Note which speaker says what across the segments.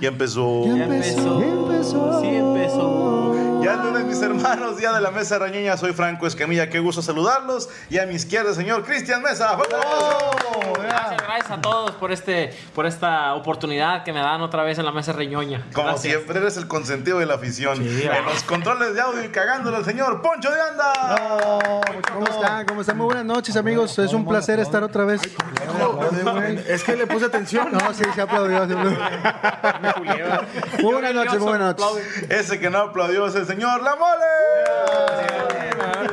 Speaker 1: Ya empezó.
Speaker 2: Ya empezó. Ya empezó. Sí empezó.
Speaker 1: Ya lunes, mis hermanos, día de la mesa reñoña. Soy Franco Escamilla, qué gusto saludarlos. Y a mi izquierda, señor Cristian Mesa. ¡Fuerte
Speaker 2: Oh,
Speaker 1: aplauso!
Speaker 2: Gracias, gracias a todos por, este, por esta oportunidad que me dan otra vez en la mesa reñoña.
Speaker 1: Como
Speaker 2: Gracias.
Speaker 1: siempre, eres el consentido de la afición.
Speaker 2: Sí,
Speaker 1: en
Speaker 2: va.
Speaker 1: los controles de audio y cagándole al señor Poncho de Anda.
Speaker 3: No, ¿Cómo están? ¿Cómo están? Muy buenas noches, amigos. Es un placer estar otra vez.
Speaker 4: Es que le puse atención.
Speaker 3: No, sí, se aplaudió. se aplaudió. Muy buenas noches, muy buenas noches.
Speaker 1: Ese que no aplaudió es el señor La Mole.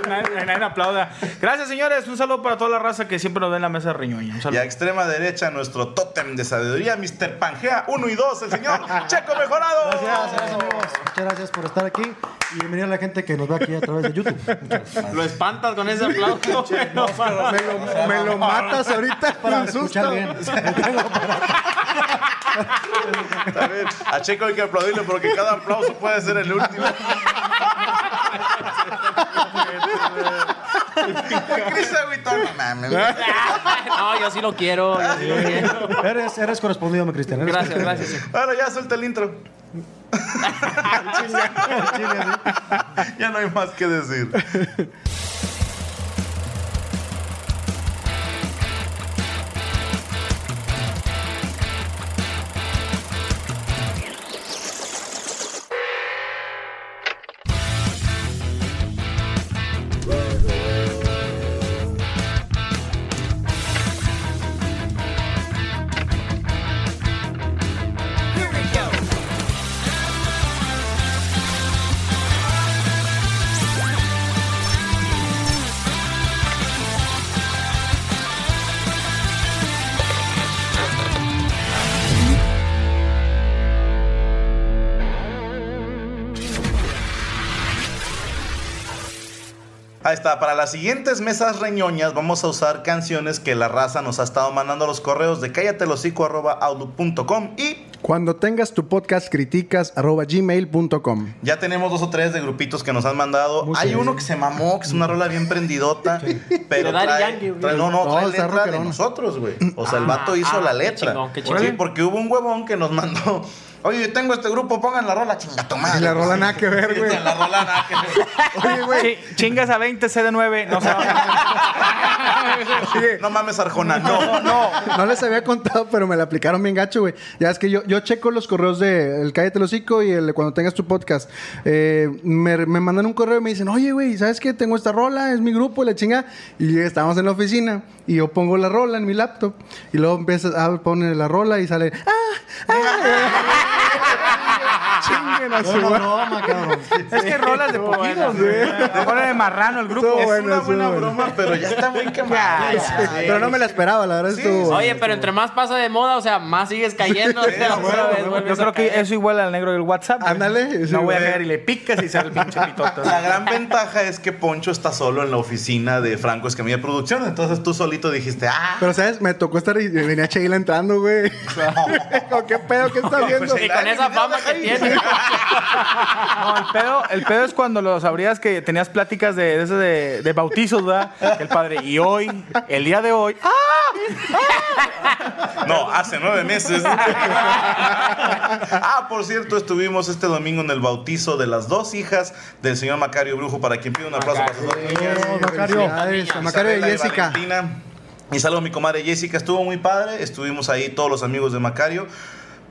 Speaker 4: Nadie nadie aplauda. Gracias, señores. Un saludo para toda la raza que siempre nos ve en la mesa de riñoña. Un
Speaker 1: Y a
Speaker 4: saludo.
Speaker 1: extrema derecha, nuestro tótem de sabiduría, Mr. Pangea 1 y 2, el señor Checo Mejorado.
Speaker 3: Gracias, amigos. Muchas gracias por estar aquí y bienvenida a la gente que nos ve aquí a través de YouTube.
Speaker 2: Lo espantas con ese aplauso. pero-
Speaker 3: Me lo, me lo matas ahorita para escuchar bien.
Speaker 1: Está bien. A Checo hay que aplaudirle porque cada aplauso puede ser el último. Cristo agüitó, no mames.
Speaker 2: no, yo sí lo quiero. yo sí lo quiero.
Speaker 3: Eres, eres correspondido, mi Cristian. eres
Speaker 2: Gracias, gracias.
Speaker 1: Ahora ya suelta el intro.
Speaker 3: correspondido. Chile,
Speaker 1: Ya no hay más que decir. Ahí está, para las siguientes mesas reñoñas vamos a usar canciones que la raza nos ha estado mandando a los correos de cállatelosico.outlook.com y
Speaker 3: Cuando tengas tu podcast, criticas arroba gmail.com.
Speaker 1: ya tenemos dos o tres de grupitos que nos han mandado.
Speaker 3: Muy
Speaker 1: Hay
Speaker 3: serio.
Speaker 1: uno que se mamó, que es una rola bien prendidota, pero
Speaker 2: De Daddy
Speaker 1: trae-
Speaker 2: Yankee, güey.
Speaker 1: trae- no, no,
Speaker 3: No,
Speaker 1: trae
Speaker 3: está
Speaker 1: letra de
Speaker 3: rockerón.
Speaker 1: nosotros, güey. O sea, el
Speaker 2: Ah,
Speaker 1: vato hizo
Speaker 2: ah,
Speaker 1: la
Speaker 2: qué
Speaker 1: letra.
Speaker 2: chingón, qué
Speaker 1: Sí,
Speaker 2: chingón.
Speaker 1: porque hubo un huevón que nos mandó, "Oye, yo tengo este grupo, pongan la rola, chinga tu madre".
Speaker 3: Y la rola nada que ver, güey.
Speaker 1: La rola nada que ver.
Speaker 3: Oye, güey.
Speaker 4: Chi- Chingas a 20, C de 9. No se va.
Speaker 3: Oye,
Speaker 1: No mames, Arjona, Oh, no.
Speaker 3: no, no les había contado, pero me la aplicaron bien gacho, güey. Ya es que yo, yo checo los correos de El Cállate el Hocico y el de Cuando Tengas Tu Podcast. Eh, me, me mandan un correo y me dicen, oye, güey, ¿sabes qué? Tengo esta rola, es mi grupo, y la chinga. Y estábamos en la oficina y yo pongo la rola en mi laptop. Y luego empiezas a poner la rola y sale, ¡ah! ¡ah! Chinguen a su madre.
Speaker 4: Es que rolas de poquitos, güey. Rola de marrano el grupo.
Speaker 3: Estuvo
Speaker 1: Es
Speaker 3: bueno,
Speaker 1: una
Speaker 3: estuvo
Speaker 1: buena
Speaker 3: bueno.
Speaker 1: broma, pero ya está muy quemada.
Speaker 3: Pero no me la esperaba, la verdad.
Speaker 1: Sí,
Speaker 3: estuvo bueno.
Speaker 2: Oye, pero entre más pasa de moda, o sea, más sigues cayendo. o sea, otra vez vuelves
Speaker 4: Yo
Speaker 2: a
Speaker 4: creo que
Speaker 2: caer.
Speaker 4: eso igual al negro del WhatsApp. güey.
Speaker 3: Ándale, sí,
Speaker 4: No voy a
Speaker 3: güey.
Speaker 4: caer y le picas y sale el pinche pitota.
Speaker 1: La gran ventaja es que Poncho está solo en la oficina de Franco Escamilla Producción, entonces tú solito dijiste, ah,
Speaker 3: Pero, ¿sabes? Me tocó estar y venía Sheila entrando, güey. Como, ¿Qué pedo? ¿Qué estás viendo?
Speaker 1: pues,
Speaker 2: Y con esa fama que tiene.
Speaker 4: No, el pedo, el pedo es cuando lo sabrías que tenías pláticas de, de, esas de- de bautizos, ¿verdad? Que El padre, y hoy, el día de hoy, ¡ah!
Speaker 1: No, hace nueve meses. ah, por cierto, estuvimos este domingo en el bautizo de las dos hijas del señor Macario Brujo, para quien pido un aplauso para sus dos niñas.
Speaker 3: Oh, Macario.
Speaker 1: Isabela
Speaker 3: A Macario y Jessica.
Speaker 1: Valentina. Y saludo a mi comadre Jessica, estuvo muy padre, estuvimos ahí todos los amigos de Macario.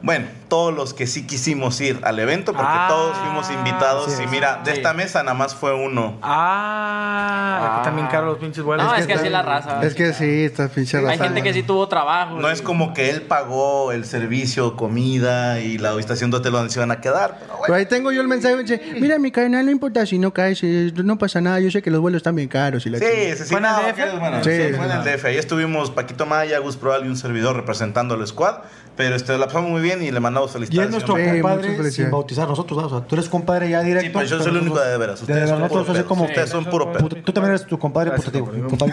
Speaker 1: Bueno, todos los que sí quisimos ir al evento, porque
Speaker 4: Ah,
Speaker 1: todos fuimos invitados.
Speaker 4: sí,
Speaker 1: y mira, de
Speaker 2: sí.
Speaker 1: esta mesa nada más fue uno.
Speaker 4: Ah,
Speaker 2: Ah.
Speaker 4: que también caro los pinches vuelos.
Speaker 2: No, es que así la raza.
Speaker 3: Es que sí, está pinche
Speaker 2: Hay
Speaker 3: raza.
Speaker 2: gente que sí tuvo trabajo.
Speaker 1: No es como que él pagó el servicio, comida y la habitación donde te lo iban a quedar. Pero bueno,
Speaker 3: Pero Pues ahí tengo yo el mensaje. dice, Mira, mi canal no importa si no caes, eh, no pasa nada. Yo sé que los vuelos están bien caros. Y la chingada".
Speaker 1: Sí, sí, sí.
Speaker 4: ¿Fue en el
Speaker 1: no,
Speaker 4: DF?
Speaker 1: que- bueno,
Speaker 3: Sí,
Speaker 1: sí,
Speaker 3: sí,
Speaker 1: fue en el
Speaker 3: no.
Speaker 1: DF. Ahí estuvimos Paquito Maya, Gus Proal y un servidor representando al squad. Pero este, la pasamos muy bien y le mandamos
Speaker 5: Y es
Speaker 1: felicitaciones.
Speaker 5: nuestro
Speaker 3: Sí, muchas
Speaker 5: compadre
Speaker 3: felicidades.
Speaker 5: sin bautizar nosotros, ¿verdad? o sea, tú eres compadre ya directo.
Speaker 1: Sí, pero yo soy
Speaker 5: pero
Speaker 1: el único
Speaker 5: nosotros-
Speaker 1: de veras.
Speaker 5: de
Speaker 1: Ustedes son
Speaker 5: nosotros
Speaker 1: puro
Speaker 5: así
Speaker 1: pedo.
Speaker 5: como
Speaker 1: Ustedes son puro pedo.
Speaker 5: Puto- Tú también eres tu compadre putativo. Compadre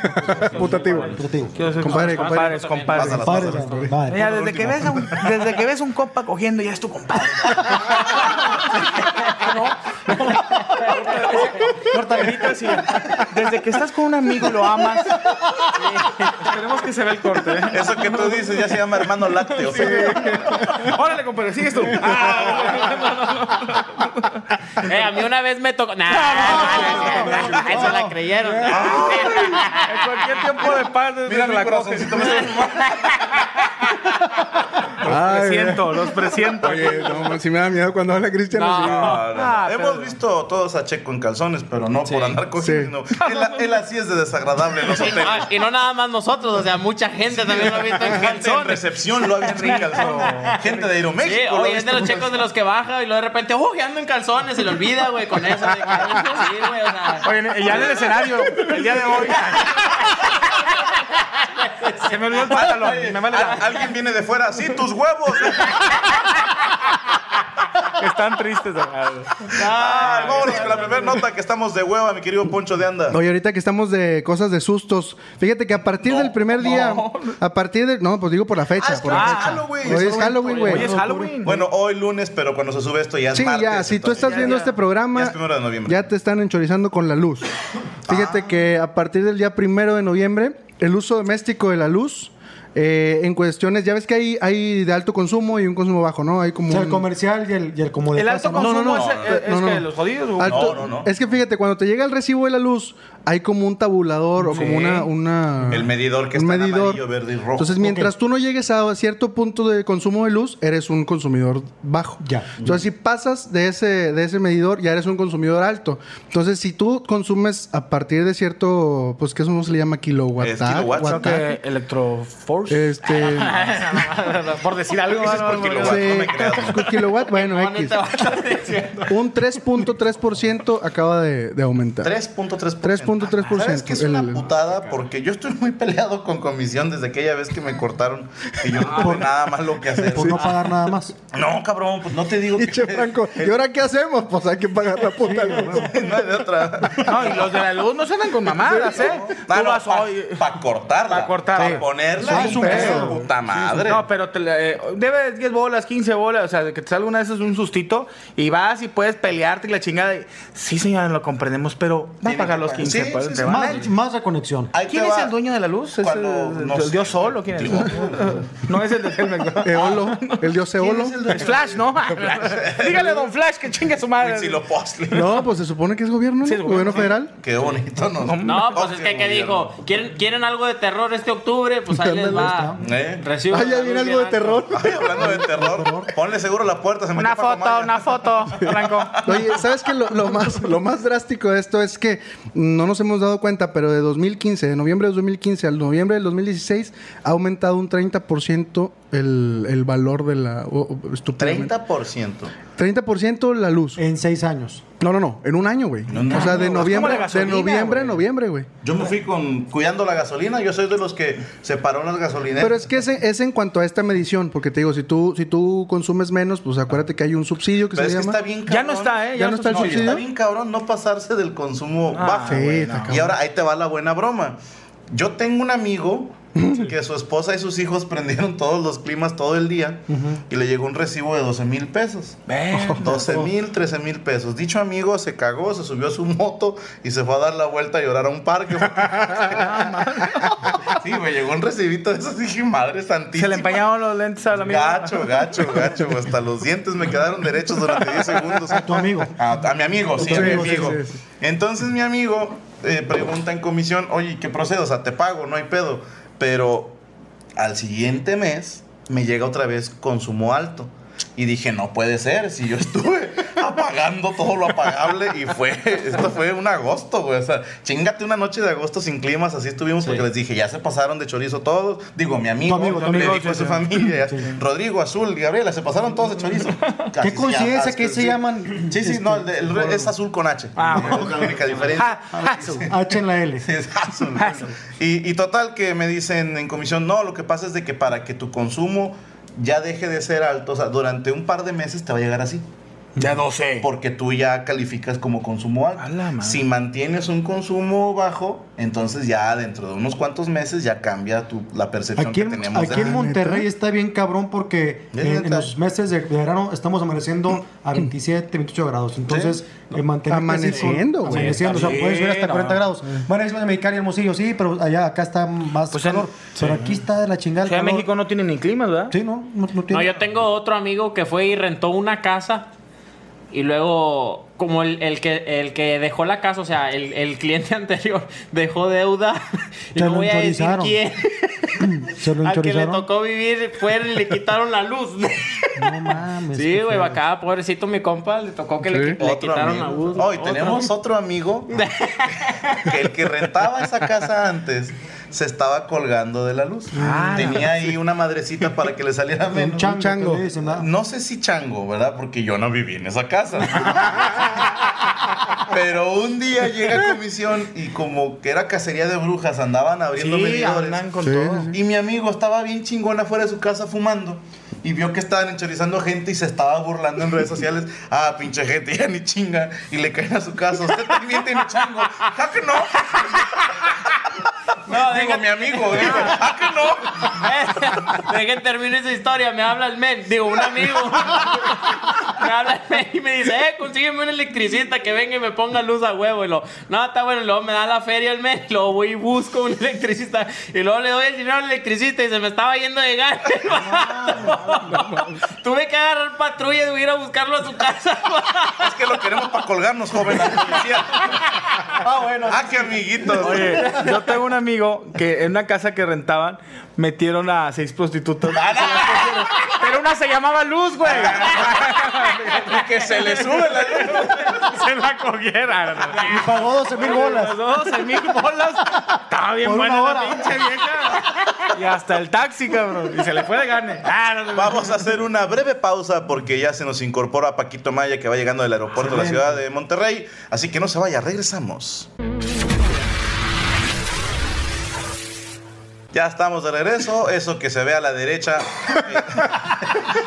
Speaker 3: Putativo.
Speaker 5: putativo.
Speaker 4: Quiero ser-
Speaker 3: Compadre,
Speaker 4: compadres, compadres.
Speaker 1: Pásala.
Speaker 5: Compadre,
Speaker 1: Las
Speaker 5: madre. madre.
Speaker 4: Mira, desde que, ves a un, desde que ves un compa cogiendo, ya es tu compadre. Cortadito así. Desde que estás con un amigo y lo amas. Esperemos que se vea el corte. ¿eh?
Speaker 1: Eso que tú dices ya se llama hermano lácteo.
Speaker 4: Órale, compadre, sigues tú. Ah,
Speaker 2: Eh, a mí una vez me tocó. Nah, nah, nah, nah, nah, eso la creyeron.
Speaker 4: en cualquier tiempo de paz, desde
Speaker 1: Mira
Speaker 4: que
Speaker 1: mi
Speaker 4: la coges.
Speaker 1: corazoncito. me-
Speaker 3: Ay,
Speaker 4: Presiento, los presiento.
Speaker 3: Oye, no, si me da miedo cuando habla Cristian.
Speaker 2: No.
Speaker 3: así.
Speaker 1: No, no, no.
Speaker 4: Ah,
Speaker 1: Hemos
Speaker 4: Pedro.
Speaker 1: visto todos a Checo en calzones, pero no por andar cogiendo. Él, él así es de desagradable en los
Speaker 2: Y
Speaker 1: hoteles.
Speaker 2: no, y no nada más nosotros, o sea, mucha gente también lo ha visto en
Speaker 1: Gente en
Speaker 2: calzones.
Speaker 1: recepción lo ha visto en calzones. Gente de Aeroméxico.
Speaker 2: Sí,
Speaker 1: lo ha
Speaker 2: oye, es
Speaker 1: visto
Speaker 2: de
Speaker 1: en
Speaker 2: los checos de los que baja y luego de repente, uy, ando en calzones, se le olvida, güey, con eso. de que, sí, güey, o sea,
Speaker 4: Oye, ya en el escenario, el día de hoy. Se me olvidó el pantalón. Me vale
Speaker 1: Al- Alguien viene de fuera, sí, tus huevos.
Speaker 4: la- Están tristes.
Speaker 1: Ay, vámonos con la primera nota que estamos de hueva, mi querido Poncho de Anda.
Speaker 3: Oye, ahorita que estamos de cosas de sustos, fíjate que a partir del primer día, a partir de, no, pues digo por la fecha,
Speaker 1: Ah, es
Speaker 3: por la
Speaker 1: que
Speaker 3: fecha.
Speaker 1: es Halloween.
Speaker 3: Hoy es Halloween, güey.
Speaker 4: Oye, es Halloween.
Speaker 1: Bueno, hoy lunes, pero cuando se sube esto ya es
Speaker 3: Sí,
Speaker 1: martes.
Speaker 3: ya, si tú
Speaker 1: entonces
Speaker 3: estás
Speaker 1: ya-
Speaker 3: viendo
Speaker 1: ya-
Speaker 3: este programa,
Speaker 1: ya es primero de noviembre.
Speaker 3: ya te están enchorizando con la luz. Fíjate que a partir del día primero de noviembre, el uso doméstico de la luz, eh, en cuestiones, ya ves que hay, hay de alto consumo y un consumo bajo, ¿no? Hay como
Speaker 5: O sea, el
Speaker 3: un-
Speaker 5: comercial y el, y el como de
Speaker 4: El
Speaker 5: casa, ¿no?
Speaker 4: alto consumo
Speaker 3: no,
Speaker 4: es,
Speaker 1: no,
Speaker 4: es- es
Speaker 3: no,
Speaker 4: que
Speaker 3: no.
Speaker 4: los jodidos. güey.
Speaker 3: alto-
Speaker 1: No, no, no.
Speaker 3: Es que fíjate, cuando te llega el recibo de la luz, hay como un tabulador o como una, una-
Speaker 1: El medidor que
Speaker 3: un
Speaker 1: está en amarillo, verde y rojo.
Speaker 3: Entonces, mientras tú no llegues a cierto punto de consumo de luz, eres un consumidor bajo.
Speaker 5: Ya.
Speaker 3: Entonces, si pasas de ese, de ese medidor, ya eres un consumidor alto. Entonces, si tú consumes a partir de cierto, pues, ¿qué es cómo se le llama? Kilowatt.
Speaker 1: Es kilowatt,
Speaker 3: watt-
Speaker 4: Creo que Electroforce.
Speaker 3: Este.
Speaker 4: Por decir algo.
Speaker 1: Dices
Speaker 4: no, no,
Speaker 1: por
Speaker 4: no,
Speaker 1: kilowatt, no me
Speaker 3: sí,
Speaker 1: creas.
Speaker 3: pues, kilowatt, bueno,
Speaker 2: no,
Speaker 3: X.
Speaker 2: neta, vato, diciendo.
Speaker 3: Un 3.3% acaba de, de aumentar.
Speaker 1: 3.3%.
Speaker 3: 3.3%.
Speaker 1: ¿Sabes qué es una
Speaker 3: El-
Speaker 1: putada? Porque yo estoy muy peleado con comisión desde aquella vez que me cortaron y
Speaker 3: Ah,
Speaker 1: yo no tuve nada más lo que hacer.
Speaker 5: Por no pagar nada más.
Speaker 1: No, cabrón, pues no te digo
Speaker 3: Pinche Franco, ¿y ahora qué hacemos? Pues hay que pagar la puta luz.
Speaker 1: No hay de otra.
Speaker 4: No, y los de la luz no se andan con mamadas, ¿eh? Tú vas hoy-
Speaker 1: Para cortarla.
Speaker 4: Pa' cortarla.
Speaker 1: Pa' ponerla.
Speaker 5: Sí,
Speaker 1: Es
Speaker 5: es
Speaker 1: un
Speaker 5: un
Speaker 1: peso.
Speaker 5: pedo.
Speaker 1: Puta madre.
Speaker 4: No, pero te, la- eh, debe 10 bolas, 15 bolas, o sea, que te salga una de esas un sustito y vas y puedes pelearte y la chingada. y, sí, señora, lo comprendemos, pero va a pagar los 15.
Speaker 1: Sí,
Speaker 4: pues,
Speaker 1: sí,
Speaker 4: te
Speaker 1: sí,
Speaker 4: van a-
Speaker 5: Más, más reconexión.
Speaker 1: Ahí te
Speaker 4: ¿Quién es
Speaker 1: va
Speaker 4: el dueño de la luz? ¿Es
Speaker 1: cuando-
Speaker 4: el,
Speaker 1: no
Speaker 4: el
Speaker 1: sé.
Speaker 4: dios solo? ¿Quién es?
Speaker 1: Digo,
Speaker 4: no es el de Telmex.
Speaker 3: Eolo, el dios Eolo.
Speaker 4: Es Flash, ¿no? Dígale a Don Flash que chingue a su
Speaker 1: Ah,
Speaker 4: madre.
Speaker 1: Huitzilopochtli.
Speaker 3: No, pues se supone que es gobierno, ¿no?
Speaker 4: Sí, es
Speaker 3: gobierno
Speaker 4: gobierno,
Speaker 3: federal.
Speaker 1: Qué bonito nos-
Speaker 2: No, pues es
Speaker 1: Qué
Speaker 2: que, ¿qué
Speaker 1: gobierno.
Speaker 2: dijo? ¿Quieren, ¿Quieren algo de terror este octubre? Pues ahí les va.
Speaker 1: ¿Eh?
Speaker 6: pues,
Speaker 2: Recibo
Speaker 3: Ay, ya
Speaker 2: la
Speaker 3: viene
Speaker 2: luz
Speaker 3: algo de
Speaker 2: bien
Speaker 3: terror.
Speaker 2: alto.
Speaker 1: Ay, hablando de terror, ponle seguro la puerta. Se
Speaker 4: Una
Speaker 1: metió para
Speaker 4: foto,
Speaker 1: Maya.
Speaker 4: una foto, Franco.
Speaker 3: Oye, ¿sabes qué? Lo, lo más, lo más drástico de esto es que no nos hemos dado cuenta, pero de 2015, de noviembre de 2015 al noviembre del 2016, ha aumentado un 30% el, el valor de la... o- o- estúpidamente.
Speaker 1: 30%.
Speaker 3: 30% la luz.
Speaker 5: En seis años.
Speaker 3: No, no, no, en un año, güey.
Speaker 1: un
Speaker 3: O sea, de
Speaker 4: año,
Speaker 3: noviembre,
Speaker 4: güey. Es como la
Speaker 3: de
Speaker 4: gasolina,
Speaker 3: noviembre a
Speaker 4: güey.
Speaker 3: noviembre, güey.
Speaker 1: Yo me fui con cuidando la gasolina. Yo soy de los que separó las gasolineras.
Speaker 3: Pero es que ese- es, en cuanto a esta medición, porque te digo, si tú, si tú consumes menos, pues acuérdate que hay un subsidio que
Speaker 1: Pero
Speaker 3: se
Speaker 1: es que
Speaker 3: llama...
Speaker 1: está bien cabrón.
Speaker 4: Ya no está, ¿eh?
Speaker 3: Ya no está el
Speaker 1: No, y
Speaker 3: subsidio.
Speaker 1: está bien cabrón no pasarse del consumo
Speaker 4: Ah,
Speaker 1: bajo.
Speaker 3: sí,
Speaker 1: güey.
Speaker 3: está
Speaker 1: Y
Speaker 3: cabrón.
Speaker 1: ahora ahí te va la buena broma. Yo tengo un amigo que su esposa y sus hijos prendieron todos los climas todo el día y le llegó un recibo de 12 mil pesos. 12 mil, 13 mil pesos. Dicho amigo se cagó, se subió a su moto y se fue a dar la vuelta a llorar a un parque. sí, me llegó un recibito de esos dije, madre santísima.
Speaker 4: Se le empañaron los lentes a la amiga.
Speaker 1: Gacho, gacho, gacho. Hasta los dientes me quedaron derechos durante 10 segundos.
Speaker 5: tu amigo.
Speaker 1: Ah, A, a mi amigo, sí, a mi
Speaker 5: amigo, sí,
Speaker 1: amigo.
Speaker 5: sí, sí.
Speaker 1: Entonces mi amigo eh, pregunta en comisión, oye, ¿qué procedo? O sea, te pago, no hay pedo. Pero al siguiente mes me llega otra vez consumo alto. Y dije, no puede ser, si yo estuve apagando todo lo apagable y fue, esto fue un agosto, güey. O sea, chingate una noche de agosto sin climas, así estuvimos porque les dije, ya se pasaron de chorizo todos. Digo, mi amigo,
Speaker 5: amigo, tu amigo,
Speaker 1: le dijo a
Speaker 5: sí,
Speaker 1: su
Speaker 5: sí.
Speaker 1: familia, Rodrigo, Azul y Gabriela, se pasaron todos de chorizo. Casi,
Speaker 5: Qué
Speaker 1: sí,
Speaker 5: coincidencia
Speaker 1: atascos,
Speaker 5: que se
Speaker 1: sí.
Speaker 5: llaman. Este,
Speaker 1: Sí, sí, no, el de- el re- es azul con H.
Speaker 4: Ah,
Speaker 1: es la única diferencia.
Speaker 4: Ja, ja, su.
Speaker 5: H en la L.
Speaker 1: Es azul. Y, y total que me dicen en comisión, no, lo que pasa es de que para que tu consumo ya deje de ser alto, o sea, durante un par de meses te va a llegar así,
Speaker 4: Ya no sé.
Speaker 1: porque tú ya calificas como consumo alto.
Speaker 4: A la madre.
Speaker 1: Si mantienes un consumo bajo, entonces ya dentro de unos cuantos meses ya cambia tu, la percepción
Speaker 5: Aquí,
Speaker 1: que
Speaker 5: en,
Speaker 1: tenemos. de-
Speaker 5: aquí en Monterrey está bien cabrón porque
Speaker 1: Ya,
Speaker 5: en,
Speaker 1: ya
Speaker 5: en
Speaker 1: está.
Speaker 5: los meses de verano estamos amaneciendo a 27, 28 grados. Entonces, eh, mantener que así con-
Speaker 3: Amaneciendo, güey.
Speaker 5: Amaneciendo, o sea,
Speaker 4: Sí,
Speaker 5: puedes subir hasta
Speaker 4: no.
Speaker 5: 40 grados. Bueno, ahí se van a medicar y Hermosillo, sí, pero allá acá está más
Speaker 4: Pues en-
Speaker 5: calor. pero aquí está de la chingada. el
Speaker 4: Ciudad de
Speaker 5: calor.
Speaker 4: México no tiene ni clima, ¿verdad?
Speaker 5: Sí, no, no, no
Speaker 2: No,
Speaker 5: tiene.
Speaker 2: yo tengo otro amigo que fue y rentó una casa y luego, como el, el que, el que dejó la casa, o sea, el, el cliente anterior dejó deuda.
Speaker 5: Te
Speaker 2: y no
Speaker 5: lo
Speaker 2: voy a decir
Speaker 5: enchorizaron.
Speaker 2: quién.
Speaker 5: Se lo
Speaker 2: Al que le
Speaker 5: enchorizaron.
Speaker 2: tocó vivir fue le quitaron la luz.
Speaker 5: No mames.
Speaker 2: sí,
Speaker 5: qué
Speaker 2: güey,
Speaker 5: feo.
Speaker 2: acá, pobrecito mi compa, le tocó que le, qui- le
Speaker 1: Otro
Speaker 2: quitaron la
Speaker 1: amigo.
Speaker 2: luz.
Speaker 1: Hoy
Speaker 2: Otro.
Speaker 1: tenemos otro amigo que el que rentaba esa casa antes se estaba colgando de la luz. Tenía ahí una madrecita para que le saliera
Speaker 5: Un
Speaker 1: menos.
Speaker 5: chango. que
Speaker 3: chango.
Speaker 5: le dicen, ¿verdad?
Speaker 1: No sé si chango, ¿verdad? Porque yo no viví en esa casa. Pero un día llega a comisión y como que era cacería de brujas, andaban abriendo
Speaker 4: Sí,
Speaker 1: medidores.
Speaker 4: andan con
Speaker 3: Sí,
Speaker 4: todo.
Speaker 3: sí, sí.
Speaker 1: Y mi amigo estaba bien chingón afuera de su casa fumando. Y vio que estaban enchorizando gente y se estaba burlando en redes sociales. Ah, pinche gente, ya ni chinga. Y le caen a su casa. Usted también tiene chango. ¡Ja que no!
Speaker 2: No,
Speaker 1: digo,
Speaker 2: déjate-
Speaker 1: mi amigo, digo,
Speaker 2: Ah.
Speaker 1: ¡Ja que no!
Speaker 2: Eh, Dejen terminar esa historia, me habla el men, digo, un amigo. Me habla el men y me dice, eh, consígueme un electricista que venga y me ponga luz a huevo. Y lo, no, está bueno, y luego me da la feria el men, y luego voy y busco un electricista. Y luego le doy el dinero al electricista y se me estaba yendo de gana. el vato. Tuve que agarrar patrulla y ir a buscarlo a su casa.
Speaker 1: Es que lo queremos para colgarnos, joven. la policía.
Speaker 4: Ah, bueno.
Speaker 1: ¡Ah, qué amiguitos!
Speaker 4: Oye, yo tengo un amigo que en una casa que rentaban metieron a seis prostitutas.
Speaker 1: Ah,
Speaker 4: Pero una se llamaba Luz, güey.
Speaker 1: que se le sube la luz.
Speaker 4: Se la cogieron.
Speaker 5: Y pagó 12 mil bolas.
Speaker 4: Las 12 mil bolas. Estaba bien
Speaker 5: Por
Speaker 4: buena
Speaker 5: una
Speaker 4: la
Speaker 5: hora.
Speaker 4: pinche vieja. Y hasta el taxi, cabrón. Y se le fue de gane. Ah, no, no, no.
Speaker 1: Vamos a hacer una breve pausa porque ya se nos incorpora Paquito Maya que va llegando del aeropuerto de la ciudad de Monterrey. Así que no se vaya, regresamos. Ya estamos de regreso. Eso que se ve a la derecha.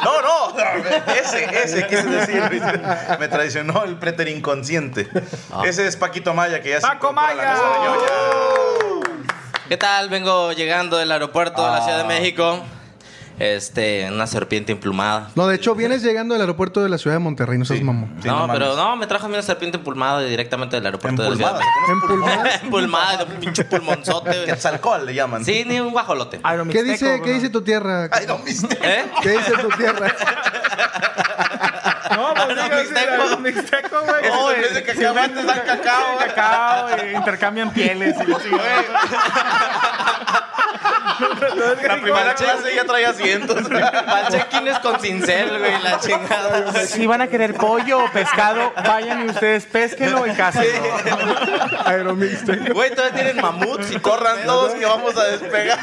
Speaker 1: No, no. Ese, ese quise decir. Me traicionó el préter inconsciente. Ese es Paquito Maya que ya se
Speaker 4: ¡Paco
Speaker 1: incorpora a la
Speaker 4: Maya!
Speaker 1: mesa de ñoña.
Speaker 7: ¿Qué tal? Vengo llegando del aeropuerto de la
Speaker 1: Ah.
Speaker 7: Ciudad de México. Este, una serpiente emplumada.
Speaker 3: No, de hecho, vienes llegando del aeropuerto de la ciudad de Monterrey, no seas
Speaker 1: Sí,
Speaker 3: mamón.
Speaker 1: sí,
Speaker 7: no,
Speaker 1: mames.
Speaker 7: pero no, me trajo a mí una serpiente empulmada directamente del aeropuerto de la Ciudad de
Speaker 1: Empulmadas.
Speaker 7: México.
Speaker 3: Empulmadas.
Speaker 7: empulmada, un pinche pulmonzote. güey.
Speaker 1: Quetzalcóatl le llaman.
Speaker 7: Sí, ni un guajolote.
Speaker 1: Ah,
Speaker 4: Ay, no,
Speaker 3: ¿Qué
Speaker 4: mixteco,
Speaker 3: dice,
Speaker 4: güey.
Speaker 3: ¿qué dice tu tierra?
Speaker 1: Ay, no, viste.
Speaker 7: ¿Eh?
Speaker 3: ¿Qué dice tu tierra?
Speaker 4: No, pues digo, sí,
Speaker 7: mixteco.
Speaker 4: era mixteco, güey.
Speaker 1: Ese
Speaker 4: Oye,
Speaker 1: en vez de cacao, antes dan cacao.
Speaker 4: este, de cacao, eh, intercambian pieles. y la chingada.
Speaker 1: La primera clase ya traía asientos.
Speaker 7: Panchequines con cincel, güey, la chingada.
Speaker 4: Si van a querer pollo o pescado, vayan y ustedes pesquenlo en casa.
Speaker 7: Güey, todavía tienen mamuts y
Speaker 1: Corran
Speaker 7: corran
Speaker 1: todos que vamos a despegar.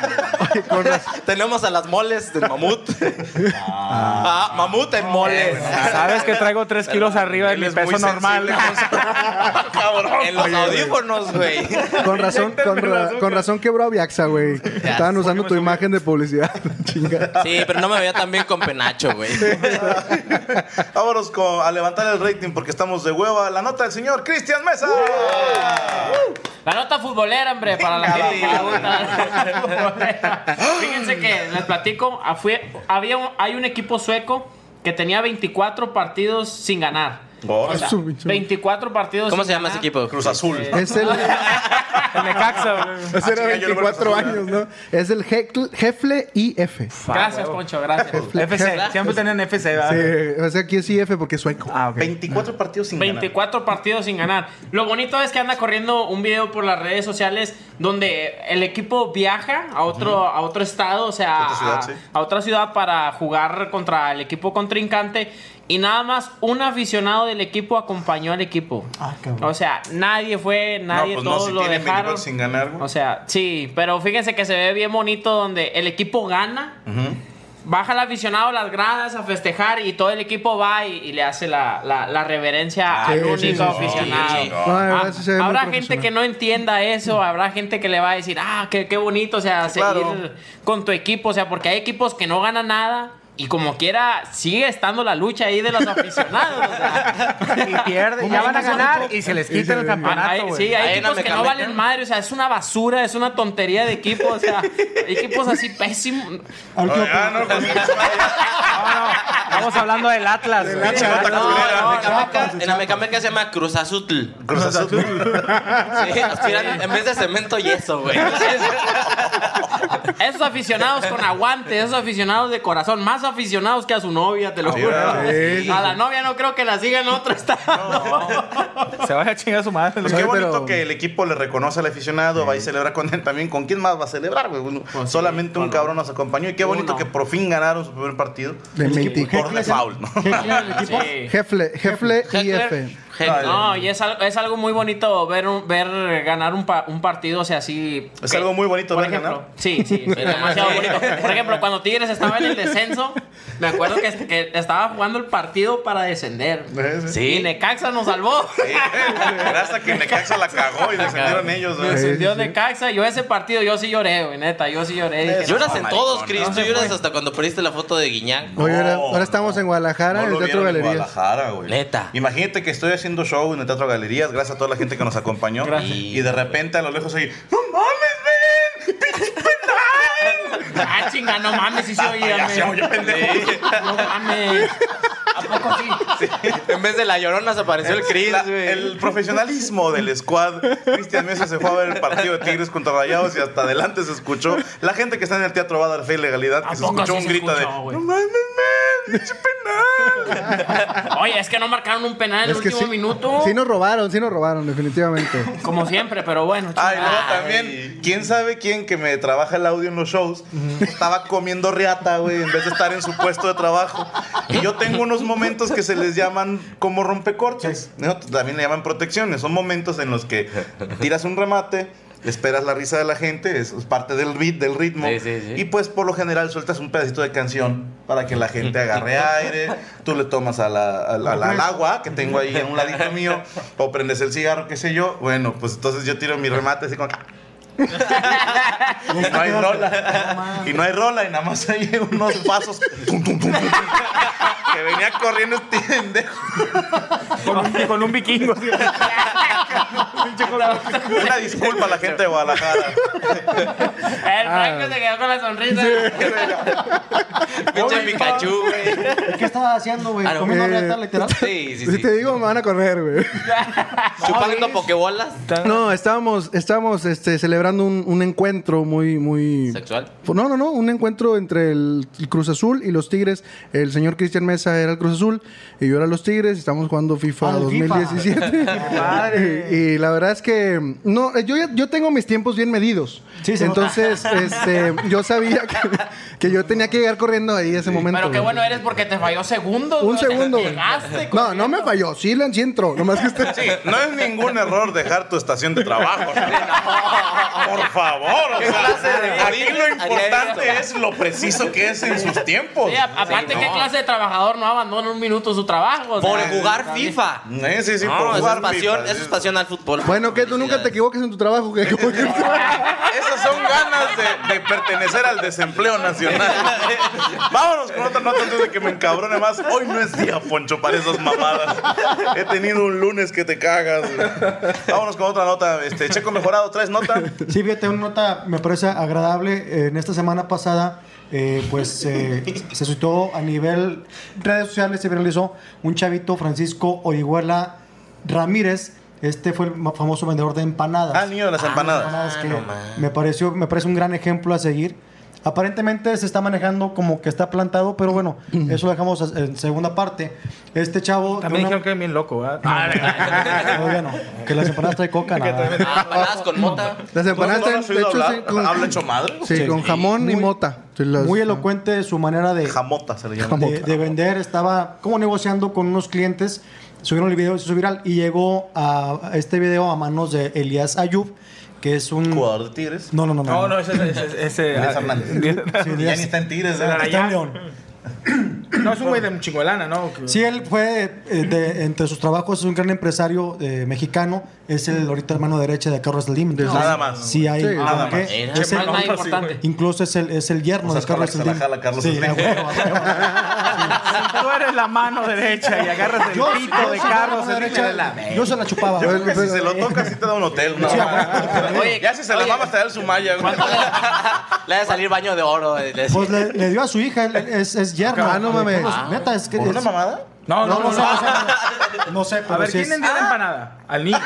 Speaker 7: Tenemos a las moles del mamut. Ah, mamut en moles.
Speaker 4: Eh, Sabes que traigo 3 kilos arriba de
Speaker 1: Él
Speaker 4: mi
Speaker 1: es muy
Speaker 4: peso normal.
Speaker 1: sensible con su- Cabrón.
Speaker 7: En los audífonos, güey.
Speaker 3: Con razón, con, ra- con razón quebró a Viaxa, güey. Estaban usando tu
Speaker 4: Porque me
Speaker 3: imagen de publicidad. Chinga.
Speaker 7: Sí, pero no me veía tan bien con penacho, güey.
Speaker 1: Vámonos con- a levantar el rating porque estamos de hueva. La nota del señor Cristian Mesa.
Speaker 2: La nota futbolera, hombre, para la
Speaker 1: Venga,
Speaker 2: gente que le gusta la futbolera. Fíjense que les platico, ah, fue- había un- hay un equipo sueco que tenía 24 partidos sin ganar.
Speaker 1: Oh,
Speaker 2: O sea,
Speaker 3: Su bicho.
Speaker 2: 24 partidos
Speaker 7: ¿Cómo
Speaker 2: sin
Speaker 7: se llama ese
Speaker 2: ganar. Este,
Speaker 7: equipo?
Speaker 1: Cruz Azul.
Speaker 3: Es el. Ah,
Speaker 4: El Necaxa, güey.
Speaker 3: Ese era
Speaker 1: Ah, chinga, yo lo voy a
Speaker 3: 24
Speaker 1: pasar.
Speaker 3: años, ¿no? Es el Hecle- Hefle IF. Sí,
Speaker 2: Gracias, Poncho, gracias.
Speaker 4: FC, siempre tenían FC, ¿verdad?
Speaker 3: o sea, aquí es IF porque es sueco.
Speaker 4: Ah, ok.
Speaker 1: 24 partidos sin ganar.
Speaker 2: 24 partidos sin ganar. Lo bonito es que anda corriendo un video por las redes sociales donde el equipo viaja a otro, a otro estado, o sea,
Speaker 1: Otra ciudad,
Speaker 2: a,
Speaker 1: sí.
Speaker 2: a otra ciudad para jugar contra el equipo contrincante. Y nada más un aficionado del equipo acompañó al equipo.
Speaker 5: Ah, cabrón.
Speaker 2: o sea, nadie fue, nadie,
Speaker 1: pues no,
Speaker 2: todos
Speaker 1: si
Speaker 2: lo
Speaker 1: tienen
Speaker 2: dejaron.
Speaker 1: 24 sin ganar, güey.
Speaker 2: O sea, sí, pero fíjense que se ve bien bonito donde el equipo gana.
Speaker 1: Ujú.
Speaker 2: Baja el aficionado a las gradas a festejar y todo el equipo va y, y le hace la, la- la reverencia
Speaker 3: Sí,
Speaker 2: al único
Speaker 3: sí, sí, sí.
Speaker 2: aficionado.
Speaker 7: Sí,
Speaker 3: No, la
Speaker 2: Ah,
Speaker 3: verdad sí se ve muy
Speaker 2: habrá gente
Speaker 3: profesional.
Speaker 2: que no entienda eso, habrá gente que le va a decir, ah, qué, qué bonito, o sea,
Speaker 1: Claro.
Speaker 2: seguir con tu equipo, o sea, porque hay equipos que no ganan nada y como quiera sigue estando la lucha ahí de los aficionados. o sea.
Speaker 4: Y pierden, ya van a ganar y se les
Speaker 3: Y se
Speaker 4: quita el
Speaker 3: les-
Speaker 4: campeonato,
Speaker 2: Hay-
Speaker 4: güey.
Speaker 2: sí, hay
Speaker 7: Ahí en
Speaker 2: equipos que no
Speaker 7: Amecamec,
Speaker 2: valen
Speaker 7: ¿no?
Speaker 2: madre, o sea, es una basura, es una tontería de equipo, o sea, equipos así pésimos.
Speaker 5: Al último
Speaker 1: Ay, ah, no, pues, mira,
Speaker 4: Estamos hablando del Atlas, güey.
Speaker 1: Atlas.
Speaker 4: Del Atlas.
Speaker 7: No, en
Speaker 1: no,
Speaker 7: Amecameca- en Amecameca se llama Cruz Azul.
Speaker 1: Cruz Azul.
Speaker 7: Sí, aspiran en vez de cemento yeso, güey.
Speaker 2: Esos aficionados con aguante, esos aficionados de corazón, más aficionados que a su novia, te lo
Speaker 1: Sí,
Speaker 2: juro.
Speaker 1: ¿verdad?
Speaker 3: Sí, sí,
Speaker 2: A la novia no creo que la sigan en otro estado.
Speaker 4: Se vaya a chingar a su madre.
Speaker 1: Pues qué
Speaker 3: Oye,
Speaker 1: bonito
Speaker 3: pero-
Speaker 1: que el equipo le reconoce al aficionado, va y celebra con él también. ¿Con quién más va a celebrar, güey? Uno-
Speaker 2: Pues sí,
Speaker 1: Solamente un
Speaker 2: bueno.
Speaker 1: cabrón nos acompañó. Y qué bonito
Speaker 2: Uno.
Speaker 1: que por fin ganaron su primer partido.
Speaker 3: De
Speaker 1: Por
Speaker 3: 24.
Speaker 1: default, ¿no?
Speaker 2: Sí.
Speaker 3: Hefle, Hefle
Speaker 7: Heckler-
Speaker 3: IF.
Speaker 7: Heckler.
Speaker 2: No, y es algo, es algo muy bonito ver un- ver ganar un, pa- un partido, o sea, así.
Speaker 1: Es
Speaker 2: que-
Speaker 1: algo muy bonito
Speaker 2: por
Speaker 1: ver
Speaker 2: ejemplo,
Speaker 1: ganar.
Speaker 2: Sí, sí, sí, demasiado bonito. Por ejemplo, cuando Tigres estaba en el descenso, me acuerdo que, que estaba jugando el partido para descender.
Speaker 1: Sí.
Speaker 2: Y Necaxa nos salvó.
Speaker 1: Era hasta que Necaxa la cagó y descendieron ellos.
Speaker 2: Nos
Speaker 1: güey.
Speaker 2: descendió
Speaker 3: sí, sí.
Speaker 2: Necaxa. Yo ese partido, yo sí lloré, güey, neta, yo sí lloré. Dije, "Ah,
Speaker 1: Eso.
Speaker 7: Lloras en
Speaker 1: Maricón,
Speaker 7: todos,
Speaker 1: ¿no?
Speaker 7: Chris. Tú lloras hasta cuando perdiste la foto de Guiñán.
Speaker 3: Oye, ahora,
Speaker 1: No,
Speaker 3: ahora estamos
Speaker 1: no.
Speaker 3: en Guadalajara,
Speaker 1: No
Speaker 3: en
Speaker 1: lo
Speaker 3: Ah, el Teatro
Speaker 1: vieron en
Speaker 3: Galerías.
Speaker 1: Guadalajara, güey.
Speaker 7: Neta.
Speaker 1: Imagínate que estoy haciendo show en el Teatro Galerías, gracias a toda la gente que nos acompañó.
Speaker 2: Gracias.
Speaker 1: Y de repente a lo lejos ahí, ¡No mames, ven! ¡Pinche penal!
Speaker 2: Ah, chinga, no mames, sí se oía.
Speaker 1: Ya
Speaker 2: me-
Speaker 1: se oye, pendejo.
Speaker 2: No mames. ¿A poco sí?
Speaker 7: En vez de la llorona se apareció el Chris,
Speaker 1: La-
Speaker 7: güey.
Speaker 1: el profesionalismo del squad. Cristian Mesa se fue a ver el partido de Tigres contra Rayados y hasta adelante se escuchó. La gente que está en el teatro va a dar fe y legalidad
Speaker 2: ¿A
Speaker 1: que se
Speaker 2: poco
Speaker 1: escuchó
Speaker 2: sí
Speaker 1: un
Speaker 2: se
Speaker 1: grito de
Speaker 2: escuchó, güey?
Speaker 1: ¡No mames, man! ¡Pinche penal!
Speaker 2: Oye, es que no marcaron un penal en el último
Speaker 3: sí,
Speaker 2: minuto.
Speaker 3: sí nos robaron, sí nos robaron, definitivamente.
Speaker 2: Como siempre, pero bueno.
Speaker 1: Ay,
Speaker 2: chinga.
Speaker 1: luego también, quién sabe quién que me trabaja el audio en los shows, estaba comiendo riata, güey, en vez de estar en su puesto de trabajo. Y yo tengo unos momentos que se les llaman como rompecortes. ¿no? También le llaman protecciones. Son momentos en los que tiras un remate. Esperas la risa de la gente, eso es parte del beat, del ritmo.
Speaker 7: Sí, sí, sí.
Speaker 1: Y pues por lo general sueltas un pedacito de canción para que la gente agarre aire. Tú le tomas a la, a la- a la- al agua que tengo ahí en un ladito mío, o prendes el cigarro, qué sé yo. Bueno, pues entonces yo tiro mi remate así como. Y no hay rola. Y no hay rola, y nada más hay unos pasos. tum, tum, tum, tum, que venía corriendo este pendejo.
Speaker 4: Con un, con un vikingo. así.
Speaker 1: Una disculpa a la gente de Guadalajara.
Speaker 2: El Franco se quedó con la sonrisa.
Speaker 7: Pinche Pikachu, güey.
Speaker 5: ¿Qué estaba haciendo, güey?
Speaker 7: Ah, no.
Speaker 5: ¿Comiendo
Speaker 3: Eh,
Speaker 5: reata, literal?
Speaker 7: Sí, sí,
Speaker 3: si
Speaker 7: sí.
Speaker 3: te digo, me van a correr, güey.
Speaker 7: Chupando pokebolas.
Speaker 3: No, estábamos, estábamos este, celebrando un, un encuentro muy, muy...
Speaker 7: Sexual.
Speaker 3: No, no, no, un encuentro entre el, el Cruz Azul y los Tigres. El señor Cristian Mesa era el Cruz Azul y yo era los Tigres. Estamos jugando
Speaker 1: Ah,
Speaker 3: FIFA
Speaker 5: Al FIFA.
Speaker 3: 2017.
Speaker 4: madre.
Speaker 3: y, y la verdad es que no, eh, yo, ya- yo tengo mis tiempos bien medidos.
Speaker 5: Sí, se nota.
Speaker 3: Entonces, este, yo sabía que, que yo tenía que llegar corriendo ahí ese momento.
Speaker 2: Pero qué
Speaker 3: güey.
Speaker 2: bueno eres porque te falló segundos.
Speaker 3: Un
Speaker 2: güey.
Speaker 3: segundo. güey.
Speaker 2: Llegaste.
Speaker 3: No, no me
Speaker 2: corriendo.
Speaker 3: falló. Sí, le sí entró. Nomás que usted.
Speaker 1: Sí, no es ningún error dejar tu estación de trabajo. Por favor, o sea, aquí lo importante es lo preciso que es en sus tiempos.
Speaker 2: Sí, a- aparte, ¿qué clase de trabajador no abandona un minuto su trabajo? O sea,
Speaker 7: Por jugar
Speaker 2: está bien.
Speaker 7: FIFA.
Speaker 1: Sí, sí, sí,
Speaker 7: No,
Speaker 1: por
Speaker 7: eso
Speaker 1: jugar
Speaker 7: es pasión,
Speaker 1: FIFA,
Speaker 7: eso es
Speaker 1: sí.
Speaker 7: pasión al fútbol.
Speaker 3: Bueno, que tú nunca te equivocas en tu trabajo. que-
Speaker 1: Esas son ganas de, de pertenecer al desempleo nacional. Vámonos con otra nota antes de que me encabrone más. Hoy no es día, Poncho, para esas mamadas. He tenido un lunes que te cagas. güey. Vámonos con otra nota. Este, Checo mejorado, traes nota.
Speaker 5: Sí, fíjate, una nota me parece agradable. Eh, En esta semana pasada, eh, pues eh, se suscitó a nivel redes sociales, se viralizó un chavito, Francisco Orihuela Ramírez. Este fue el ma- famoso vendedor de empanadas.
Speaker 1: Ah, el niño de las empanadas.
Speaker 5: empanadas
Speaker 1: Ah,
Speaker 5: que me, pareció, me parece un gran ejemplo a seguir. Aparentemente se está manejando como que está plantado, pero bueno, eso lo dejamos as- en segunda parte. Este chavo.
Speaker 4: También
Speaker 5: una-
Speaker 4: dijeron que es bien loco, ¿verdad?
Speaker 5: Todavía no, que las empanadas trae coca, nada.
Speaker 7: Ah, panadas con mota.
Speaker 3: Las
Speaker 1: ¿No, no
Speaker 3: empanadas
Speaker 1: lo
Speaker 3: están
Speaker 1: has oído
Speaker 3: hechas,
Speaker 1: hablar?
Speaker 3: sí, con-
Speaker 1: Habla hecho madre.
Speaker 3: Sí, con jamón y mota. Sí, las-
Speaker 5: Muy elocuente de su manera de,
Speaker 1: Jamota se le llama.
Speaker 3: Jamota.
Speaker 5: de, de vender, estaba como negociando con unos clientes, subieron el video, se hizo viral y llegó a, a este video a manos de Elías Ayub, que es un...
Speaker 1: Jugador de Tigres.
Speaker 5: No, no, no, no.
Speaker 4: No, no, ese ese- ese- ese-
Speaker 1: Elías
Speaker 4: ah,
Speaker 1: Hernández.
Speaker 5: Sí,
Speaker 1: Ya
Speaker 5: Elías-
Speaker 1: ni está en Tigres.
Speaker 4: Ese era
Speaker 1: ¿verdad?
Speaker 5: está en
Speaker 4: allá.
Speaker 5: León.
Speaker 4: No, es un güey de un chingo de lana, ¿no?
Speaker 5: Sí, él fue, eh, de- entre sus trabajos, es un gran empresario eh, mexicano, es el ahorita hermano derecha de Carlos Slim. entonces,
Speaker 1: Nada más.
Speaker 5: Sí, hay...
Speaker 3: Sí,
Speaker 5: como
Speaker 1: nada
Speaker 5: que
Speaker 1: más.
Speaker 7: Era
Speaker 5: es el-
Speaker 2: más, más
Speaker 4: sí, güey.
Speaker 2: importante.
Speaker 5: incluso es el, es el yerno
Speaker 1: O sea,
Speaker 5: de
Speaker 1: es con la
Speaker 5: Carlos
Speaker 1: que se la
Speaker 5: Slim.
Speaker 1: jala Carlos
Speaker 5: Sí,
Speaker 1: Slim.
Speaker 5: a huevo, a huevo.
Speaker 4: Tú eres la mano derecha y agarras el pito
Speaker 5: soy
Speaker 4: de Carlos.
Speaker 5: mano
Speaker 4: el
Speaker 5: derecha,
Speaker 4: de la-
Speaker 5: yo se la chupaba.
Speaker 1: Yo creo que si se lo toca, sí te da un hotel. No,
Speaker 7: Oye,
Speaker 1: ya si se la
Speaker 7: oye.
Speaker 1: mamas, te da el Sumaya. güey.
Speaker 7: Le ha de salir baño de oro. eh, le-
Speaker 5: Pues le, le dio a su hija, él- él es, es yerno.
Speaker 3: Ah, no mames.
Speaker 5: Carlos, neta, es que.
Speaker 1: ¿Por una
Speaker 5: es-
Speaker 1: mamada?
Speaker 4: No,
Speaker 5: no, no, sé, no sé. No sé,
Speaker 4: A
Speaker 5: pero
Speaker 4: ver,
Speaker 5: sí
Speaker 4: ¿quién
Speaker 5: es-
Speaker 4: vendió la empanada? Al niño.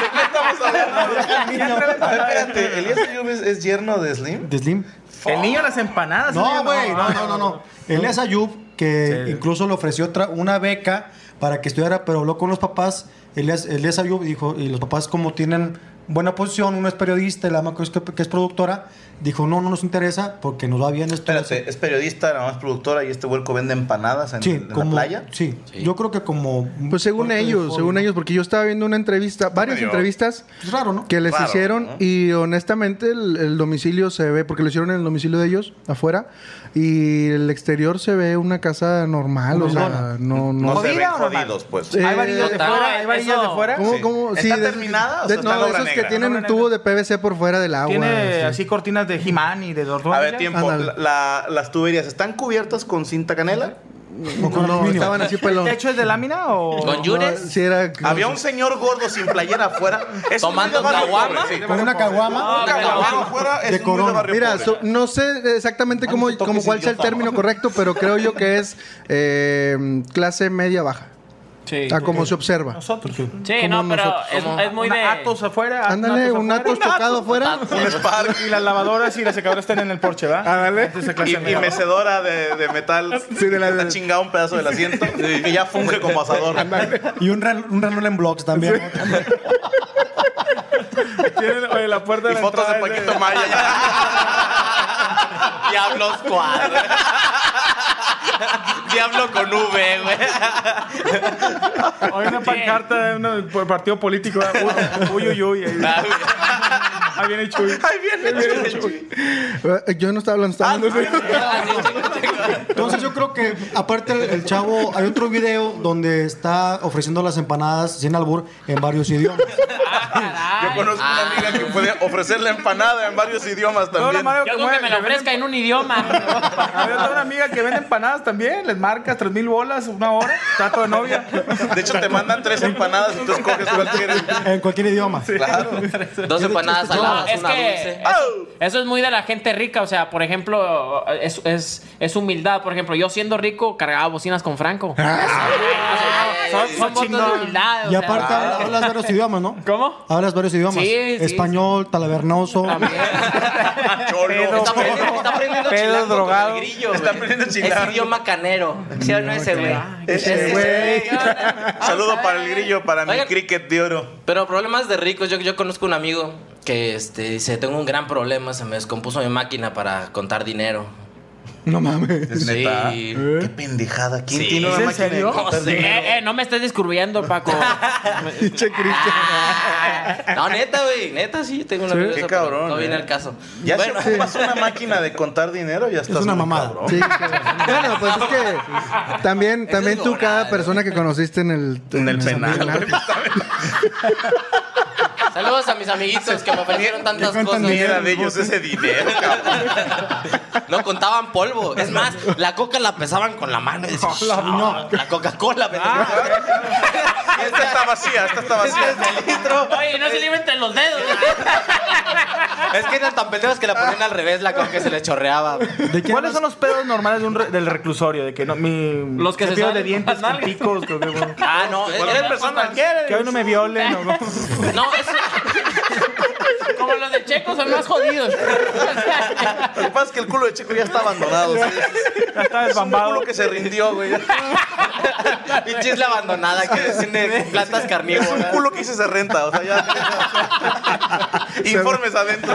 Speaker 1: ¿De qué estamos hablando?
Speaker 5: niño.
Speaker 1: A ver, espérate, Eh, ¿Elías Ayub es, es yerno de Slim? Ah,
Speaker 5: ¿De Slim?
Speaker 4: El niño de las empanadas. el niño-
Speaker 5: No, güey, no, no, no, no. Él es Ayub, que
Speaker 4: Sí.
Speaker 5: incluso le ofreció otra- una beca para que estudiara, pero habló con los papás. Él es, él es Ayub, dijo, y los papás, como tienen buena posición, uno es periodista, la ama que es, que es productora, dijo, no, no nos interesa porque nos va bien esto.
Speaker 1: Espérate, es periodista, nada más productora y este huerco vende empanadas en,
Speaker 5: Sí,
Speaker 1: en
Speaker 5: como,
Speaker 1: la playa.
Speaker 5: Sí, yo creo que como...
Speaker 3: Pues según
Speaker 5: parte de
Speaker 3: ellos,
Speaker 5: hobby.
Speaker 3: según ellos, porque yo estaba viendo una entrevista, varias
Speaker 1: Medio-
Speaker 3: entrevistas
Speaker 5: Es Pues raro, ¿no?
Speaker 3: que les
Speaker 1: Raro,
Speaker 3: hicieron
Speaker 1: ¿no?
Speaker 3: y honestamente el, el domicilio se ve, porque lo hicieron en el domicilio de ellos, afuera, y el exterior se ve una casa normal, o sea, no...
Speaker 1: No
Speaker 3: no
Speaker 1: se ven
Speaker 4: ¿Jodida o normal?
Speaker 1: jodidos, pues.
Speaker 3: Eh,
Speaker 4: ¿Hay varillas de
Speaker 2: no,
Speaker 4: fuera? ¿Hay
Speaker 2: eso-
Speaker 4: varillas de fuera?
Speaker 3: ¿Cómo,
Speaker 1: Sí.
Speaker 3: cómo?
Speaker 1: ¿Está
Speaker 3: de esos-
Speaker 1: terminada o
Speaker 3: de-
Speaker 1: está
Speaker 3: no,
Speaker 1: obra
Speaker 3: de esos que
Speaker 1: negra?
Speaker 3: tienen
Speaker 4: Obra
Speaker 3: un
Speaker 4: negra.
Speaker 3: tubo de PVC por fuera del
Speaker 4: Ah,
Speaker 3: agua. este,
Speaker 4: Tiene
Speaker 3: sí.
Speaker 4: así cortinas de He-Man y de Dordogne.
Speaker 1: A ver, tiempo.
Speaker 3: Ándale.
Speaker 1: La- la- las tuberías, ¿están cubiertas con cinta canela?
Speaker 5: Como con
Speaker 3: No,
Speaker 5: aluminio.
Speaker 3: estaban así
Speaker 4: ¿El
Speaker 3: pelón.
Speaker 4: techo es de lámina o...?
Speaker 7: Con
Speaker 3: No,
Speaker 7: yures.
Speaker 3: sí era-
Speaker 1: Había un señor gordo sin playera afuera. Es un
Speaker 7: Tomando
Speaker 1: muy de barrio
Speaker 7: caguama. Ah,
Speaker 1: pobre, sí.
Speaker 5: Con una caguama.
Speaker 1: Una caguama afuera
Speaker 5: De
Speaker 1: Ah, es un muy de
Speaker 5: corona.
Speaker 1: barrio
Speaker 3: Mira,
Speaker 1: pobre. Ah,
Speaker 3: so- no sé exactamente cómo,
Speaker 1: no toques,
Speaker 3: cómo cuál sea el
Speaker 1: idiota.
Speaker 3: término correcto, pero creo yo que es eh, clase media-baja,
Speaker 2: Sí.
Speaker 3: a como se observa.
Speaker 4: Nosotros.
Speaker 2: Sí, no, pero
Speaker 3: nosotros,
Speaker 2: es, es muy
Speaker 4: Una
Speaker 2: de.
Speaker 4: Atos afuera.
Speaker 3: Ándale, un atos tocado afuera.
Speaker 4: Un Spark. Y las lavadoras y las secadoras están en el porche, ¿verdad? Ándale.
Speaker 1: Y, y mecedora de, de metal. que Está chingado un pedazo del asiento. Que ya funge como asador.
Speaker 5: Y un, ren- un Renault en blocks también. ¿no?
Speaker 4: Tienen, oye, la puerta
Speaker 1: Y
Speaker 4: la
Speaker 1: fotos de
Speaker 4: entrada es
Speaker 1: Paquito Maya.
Speaker 7: Diablos cuadros. Diablo con V, güey.
Speaker 4: Oye, una pancarta de un por partido político. ¿verdad? Uy, uy, uy. uy, Ahí, ahí viene Chuy.
Speaker 1: Ahí viene Chuy.
Speaker 3: Eh, Yo no estaba hablando,
Speaker 1: Ah,
Speaker 3: estaba hablando-
Speaker 5: Entonces yo creo que, aparte el, el chavo, hay otro video donde está ofreciendo las empanadas sin albur en varios idiomas.
Speaker 1: Yo conozco una
Speaker 2: ah.
Speaker 1: amiga que puede ofrecer la empanada en varios idiomas
Speaker 4: No, la
Speaker 1: también.
Speaker 4: madre
Speaker 2: Yo con que
Speaker 4: mueve-
Speaker 2: me lo
Speaker 4: que vende-
Speaker 2: ofrezca en un idioma.
Speaker 4: A ver, tengo una amiga que vende empanadas también. Les marcas tres mil bolas, una hora. Trato de novia.
Speaker 1: De hecho, te mandan tres empanadas y tú escoges cuál quieres.
Speaker 5: En cualquier idioma.
Speaker 1: Claro.
Speaker 7: Dos empanadas
Speaker 2: No,
Speaker 7: saladas,
Speaker 2: Este es
Speaker 7: una
Speaker 2: que
Speaker 7: dulce.
Speaker 2: eso, eso es muy de la gente rica, o sea, por ejemplo, es, es, es humildad, por ejemplo, yo siendo rico cargaba bocinas con Franco. son son votos de humildad. o
Speaker 5: Ah. Y
Speaker 2: sea, Ah.
Speaker 5: aparte habla- hablas varios idiomas, ¿no?
Speaker 2: ¿Cómo?
Speaker 5: Hablas varios idiomas.
Speaker 2: Sí, sí,
Speaker 5: Español, talavernoso.
Speaker 1: Cholo.
Speaker 7: Está aprendiendo, está aprendiendo
Speaker 4: Pedo
Speaker 7: chilango con
Speaker 4: drogado.
Speaker 7: el grillo,
Speaker 1: Está
Speaker 7: güey.
Speaker 1: aprendiendo
Speaker 7: Es
Speaker 1: chilango.
Speaker 7: idioma canero. ¿Sí o no ese, güey?
Speaker 1: Ese
Speaker 7: güey.
Speaker 1: Saludo para el grillo, para mi
Speaker 7: Oigan.
Speaker 1: cricket de oro.
Speaker 7: Pero problemas de ricos. Yo, yo conozco un amigo que este, dice: Tengo un gran problema. Se me descompuso mi máquina para contar dinero.
Speaker 3: No mames.
Speaker 1: Es
Speaker 7: Sí.
Speaker 1: neta. Qué pendejada. ¿Quién
Speaker 7: Sí.
Speaker 1: tiene
Speaker 7: ¿Es
Speaker 1: una
Speaker 7: en
Speaker 1: máquina de
Speaker 4: serio?
Speaker 7: No
Speaker 1: contar
Speaker 7: sé.
Speaker 1: dinero?
Speaker 2: Eh, eh, no me estés descubriendo, Paco.
Speaker 3: Pinche Cristian.
Speaker 7: No, neta, güey. Neta, sí. Tengo un amigo de
Speaker 1: Qué
Speaker 7: eso, pero
Speaker 1: cabrón,
Speaker 7: No viene
Speaker 1: eh.
Speaker 7: el caso.
Speaker 1: Ya
Speaker 7: Bueno,
Speaker 1: si ocupas una máquina de contar dinero, ya estás.
Speaker 5: una
Speaker 1: muy
Speaker 5: mamada.
Speaker 1: cabrón.
Speaker 3: Sí, que- bueno, pues es que también,
Speaker 7: Eso
Speaker 3: también
Speaker 7: es
Speaker 3: tú,
Speaker 7: moral.
Speaker 3: cada persona que conociste en el,
Speaker 1: En el
Speaker 3: esa
Speaker 1: penal.
Speaker 3: penal,
Speaker 7: Saludos a mis amiguitos que me ofrecieron tantas
Speaker 5: cuentan
Speaker 7: cosas.
Speaker 5: dinero.
Speaker 1: Era de ellos ese dinero, cabrón.
Speaker 7: No contaban polvo. Es más, la coca la pesaban con la mano. Y decían, "Ah, La Coca-Cola.
Speaker 1: Esta está vacía, esta está vacía.
Speaker 2: Oye, no se le iba entre los dedos.
Speaker 7: es que eran tan pendejos que la ponían al revés, la coca que se le chorreaba.
Speaker 4: ¿Cuáles son los pedos normales de un re- del reclusorio? De que no, mi
Speaker 2: Los que se
Speaker 4: cepillo de
Speaker 2: salen con
Speaker 4: dientes
Speaker 2: las
Speaker 4: con
Speaker 2: nalgas.
Speaker 4: picos, creo que, bueno.
Speaker 7: Ah, no.
Speaker 1: Cualquier
Speaker 2: eh,
Speaker 7: era-
Speaker 1: persona quiere.
Speaker 4: que hoy no me violen. o no.
Speaker 7: no, es,
Speaker 2: Como los de Checo son más jodidos.
Speaker 1: Lo que pasa es que el culo de Chico ya está abandonado. ¿sí?
Speaker 4: Ya está
Speaker 1: Es un
Speaker 4: desbambado.
Speaker 1: culo que se rindió, güey.
Speaker 7: pinche isla abandonada que tiene plantas
Speaker 1: Es un
Speaker 7: carnívoras.
Speaker 1: culo que hice se renta, o sea, ya. Informes adentro.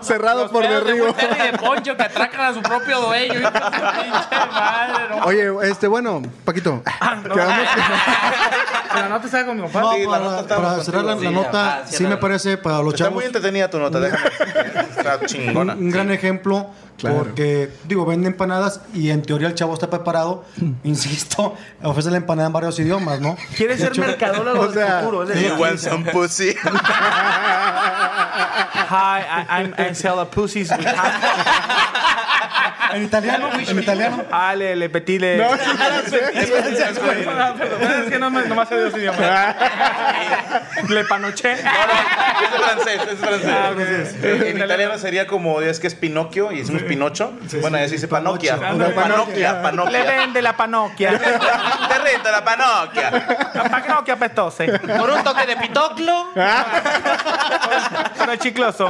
Speaker 3: Cerrado por
Speaker 2: Pedos de
Speaker 3: derribo.
Speaker 2: Butler y de Poncho que atracan a su propio dueño. Pinche madre, no.
Speaker 3: Oye, este, bueno, Paquito.
Speaker 7: Ah,
Speaker 3: quedamos-
Speaker 4: Pero no te salga con mi
Speaker 5: No,
Speaker 4: compadre.
Speaker 1: Sí, la nota
Speaker 5: para,
Speaker 1: estamos
Speaker 5: para cerrar la,
Speaker 1: contigo,
Speaker 5: la
Speaker 1: sí.
Speaker 5: nota,
Speaker 7: Ah,
Speaker 5: sí
Speaker 7: cierra.
Speaker 5: me parece para los
Speaker 1: Está
Speaker 5: chavos
Speaker 1: muy entretenida tu nota, déjame. Está
Speaker 5: un,
Speaker 1: chingona.
Speaker 5: un gran ejemplo
Speaker 3: Claro.
Speaker 5: porque, digo, vende empanadas y en teoría el chavo está preparado, insisto, ofrece la empanada en varios idiomas, ¿no?
Speaker 4: Quieres ser mercadólogo
Speaker 3: o sea,
Speaker 4: del futuro. es
Speaker 1: You
Speaker 4: decir,
Speaker 1: want some
Speaker 4: pues.
Speaker 1: pussy.
Speaker 4: Hi, I, I'm, I sell a pussies with hand.
Speaker 5: En italiano, en italiano.
Speaker 4: Ah, le, le petí, le...
Speaker 3: No,
Speaker 4: Perdón, perdón, es que no me, nomás sé dos idiomas. Le panoché.
Speaker 1: es francés, es francés.
Speaker 4: Ah, francés.
Speaker 1: En italiano sería como, es que es Pinocchio y hicimos Pinocho. Bueno, ya se dice Panoquia.
Speaker 5: Panocho.
Speaker 1: Panoquia,
Speaker 4: Le
Speaker 1: Panoquia.
Speaker 4: vende la panoquia.
Speaker 1: Te renta la Panoquia.
Speaker 4: La panoquia apestose.
Speaker 7: Por un toque de pitoclo.
Speaker 4: Pero es chicloso.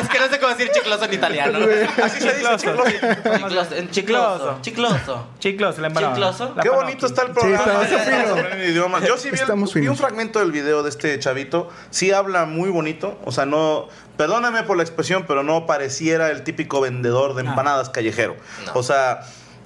Speaker 7: Es que no sé cómo decir chicloso en italiano.
Speaker 1: Así se dice,
Speaker 4: Chicloso.
Speaker 1: chicloso.
Speaker 7: Chicloso. en Chicloso.
Speaker 4: Chicloso.
Speaker 7: Chicloso.
Speaker 4: Chicloso, la empanada.
Speaker 7: Chicloso.
Speaker 4: La
Speaker 1: Qué
Speaker 4: panoquia.
Speaker 1: bonito está el programa. ¿eh?
Speaker 3: Sí, está fino.
Speaker 1: Aprenden idiomas. Yo sí vi, el-
Speaker 3: Estamos
Speaker 1: vi un
Speaker 3: finos.
Speaker 1: fragmento del video de este chavito. Sí habla muy bonito. O sea, no. Perdóname por la expresión, pero no pareciera el típico vendedor de empanadas callejero.
Speaker 7: No.
Speaker 1: O sea,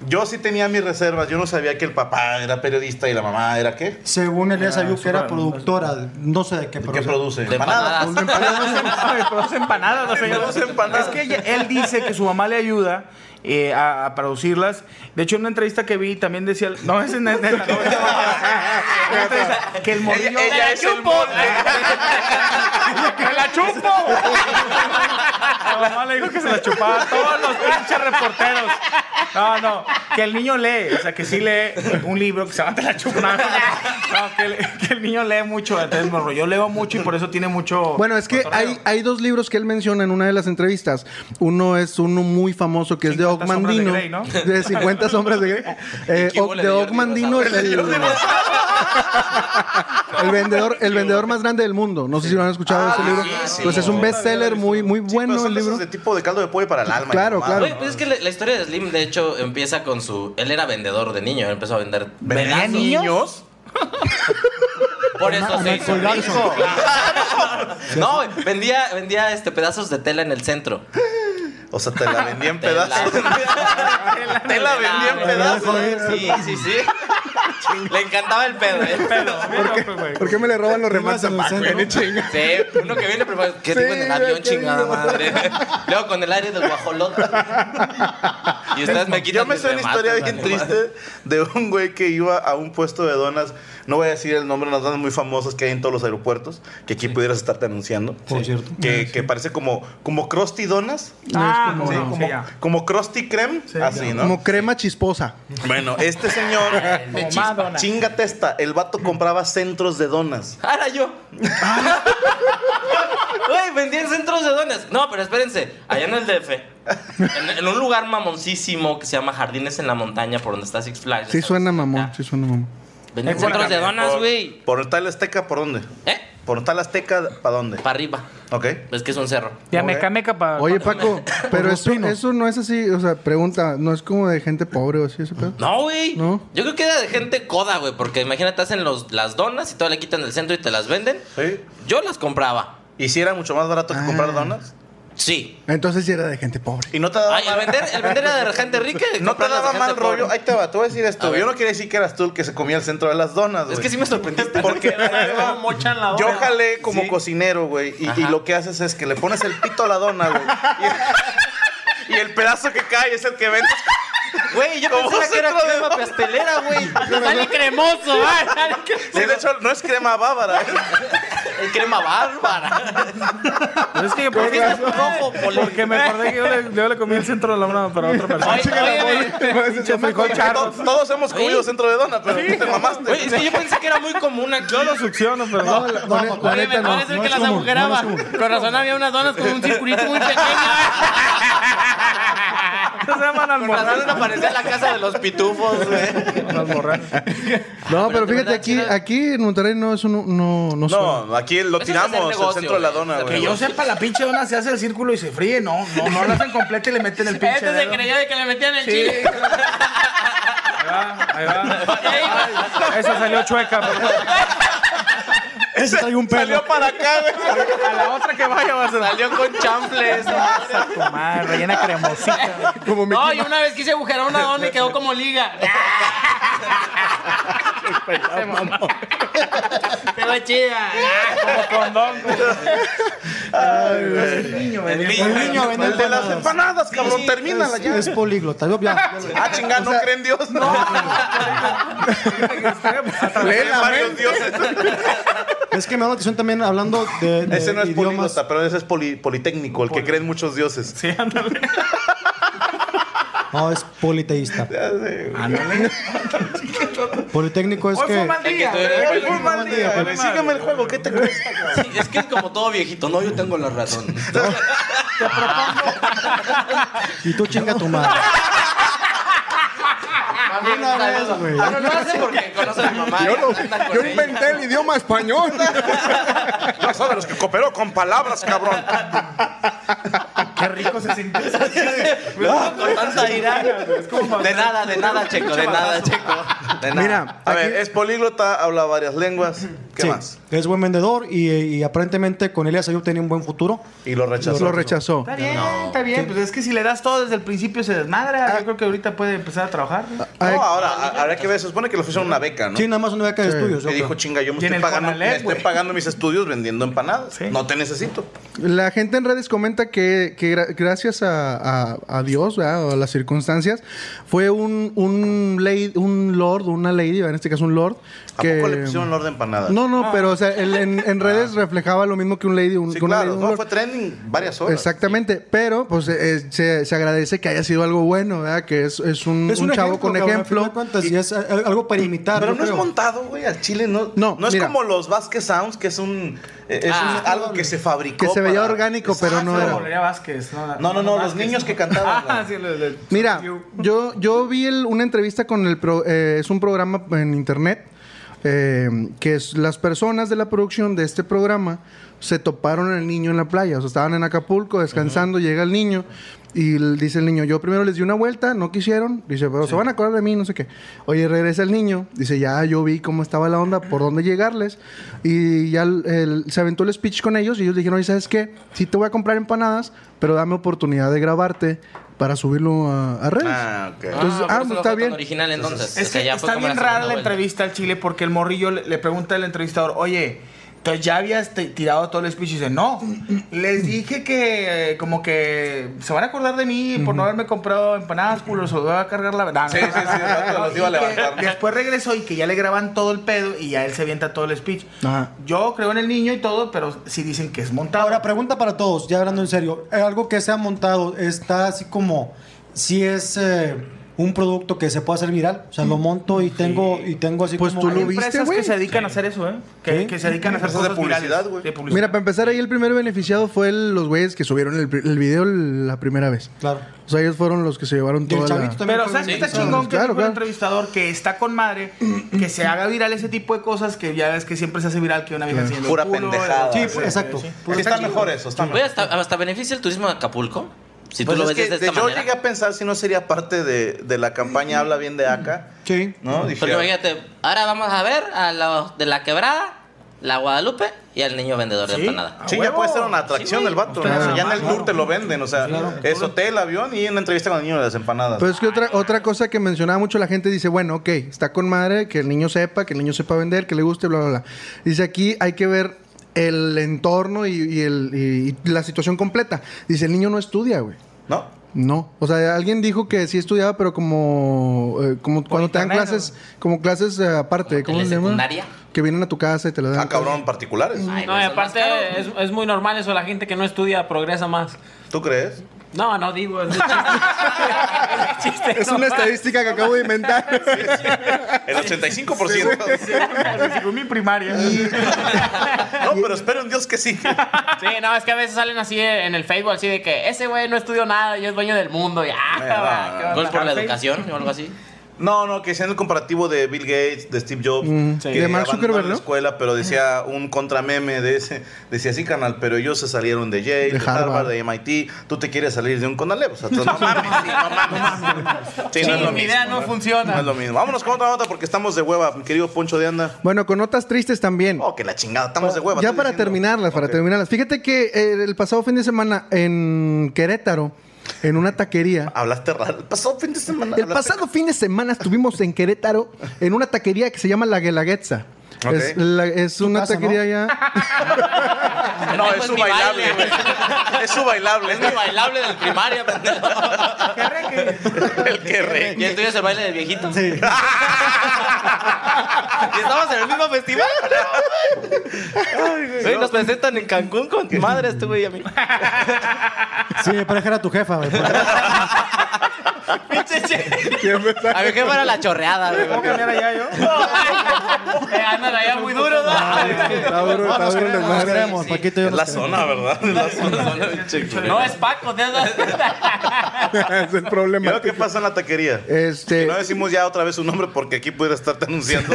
Speaker 1: yo sí tenía mis reservas. Yo no sabía que el papá era periodista y la mamá era qué.
Speaker 5: Según Elia
Speaker 4: Ah,
Speaker 5: Sabiu, que era
Speaker 4: súper-
Speaker 5: productora, no sé de qué,
Speaker 1: ¿Qué
Speaker 5: pero
Speaker 1: produce?
Speaker 7: De empanadas.
Speaker 4: Ay, produce empanadas, la señora.
Speaker 1: Produce empanadas.
Speaker 4: Es que ella- él dice que su mamá le ayuda eh, a, a producirlas. De hecho, en una entrevista que vi también decía. No, es en neta. no, es una entrevista que el
Speaker 1: Ella,
Speaker 4: morrillo.
Speaker 1: ella es el molde.
Speaker 4: ¡Que la chupo! La mamá le dijo que se la chupaba a todos los pinches reporteros. No, no. Que el niño lee. O sea, que sí lee un libro que se llama Te la chupo. No, no, que, el, que el niño lee mucho. Entonces, morro, yo leo mucho y por eso tiene mucho.
Speaker 3: Bueno, es que
Speaker 4: cotorreo.
Speaker 3: hay, hay dos libros que él menciona en una de las entrevistas. Uno es uno muy famoso que es de Og
Speaker 4: 50 sombras de
Speaker 3: Mandino.
Speaker 4: Grey, ¿no?
Speaker 3: De 50 sombras de Grey. Eh,
Speaker 7: qué
Speaker 3: Og-
Speaker 7: hubo le
Speaker 3: de
Speaker 7: dio
Speaker 3: Og
Speaker 7: Jordi
Speaker 3: Mandino, el,
Speaker 7: Rosado?
Speaker 3: el vendedor, el vendedor más grande del mundo. No sé si lo han escuchado ese libro.
Speaker 7: Ah, sí,
Speaker 3: pues es un bestseller muy, muy
Speaker 1: Sí, pero
Speaker 3: bueno
Speaker 1: son
Speaker 3: el
Speaker 1: de esos
Speaker 3: libro.
Speaker 1: de tipo de caldo de pollo para el alma.
Speaker 3: Claro,
Speaker 1: y la mamada,
Speaker 3: claro.
Speaker 7: Oye, pues es que la, la historia de Slim, de hecho, empieza con su. Él era vendedor de niño, él empezó a vender
Speaker 1: ¿Vendía
Speaker 7: pedazos.
Speaker 1: Ah, niños?
Speaker 7: Por eso se hizo
Speaker 5: Analcolgados.
Speaker 7: rico. No, vendía, vendía este, pedazos de tela en el centro.
Speaker 1: O sea, te la vendí en
Speaker 7: Te la-
Speaker 1: pedazos. Te la vendí
Speaker 4: Ah,
Speaker 1: en pedazos.
Speaker 7: Sí, sí, sí. Le encantaba el pedo, ¿eh?
Speaker 4: pues,
Speaker 3: ¿Por qué me le roban los
Speaker 5: Ibas
Speaker 3: remates a
Speaker 5: en el
Speaker 3: Paco?
Speaker 5: centro.
Speaker 3: Ni chinga.
Speaker 7: Sí, Eh, uno que viene preparado. ¿Qué
Speaker 3: Sí,
Speaker 7: digo en el avión,
Speaker 3: güey, qué
Speaker 7: chingada
Speaker 3: digo.
Speaker 7: madre? Luego con el aire del guajolote. Y ustedes me quitan
Speaker 1: Yo me
Speaker 7: mis
Speaker 1: sé una
Speaker 7: remates,
Speaker 1: historia bien
Speaker 7: vale, madre.
Speaker 1: triste de un güey que iba a un puesto de donas, no voy a decir el nombre, unas donas muy famosas que hay en todos los aeropuertos, que aquí pudieras estarte anunciando.
Speaker 5: Por cierto.
Speaker 1: Que, que parece como, como Krusty Donas,
Speaker 4: Ah, como,
Speaker 1: sí,
Speaker 4: no, sí,
Speaker 1: como,
Speaker 4: ya.
Speaker 1: como Krusty Creme, así, ¿no?
Speaker 3: Como crema chisposa.
Speaker 1: Bueno, este señor,
Speaker 4: Como Madonna.
Speaker 1: chinga testa, el vato compraba centros de donas.
Speaker 7: Ahora yo. Güey, vendía en centros de dones. No, pero espérense. Allá en el DF. En, en un lugar mamoncísimo que se llama Jardines en la Montaña, por donde está Six Flags.
Speaker 3: Sí
Speaker 7: ¿sabes?
Speaker 3: suena mamón,
Speaker 7: Ah,
Speaker 3: sí suena mamón.
Speaker 7: Vendían centros de donas, güey.
Speaker 1: Por, por tal Azteca, ¿por dónde?
Speaker 7: ¿Eh?
Speaker 1: Por tal Azteca, ¿para dónde?
Speaker 7: Para arriba.
Speaker 1: Ok.
Speaker 7: Es que es un cerro.
Speaker 4: Ya meca, meca para.
Speaker 3: Oye, Paco, pero
Speaker 5: los
Speaker 3: eso,
Speaker 5: pinos.
Speaker 3: eso no es así. O sea, pregunta, ¿no es como de gente pobre o así ese pedo?
Speaker 7: No, güey.
Speaker 3: ¿No?
Speaker 7: Yo creo que era de gente coda, güey. Porque imagínate, hacen los, las donas y todo le quitan del centro y te las venden.
Speaker 1: ¿Sí?
Speaker 7: Yo las compraba.
Speaker 1: ¿Y si era mucho más barato que
Speaker 3: Ah.
Speaker 1: comprar donas?
Speaker 7: Sí.
Speaker 3: Entonces sí era de gente pobre.
Speaker 1: Y no te daba
Speaker 7: Ay, Ah, el
Speaker 1: mal-
Speaker 7: vender, el vender era de gente rica. y
Speaker 1: Ah, No te
Speaker 7: comprar las de
Speaker 1: daba
Speaker 7: gente
Speaker 1: mal
Speaker 7: pobre.
Speaker 1: rollo. Ahí te va, te voy a decir esto.
Speaker 7: A
Speaker 1: güey.
Speaker 7: ver.
Speaker 1: yo no quería decir que eras tú el que se comía el centro de las donas, güey.
Speaker 7: Es que sí me sorprendiste.
Speaker 1: Porque
Speaker 2: Luego mochan la
Speaker 1: yo
Speaker 2: hora.
Speaker 1: jalé como
Speaker 7: Sí.
Speaker 1: cocinero, güey. Y, y
Speaker 7: Ajá.
Speaker 1: lo que haces es que le pones el pito a la dona, güey. Y, y el pedazo que cae es el que vendes.
Speaker 7: Güey, yo
Speaker 1: Como
Speaker 7: pensaba que era
Speaker 1: centro de
Speaker 7: crema
Speaker 1: onda.
Speaker 7: pastelera, güey.
Speaker 2: Sale cremoso, ¿eh? Sale cremoso.
Speaker 1: Sí, de hecho, no es crema bávara. ¿eh?
Speaker 7: Es crema bárbara.
Speaker 4: Pero es que yo
Speaker 7: ¿Por qué está
Speaker 4: porque,
Speaker 7: rojo, Poli?
Speaker 4: porque me acordé que yo le, yo le comí el centro de la mano para otra persona.
Speaker 2: Oye, oye,
Speaker 4: Pinche frijol charro.
Speaker 1: Todos, todos hemos comido centro de dona, pero tú te mamaste.
Speaker 7: Güey, es que yo pensé que era muy común aquí.
Speaker 4: Yo lo succiono, pero no.
Speaker 3: la- e- la neta,
Speaker 2: Oye, me
Speaker 3: no,
Speaker 2: parece
Speaker 3: no
Speaker 2: que
Speaker 3: es
Speaker 2: las
Speaker 3: común,
Speaker 2: agujeraba.
Speaker 3: no es común.
Speaker 2: Con razón había unas donas con un circulito muy pequeño.
Speaker 4: Se llaman
Speaker 7: Con razón
Speaker 4: almorranas.
Speaker 7: no parecía la casa de los pitufos, güey.
Speaker 4: Almorranas.
Speaker 3: No, pero
Speaker 7: Pero Ah, de
Speaker 3: fíjate,
Speaker 7: verdad, sí
Speaker 3: aquí,
Speaker 7: era-
Speaker 3: aquí en Monterrey no, eso no, no, no suena.
Speaker 1: No, aquí lo
Speaker 7: es
Speaker 1: tiramos,
Speaker 7: hacer negocio,
Speaker 1: el centro de la
Speaker 7: güey.
Speaker 1: dona,
Speaker 7: Que
Speaker 1: güey.
Speaker 4: Que yo sepa, la pinche dona se hace el círculo y se fríe. No, no, no la hacen completa y le meten el pinche.
Speaker 2: Este se
Speaker 4: dedo.
Speaker 2: creyó de que le metían el
Speaker 4: Sí.
Speaker 2: chile.
Speaker 4: Ahí va, ahí va. Esa salió chueca. pero-
Speaker 5: Ese trae un pelo.
Speaker 1: Salió para acá, güey.
Speaker 4: A la otra que vaya va a ser.
Speaker 7: Salió con chanfles.
Speaker 4: A tu
Speaker 6: Ah,
Speaker 4: madre, rellena cremosita.
Speaker 3: Como mi
Speaker 2: No, yo una vez quise agujerar una dona y quedó como liga. Pero chida.
Speaker 4: Como condón.
Speaker 7: El
Speaker 5: El niño
Speaker 7: niño.
Speaker 5: vende
Speaker 1: El de
Speaker 5: empanadas.
Speaker 1: las empanadas, cabrón, termínala
Speaker 5: Es,
Speaker 1: ya.
Speaker 5: es políglota. Yo, ya, ya lo-
Speaker 1: Ah, chingada, no creen Dios, no. Creen varios dioses.
Speaker 5: es que me da la atención también hablando de, de
Speaker 1: Ese no es
Speaker 5: idiomas.
Speaker 1: políglota, pero ese es poli- politécnico, el que creen muchos dioses. Sí.
Speaker 5: No, es politeísta. Politécnico es que.
Speaker 7: día.
Speaker 1: Hoy fue un mal
Speaker 5: Buen
Speaker 1: día,
Speaker 5: día,
Speaker 1: güey.
Speaker 5: buen
Speaker 1: Sígueme el juego, ¿qué te cuesta?
Speaker 7: Sí, es que es como todo viejito. No, yo tengo la razón.
Speaker 5: Y tú chinga tu madre. Una vez, güey.
Speaker 7: Ah, no, no lo hace porque conoce a mi mamá.
Speaker 3: Yo, no-
Speaker 7: Anda con
Speaker 3: yo
Speaker 7: ella.
Speaker 3: inventé el idioma español.
Speaker 1: No sabe los que cooperó con palabras, cabrón.
Speaker 4: Qué rico se sintió.
Speaker 7: No, con tanta ira. De nada, de nada, Checo, de nada, Checo. De nada.
Speaker 3: Mira,
Speaker 1: A ver, es políglota, habla varias lenguas. ¿Qué
Speaker 5: Sí,
Speaker 1: más?
Speaker 5: Es buen vendedor y, y aparentemente con Elias Ayub tenía un buen futuro.
Speaker 1: Y lo rechazó.
Speaker 3: lo rechazó.
Speaker 4: Está bien, está bien. Ah. Pues es que si le das todo desde el principio se desmadra. Yo creo que ahorita puede empezar a trabajar.
Speaker 1: No,
Speaker 3: Ay,
Speaker 1: ahora, a- habrá que ver. Se supone que le ofrecieron una beca, ¿no?
Speaker 5: Sí, nada más una beca de estudios. yo
Speaker 1: Y dijo,
Speaker 5: creo.
Speaker 1: chinga, yo me
Speaker 4: Y en
Speaker 1: estoy
Speaker 4: el
Speaker 1: pagando,
Speaker 4: Conalep,
Speaker 1: me estoy
Speaker 4: güey.
Speaker 1: pagando mis estudios vendiendo empanadas.
Speaker 4: Sí.
Speaker 1: No te necesito.
Speaker 3: La gente en redes comenta que, que gra- gracias a, a- a Dios, ¿verdad? o a las circunstancias, fue un, un, lady- un lord, una lady, en este caso un lord.
Speaker 1: ¿A
Speaker 3: que...
Speaker 1: poco le pusieron orden empanadas?
Speaker 3: No, no, pero o sea, el- en, en redes reflejaba lo mismo que un lady, un,
Speaker 1: Sí,
Speaker 3: que una
Speaker 1: claro.
Speaker 3: lady, un
Speaker 1: No,
Speaker 3: lord.
Speaker 1: fue trending varias horas.
Speaker 3: Exactamente, pero pues eh, se, se agradece que haya sido algo bueno, ¿verdad? Que es, es un,
Speaker 5: Es
Speaker 3: un
Speaker 5: un,
Speaker 3: chavo con
Speaker 5: cabrón, a fin
Speaker 3: ejemplo.
Speaker 5: de cuentas, y es eh, algo para imitar.
Speaker 1: Pero
Speaker 5: yo
Speaker 1: no es
Speaker 5: creo.
Speaker 1: montado, güey, al chile. No,
Speaker 3: No,
Speaker 1: es
Speaker 3: mira.
Speaker 1: como los Vasquez Sounds, que es un. eh, es
Speaker 7: Ah.
Speaker 1: un- algo que se fabricó.
Speaker 3: Que se veía
Speaker 1: para-
Speaker 3: orgánico, pero no
Speaker 4: Se lo
Speaker 3: era.
Speaker 4: volvería Vázquez. No,
Speaker 1: No, no, no, los
Speaker 4: Vázquez,
Speaker 1: niños
Speaker 4: no.
Speaker 1: que cantaban,
Speaker 4: Ah,
Speaker 1: güey.
Speaker 4: sí, los de-
Speaker 3: Mira,
Speaker 4: You.
Speaker 3: yo, yo vi el- una entrevista con el... pro- eh, es un programa en internet eh, que es, las personas de la producción de este programa se toparon al niño en la playa. O sea, estaban en Acapulco descansando, llega el niño y l- dice el niño, yo primero les di una vuelta, no quisieron. Dice, pero se van a acordar de mí, no sé qué. Oye, regresa el niño. Dice, ya yo vi cómo estaba la onda, por dónde llegarles. Y ya el- el- se aventó el speech con ellos y ellos dijeron, oye, ¿sabes qué? Sí te voy a comprar empanadas, pero dame oportunidad de grabarte para subirlo a, a redes.
Speaker 1: Ah, ok.
Speaker 3: Entonces,
Speaker 7: por
Speaker 3: ah,
Speaker 7: eso
Speaker 3: pues,
Speaker 7: lo
Speaker 3: está
Speaker 7: fue tan
Speaker 3: bien.
Speaker 7: original entonces.
Speaker 4: Es
Speaker 7: O sea,
Speaker 4: que
Speaker 7: ya fue
Speaker 4: está
Speaker 7: como
Speaker 4: bien
Speaker 7: segunda
Speaker 4: rara la
Speaker 7: vuelta.
Speaker 4: entrevista al Chile porque el morrillo le, le pregunta al entrevistador, oye, entonces ya habías te- tirado todo el speech y dice, no, les dije que eh, como que se van a acordar de mí por no haberme comprado empanadas, culos, o voy a cargar la verdad.
Speaker 1: Sí, sí, sí, al rato los iba a levantar.
Speaker 4: Después regresó y que ya le graban todo el pedo y ya él se avienta todo el speech.
Speaker 3: Ajá.
Speaker 4: Yo creo en el niño y todo, pero sí dicen que es montado.
Speaker 5: Ahora, pregunta para todos, ya hablando en serio. eh, Algo que se ha montado está así como. Si es eh, un producto que se puede hacer viral. O sea, lo monto y tengo, y tengo así
Speaker 3: Pues
Speaker 5: como.
Speaker 3: tú lo
Speaker 4: Hay
Speaker 3: viste,
Speaker 4: empresas
Speaker 3: güey?
Speaker 4: que se dedican a hacer eso, ¿eh? Que,
Speaker 5: Sí.
Speaker 4: que se dedican a hacer
Speaker 1: Empresas de
Speaker 4: cosas virales,
Speaker 1: publicidad, güey.
Speaker 4: de publicidad.
Speaker 3: Mira, para empezar ahí, el primer beneficiado fue el- los güeyes que subieron el, pri- el video la primera vez.
Speaker 5: Claro.
Speaker 3: O sea, ellos fueron los que se llevaron
Speaker 5: Y el
Speaker 3: toda la...
Speaker 5: chavito también
Speaker 4: Pero
Speaker 5: fue
Speaker 4: ¿sabes
Speaker 5: un-
Speaker 4: que está
Speaker 3: claro,
Speaker 4: chingón que
Speaker 3: claro,
Speaker 4: dijo
Speaker 3: claro.
Speaker 4: el entrevistador que está con madre que se haga viral ese tipo de cosas que ya ves que siempre se hace viral que una vieja haciendo
Speaker 1: Pura
Speaker 4: el culo,
Speaker 1: pendejada.
Speaker 5: Sí,
Speaker 4: la-
Speaker 5: pues, exacto.
Speaker 1: Sí, está mejor eso, está mejor.
Speaker 7: Güey, hasta, hasta beneficia el turismo de Acapulco. Si
Speaker 1: Pues
Speaker 7: tú lo
Speaker 1: es
Speaker 7: ves
Speaker 1: que
Speaker 7: desde
Speaker 1: de-
Speaker 7: esta
Speaker 1: yo
Speaker 7: manera.
Speaker 1: llegué a pensar si no sería parte de, de la campaña Habla Bien de Acá.
Speaker 5: Sí.
Speaker 1: ¿No?
Speaker 7: Porque
Speaker 1: Dije,
Speaker 7: imagínate, ahora vamos a ver a los de la quebrada, la Guadalupe y al niño vendedor de
Speaker 4: Sí.
Speaker 7: empanada.
Speaker 4: A
Speaker 1: sí, ya
Speaker 4: Ah, huevo.
Speaker 1: puede ser una atracción del vato. ¿no? O sea, ya en el tour te lo venden. O sea, es hotel, avión y una entrevista con el niño de las empanadas.
Speaker 3: Pero es que otra, otra cosa que mencionaba mucho la gente dice, bueno, ok, está con madre, que el niño sepa, que el niño sepa vender, que le guste, bla, bla, bla. Dice, aquí hay que ver el entorno y, y el- y- y la situación completa. Dice, el niño no estudia, güey.
Speaker 1: ¿No?
Speaker 3: No, o sea, alguien dijo que sí estudiaba, pero como, eh, como cuando te dan
Speaker 4: internet,
Speaker 3: clases, como clases eh, aparte, ¿cómo
Speaker 7: ¿Como
Speaker 3: se llama?
Speaker 7: telesecundaria?
Speaker 3: Que vienen a tu casa y te las dan.
Speaker 1: Ah, cabrón, particulares.
Speaker 7: Ay,
Speaker 2: No, y
Speaker 7: eso es más
Speaker 2: aparte
Speaker 7: caro.
Speaker 2: es, es muy normal eso. La gente que no estudia progresa más.
Speaker 1: ¿Tú crees?
Speaker 2: No, no digo. Es, un chiste. Es un chiste,
Speaker 3: Es una
Speaker 2: nomás.
Speaker 3: estadística que acabo de inventar.
Speaker 1: El 85%.
Speaker 4: Según mi primaria.
Speaker 1: No, pero espero en Dios que sí.
Speaker 2: Sí, no, es que a veces salen así en el Facebook, así de que ese güey no estudió nada y es dueño del mundo. Y, ah, va,
Speaker 1: Mira, Pues, va.
Speaker 2: ¿qué onda?
Speaker 3: Pues
Speaker 7: Gol por la educación o algo así.
Speaker 1: No, no, que hacían el comparativo de Bill Gates, de Steve Jobs,
Speaker 3: sí.
Speaker 1: que
Speaker 3: Mm, De Mark
Speaker 1: abandonaron
Speaker 3: Zuckerberg, ¿no?
Speaker 1: la escuela, pero decía un contrameme de ese, decía así, canal, pero ellos se salieron de Yale, de,
Speaker 3: De
Speaker 1: Harvard,
Speaker 3: Harvard.
Speaker 1: de MIT, tú te quieres salir de un Conalep, o sea, tú- no mames, sí, no mames. Sí, no es
Speaker 2: Sí,
Speaker 1: lo
Speaker 2: mi
Speaker 1: mismo.
Speaker 2: idea no
Speaker 1: No
Speaker 2: funciona.
Speaker 1: es lo mismo. Vámonos con otra nota porque estamos de hueva, mi querido Poncho de Anda.
Speaker 3: Bueno, con notas tristes también.
Speaker 1: Oh, que la chingada, estamos de hueva.
Speaker 3: Ya
Speaker 1: estoy
Speaker 3: para
Speaker 1: diciendo.
Speaker 3: terminarlas, para
Speaker 1: Ok.
Speaker 3: terminarlas. Fíjate que eh, el pasado fin de semana en Querétaro, en una taquería.
Speaker 1: Hablaste raro. El Ah, pasado fin de semana.
Speaker 3: El
Speaker 1: hablaste-
Speaker 3: pasado fin de semana estuvimos en Querétaro en una taquería que se llama La Guelaguetza.
Speaker 1: Ok.
Speaker 3: Es, la- es una
Speaker 5: casa, ¿no?
Speaker 3: taquería ya.
Speaker 1: Ah, No, es
Speaker 7: Pues
Speaker 1: su
Speaker 7: mi
Speaker 1: bailable,
Speaker 7: baile,
Speaker 1: güey. Es su bailable.
Speaker 7: Es mi bailable del primaria, pendejo.
Speaker 1: El que re.
Speaker 7: ¿Y el tuyo es el baile del viejito?
Speaker 5: Sí.
Speaker 7: ¿Y estabas en el mismo festival? Güey, nos presentan en Cancún con tu madre, este güey y a mí.
Speaker 5: Sí, para dejar a tu jefa, güey.
Speaker 7: Pinche che. A mi jefa era la chorreada,
Speaker 4: ¿Puedo
Speaker 7: güey.
Speaker 4: cambiar allá yo?
Speaker 2: Eh, andan allá muy duro, ¿no?
Speaker 3: Está duro, está duro el
Speaker 5: No nos
Speaker 3: desmadre.
Speaker 5: queremos,
Speaker 7: sí.
Speaker 5: Paquito y yo
Speaker 1: Es
Speaker 5: nos
Speaker 1: la
Speaker 5: queremos.
Speaker 1: zona, ¿verdad? Es la zona.
Speaker 2: No es Paco, de
Speaker 3: es el
Speaker 1: Mira
Speaker 3: problema.
Speaker 1: ¿Qué pasa en la taquería?
Speaker 3: Este,
Speaker 1: No decimos ya otra vez su nombre porque aquí pudiera estarte anunciando.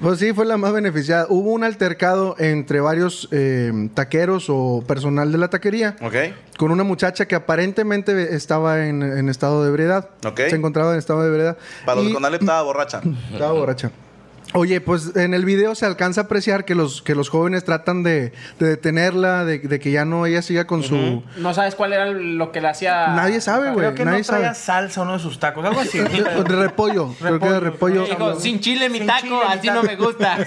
Speaker 3: pues sí, fue la más beneficiada. Hubo un altercado entre varios eh, taqueros o personal de la taquería
Speaker 1: ¿Ok?
Speaker 3: con una muchacha que aparentemente estaba en, en estado de ebriedad.
Speaker 1: Ok.
Speaker 3: Se encontraba en estado de ebriedad.
Speaker 1: Para los
Speaker 3: Y-
Speaker 1: con Ale estaba borracha.
Speaker 3: Estaba borracha. Oye, pues en el video se alcanza a apreciar que los, que los jóvenes tratan de, de detenerla, de, de que ya no ella siga con su...
Speaker 2: No sabes cuál era lo que le hacía.
Speaker 3: Nadie sabe, güey.
Speaker 4: Creo que
Speaker 3: Nadie
Speaker 4: no
Speaker 3: sabe.
Speaker 4: traía salsa uno de sus tacos, algo así.
Speaker 3: repollo. Creo que era repollo.
Speaker 4: Repollo.
Speaker 2: Dijo, sin chile mi
Speaker 4: Sin
Speaker 2: taco,
Speaker 4: chile, mi
Speaker 2: así
Speaker 4: taco".
Speaker 2: no me gusta.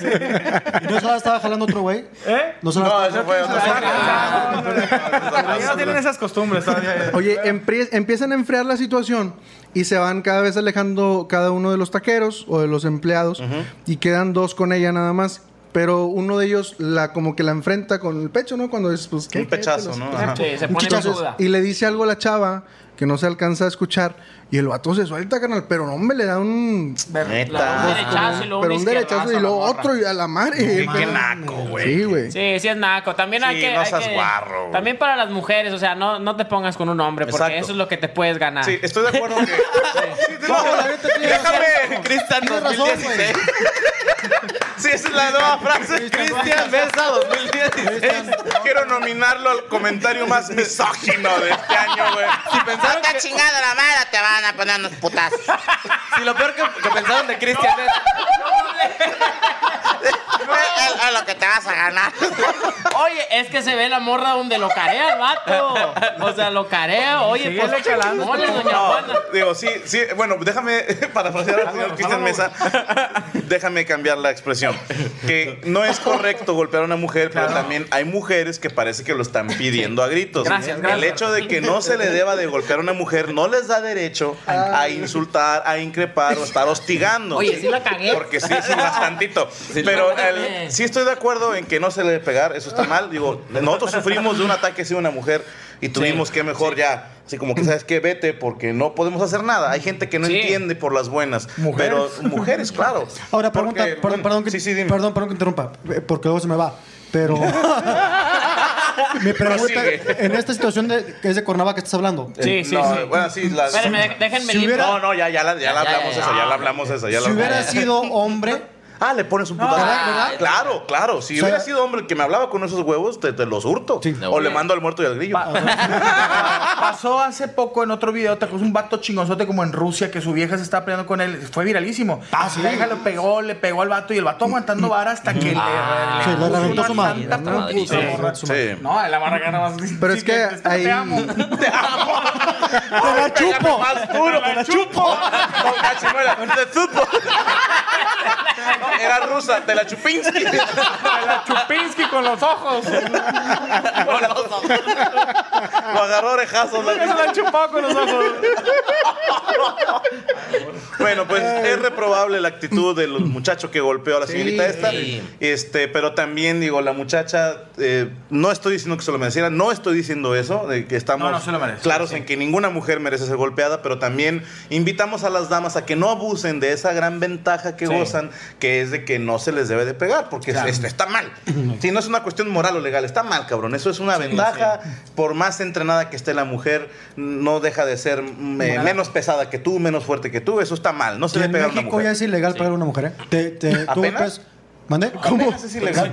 Speaker 5: ¿Y no se la estaba jalando otro güey?
Speaker 4: ¿Eh?
Speaker 5: No se la
Speaker 1: No,
Speaker 5: estaba-
Speaker 1: ese fue otro.
Speaker 7: Ah,
Speaker 4: Allá no tienen esas costumbres todavía.
Speaker 3: Oye, empie- empiezan a enfriar la situación y se van cada vez alejando cada uno de los taqueros o de los empleados y quedan dos con ella nada más. Pero uno de ellos la como que la enfrenta con el pecho, ¿no? Cuando es pues ¿qué-
Speaker 1: Un
Speaker 3: qué te
Speaker 1: pechazo,
Speaker 3: los-
Speaker 1: ¿no? Ajá.
Speaker 2: Sí, se
Speaker 3: Un
Speaker 2: pone
Speaker 3: chichazo.
Speaker 2: duda.
Speaker 3: Y le dice algo a la chava que no se alcanza a escuchar. Y el vato se suelta, carnal. Pero no, hombre, le da un.
Speaker 2: Un
Speaker 1: Neta.
Speaker 2: derechazo y luego
Speaker 3: pero
Speaker 2: un
Speaker 3: un derechazo y
Speaker 2: izquierdazo a la
Speaker 3: luego
Speaker 2: morra.
Speaker 3: otro y a la madre.
Speaker 1: Qué-
Speaker 3: Pero-
Speaker 1: qué naco, güey.
Speaker 3: Sí, güey.
Speaker 2: Sí, sí es naco. También
Speaker 1: Sí,
Speaker 2: hay que.
Speaker 1: no
Speaker 2: hay
Speaker 1: seas
Speaker 2: que-
Speaker 1: guarro, güey.
Speaker 2: También para las mujeres, o sea, no, no te pongas con un hombre, porque
Speaker 1: Exacto.
Speaker 2: eso es lo que te puedes ganar.
Speaker 1: Sí, estoy de acuerdo que. Sí, no, déjame, Cristian
Speaker 5: razón,
Speaker 1: 2016. Sí, esa es la nueva frase. Cristian Versa 2016. Quiero nominarlo al comentario más misógino de este año, güey.
Speaker 6: Está chingada la madre, te van a poner unos putazos.
Speaker 7: Si lo peor que, que pensaron de Cristian es.
Speaker 6: Es es lo que te vas a ganar.
Speaker 2: Oye, es que se ve la morra donde lo carea el vato. O sea, lo carea. Oye,
Speaker 4: Síguele
Speaker 2: pues.
Speaker 4: calando.
Speaker 2: mole, doña Juana. Ah,
Speaker 1: No, digo, sí, sí, bueno, déjame, parafrasear al señor Cristian Mesa, déjame cambiar la expresión. Que no es correcto golpear a una mujer, pero también hay mujeres que parece que lo están pidiendo a gritos.
Speaker 2: Gracias,
Speaker 1: El
Speaker 2: gracias.
Speaker 1: hecho de que no se le deba de golpear a una mujer no les da derecho a insultar, a increpar o estar hostigando.
Speaker 2: Oye, sí la cagué.
Speaker 1: Porque sí, sí, bastantito. Pero el- sí estoy de acuerdo en que no se le debe pegar, eso está mal. Digo, nosotros sufrimos de un ataque hacia una mujer y tuvimos que mejor ya. Así como que, ¿sabes qué? Vete porque no podemos hacer nada. Hay gente que no
Speaker 2: Sí.
Speaker 1: entiende por las buenas. Pero mujeres, claro.
Speaker 5: Ahora pregunta,
Speaker 1: Porque,
Speaker 5: perdón, perdón, que,
Speaker 1: Sí, sí, dime.
Speaker 5: perdón, perdón que interrumpa, eh, porque luego se me va. Pero mi pregunta
Speaker 1: Prosigue.
Speaker 5: en esta situación de, que es de Cuernavaca que estás hablando.
Speaker 2: Sí, sí,
Speaker 1: No,
Speaker 2: sí.
Speaker 1: Bueno, sí, las-
Speaker 2: Espérenme, de- déjenme
Speaker 5: Si
Speaker 2: limpio.
Speaker 5: hubiera-
Speaker 1: No, no, ya, ya, la, ya la
Speaker 7: Ya, ya,
Speaker 1: hablamos
Speaker 7: ya,
Speaker 1: esa, ya
Speaker 7: no.
Speaker 1: la hablamos esa. Ya la
Speaker 5: Si hubiera
Speaker 1: hablamos.
Speaker 5: sido hombre,
Speaker 1: Ah, le pones un putazo.
Speaker 5: ¿verdad?
Speaker 1: Ah, Claro, claro. Si
Speaker 5: O sea,
Speaker 1: hubiera sido hombre el que me hablaba con esos huevos, te, te los hurto.
Speaker 5: Sí.
Speaker 1: O le mando al muerto y al grillo.
Speaker 4: Pasó hace poco en otro video, te acuerdas, un vato chingonzote como en Rusia que su vieja se estaba peleando con él. Fue viralísimo.
Speaker 5: Ah, sí.
Speaker 4: La vieja le pegó, le pegó al vato y el vato aguantando vara hasta que
Speaker 7: Ah,
Speaker 5: Sí,
Speaker 4: le,
Speaker 5: le
Speaker 4: puso
Speaker 5: reventó
Speaker 4: una
Speaker 5: su madre.
Speaker 4: santa
Speaker 7: Reventó su
Speaker 4: putiza,
Speaker 7: madre.
Speaker 4: morra.
Speaker 5: Sí.
Speaker 1: Sí.
Speaker 4: No, la barra gana más.
Speaker 3: Pero es que ahí-
Speaker 4: Te amo.
Speaker 5: te la chupo.
Speaker 1: Más duro, te la chupo. Con cachimuela, te chupo. No, era rusa, de la Chupinsky.
Speaker 4: A la Chupinsky con los ojos. Eso
Speaker 1: Lo agarró orejazos. la-
Speaker 4: la han chupado con los ojos.
Speaker 1: Bueno, pues es reprobable la actitud del muchacho que golpeó a la señorita esta.
Speaker 7: Sí.
Speaker 1: Este, pero también digo, la muchacha, eh, no estoy diciendo que se lo mereciera, no estoy diciendo eso, de que estamos
Speaker 4: No, no se lo merece,
Speaker 1: claros
Speaker 4: sí.
Speaker 1: en que ninguna mujer merece ser golpeada, pero también invitamos a las damas a que no abusen de esa gran ventaja que
Speaker 4: Sí.
Speaker 1: gozan, que es de que no se les debe de pegar, porque
Speaker 4: Claro.
Speaker 1: esto está mal. Si no es una cuestión moral o legal, está mal, cabrón. Eso es una ventaja. Por más entrenada que esté la mujer, no deja de ser mm, eh, menos pesada que tú, menos fuerte que tú. Eso está mal. No se
Speaker 5: Y
Speaker 1: le
Speaker 5: en
Speaker 1: pega a una
Speaker 5: México ya
Speaker 1: mujer.
Speaker 5: es ilegal pegar a una mujer, ¿eh? Te, te, tú
Speaker 1: ¿Apenas?
Speaker 5: golpeas- ¿Mandé? ¿Cómo?
Speaker 1: Apenas es ilegal.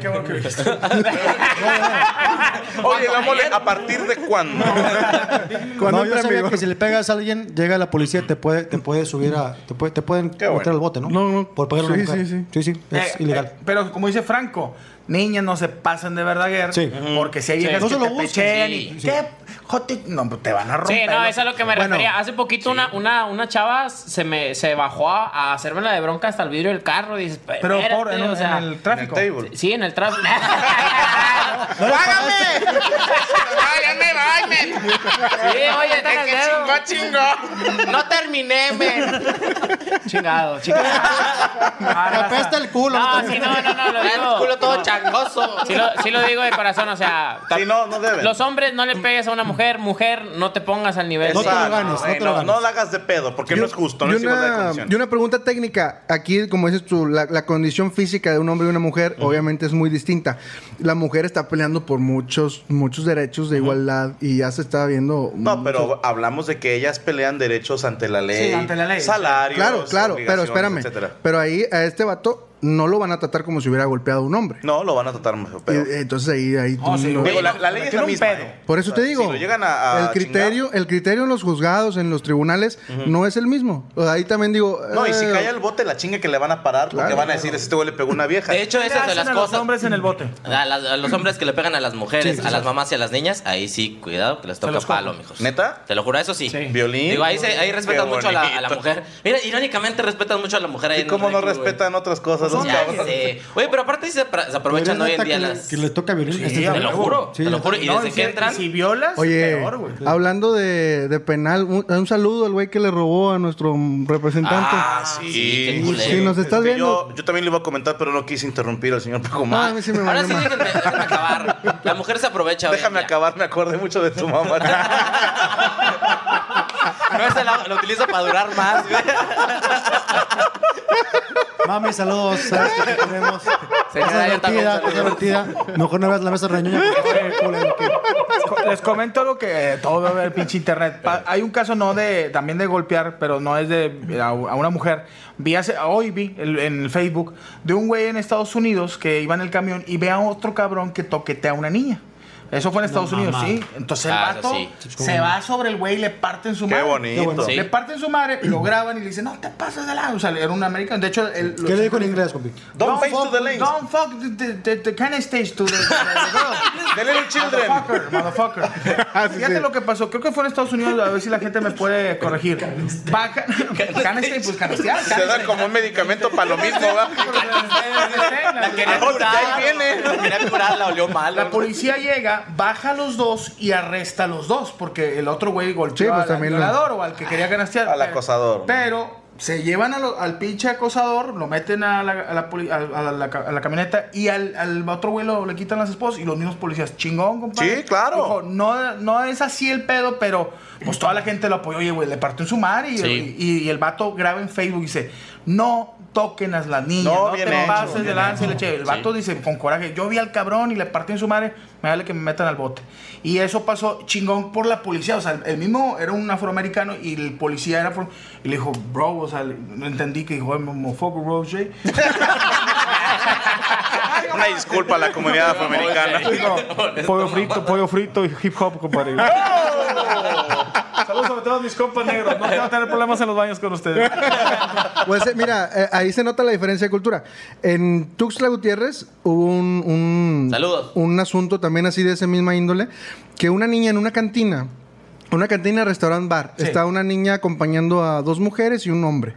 Speaker 1: Oye, la mole, ¿a partir de cuándo?
Speaker 3: Cuando
Speaker 5: No, yo
Speaker 3: entre
Speaker 5: sabía
Speaker 3: amigos.
Speaker 5: que si le pegas a alguien, llega la policía, te puede, te puede subir a. Te, puede- te pueden
Speaker 1: Qué bueno.
Speaker 5: meter al bote, ¿no?
Speaker 3: No, no.
Speaker 5: Por pegar a una
Speaker 3: Sí,
Speaker 5: mujer.
Speaker 3: sí,
Speaker 5: sí. Sí, es
Speaker 4: Eh,
Speaker 5: ilegal.
Speaker 4: eh, pero como dice Franco, niñas no se pasan de verdaguer.
Speaker 5: Sí.
Speaker 4: Porque si hay
Speaker 2: Sí.
Speaker 4: viejas
Speaker 5: No
Speaker 4: que
Speaker 5: se lo
Speaker 4: te
Speaker 5: busquen.
Speaker 4: pechean
Speaker 7: Sí.
Speaker 4: y... ¿Qué? Jote, no, pues, te van a romper.
Speaker 2: Sí, no,
Speaker 4: los-
Speaker 2: eso es a lo que me
Speaker 4: Bueno,
Speaker 2: refería. Hace poquito una, una, una chava se me se bajó a, a hacerme la de bronca hasta el vidrio del carro. Y dices,
Speaker 4: Pero
Speaker 2: espérate,
Speaker 4: por, en,
Speaker 2: o
Speaker 4: un- en
Speaker 2: sea,
Speaker 4: el
Speaker 1: En el
Speaker 4: tráfico.
Speaker 1: table.
Speaker 2: Sí, en el tráfico.
Speaker 6: ¡Págame! ¡Págame, págame!
Speaker 2: sí, oye, está en el dedo.
Speaker 6: ¡Chingó, chingó!
Speaker 2: No terminé, men. chingado, chingado.
Speaker 4: Ah, raza.
Speaker 5: Apesta el culo.
Speaker 2: No,
Speaker 5: no te-
Speaker 2: sí, no, no, no, lo
Speaker 6: Trae el
Speaker 2: digo.
Speaker 6: culo todo changoso.
Speaker 2: Sí lo, sí lo digo de corazón, o sea,
Speaker 1: Sí, no, no deben.
Speaker 2: los hombres no le pegues a una mujer, mujer, no te pongas al nivel.
Speaker 5: No te lo
Speaker 1: Exacto,
Speaker 5: ganes, no
Speaker 1: güey,
Speaker 5: te lo ganes.
Speaker 1: la hagas de pedo, porque no es justo, no
Speaker 3: y
Speaker 1: es igualdad de
Speaker 3: una,
Speaker 1: condiciones.
Speaker 3: y una pregunta técnica. Aquí, como dices tú, la, la condición física de un hombre y una mujer obviamente es muy distinta. La mujer está peleando por muchos muchos derechos de igualdad y ya se está viendo...
Speaker 1: No, pero hablamos de que ellas pelean derechos ante la ley,
Speaker 4: Sí, ante la ley.
Speaker 1: salarios,
Speaker 3: Claro, claro, pero
Speaker 1: obligaciones,
Speaker 3: espérame.
Speaker 1: etcétera.
Speaker 3: Pero ahí a este vato no lo van a tratar como si hubiera golpeado a un hombre.
Speaker 1: No, lo van a tratar mejor, pero...
Speaker 3: Y- Entonces ahí... ahí
Speaker 4: Oh, sí,
Speaker 3: no-
Speaker 4: güey.
Speaker 1: Digo, la, la ley
Speaker 4: Tiene
Speaker 1: es la
Speaker 4: un
Speaker 1: misma.
Speaker 4: pedo.
Speaker 1: ¿eh?
Speaker 3: Por eso te
Speaker 1: Si
Speaker 3: digo,
Speaker 1: lo llegan a- a
Speaker 3: el criterio, el criterio en los juzgados, en los tribunales, no es el mismo. O sea, ahí también digo.
Speaker 1: No, y si
Speaker 3: eh,
Speaker 1: cae al bote, la chinga que le van a parar porque
Speaker 3: Claro.
Speaker 1: van a decir, este güey le pegó una vieja.
Speaker 7: De hecho,
Speaker 4: ¿Qué le
Speaker 7: esas de
Speaker 4: hacen
Speaker 7: las
Speaker 4: a
Speaker 7: cosas.
Speaker 4: los hombres en el bote.
Speaker 7: A, las- a los hombres que le pegan a las mujeres, a las mamás y a las niñas, ahí sí, cuidado, que les toca
Speaker 4: los cobro.
Speaker 7: palo, mijos.
Speaker 1: ¿Neta?
Speaker 7: Te lo juro, eso sí.
Speaker 1: Violín.
Speaker 7: Digo, ahí, se- ahí
Speaker 1: Qué
Speaker 7: respetan mucho a la, a la
Speaker 1: bonito.
Speaker 7: mujer. Mira, irónicamente respetan mucho a la mujer ahí.
Speaker 1: ¿Y cómo no
Speaker 7: Reclu, güey.
Speaker 1: respetan otras cosas? los
Speaker 7: Ya
Speaker 1: cabrones?
Speaker 7: sé. Oye, pero aparte sí se, pra- se
Speaker 5: Podría
Speaker 7: aprovechan hoy en
Speaker 5: hasta
Speaker 7: día
Speaker 5: que le-
Speaker 7: las...
Speaker 5: Que le toca violín.
Speaker 4: Sí,
Speaker 5: este
Speaker 7: Te
Speaker 5: es-
Speaker 7: lo juro,
Speaker 5: Sí,
Speaker 7: te lo juro. Y
Speaker 4: No,
Speaker 7: desde
Speaker 4: si-
Speaker 7: que entran...
Speaker 4: Si violas,
Speaker 3: Oye,
Speaker 4: peor, güey.
Speaker 3: hablando de, de penal, un, un saludo al güey que le robó a nuestro representante.
Speaker 7: Ah, sí, qué culero.
Speaker 3: Sí, nos estás
Speaker 1: Que
Speaker 3: viendo.
Speaker 1: Yo, yo también le iba a comentar, pero no quise interrumpir al señor Paco
Speaker 3: Ah,
Speaker 1: Ma.
Speaker 3: a mí sí me
Speaker 7: Ahora
Speaker 3: valió
Speaker 7: sí,
Speaker 3: madre.
Speaker 7: déjenme, déjenme acabar. La mujer se aprovecha hoy en
Speaker 1: Déjame
Speaker 7: día.
Speaker 1: acabar, me acordé mucho de tu mamá.
Speaker 7: No, esa la, la utiliza para durar más, güey.
Speaker 2: eh.
Speaker 5: Mami, saludos. Pues, Sabes que te queremos. Cosa
Speaker 7: Señora, yo también
Speaker 5: divertida, cosa
Speaker 7: saludo.
Speaker 5: divertida. Mejor no veas la mesa reñoña porque está el culo ahí, que-
Speaker 4: Les co- Les comento lo que eh, todo va a ver pinche internet. Pa- hay un caso no de también de golpear, pero no es de a, a una mujer. Vi hace, hoy vi el- en el Facebook de un güey en Estados Unidos que iba en el camión y ve a otro cabrón que toquetea a una niña. Eso fue en Estados Unidos, sí. Entonces el
Speaker 7: Ah, eso
Speaker 4: vato
Speaker 7: sí.
Speaker 4: se va sobre el güey y le parte en su
Speaker 1: Qué
Speaker 4: madre.
Speaker 1: bonito.
Speaker 5: bonito.
Speaker 7: Sí.
Speaker 4: Le parten su madre, lo graban y le dicen, no te pases de lado. O sea, era un americano. De hecho, el,
Speaker 5: ¿Qué le dijo en inglés, compi?
Speaker 1: Don't face to
Speaker 4: fuck,
Speaker 1: the lanes.
Speaker 4: Don't fuck the, the, the, the can stage to the, the girl.
Speaker 1: The little children. Ah,
Speaker 4: Motherfucker, motherfucker. Fíjate lo que pasó. Creo que fue en Estados Unidos. A ver si la gente me puede corregir. Baja. Canestein, pues canistear.
Speaker 1: Se da como un medicamento para pues, lo mismo, ¿verdad?
Speaker 7: La quería
Speaker 1: Ah,
Speaker 7: curar.
Speaker 1: ahí viene.
Speaker 7: La quería curar, la olió mal.
Speaker 4: La policía llega, baja a los dos y arresta a los dos, porque el otro güey golpeó
Speaker 3: Sí, pues,
Speaker 4: al- al
Speaker 3: también lo-
Speaker 4: violador o al que quería gananciar.
Speaker 1: Al
Speaker 4: Pero-
Speaker 1: acosador.
Speaker 4: Pero se llevan a lo- al pinche acosador, lo meten a la, a la poli- a- a la ca- a la camioneta y al, al otro güey lo- le quitan las esposas y los mismos policías. Chingón, compadre.
Speaker 1: Sí, claro.
Speaker 4: Dijo, no, no es así el pedo, pero pues toda la gente lo apoyó. Oye, güey, le partió en su madre y,
Speaker 7: Sí.
Speaker 4: y- y el vato graba en Facebook y dice, no toquen a las niñas,
Speaker 1: No,
Speaker 4: no,
Speaker 1: bien
Speaker 4: te
Speaker 1: hecho,
Speaker 4: pases de
Speaker 1: bien
Speaker 4: lanza y leche. El vato dice con coraje, yo vi al cabrón y le partí en su madre, me vale que me metan al bote. Y eso pasó chingón por la policía, o sea, el- el mismo era un afroamericano y el policía era afro- y le dijo, bro, o sea, le- no entendí que dijo, "I'm homophobic, bro, Jay".
Speaker 1: Una disculpa a la comunidad afroamericana.
Speaker 4: Dijo, pollo frito, pollo frito y hip hop, compadre. Saludos sobre todo a mis compas negros, no quiero tener problemas en los baños con ustedes.
Speaker 3: Pues eh, mira, eh, ahí se nota la diferencia de cultura. En Tuxtla Gutiérrez hubo un, un,
Speaker 7: Saludos.
Speaker 3: un asunto también así de esa misma índole, que una niña en una cantina, una cantina, restaurant, bar, está una niña acompañando a dos mujeres y un hombre.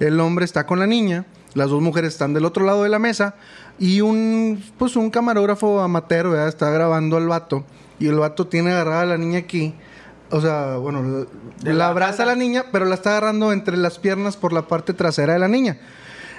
Speaker 3: El hombre está con la niña. Las dos mujeres están del otro lado de la mesa y un, pues un camarógrafo amateur, ¿verdad? Está grabando al vato y el vato tiene agarrada a la niña aquí. O sea, bueno, la, la abraza a la niña, pero la está agarrando entre las piernas por la parte trasera de la niña.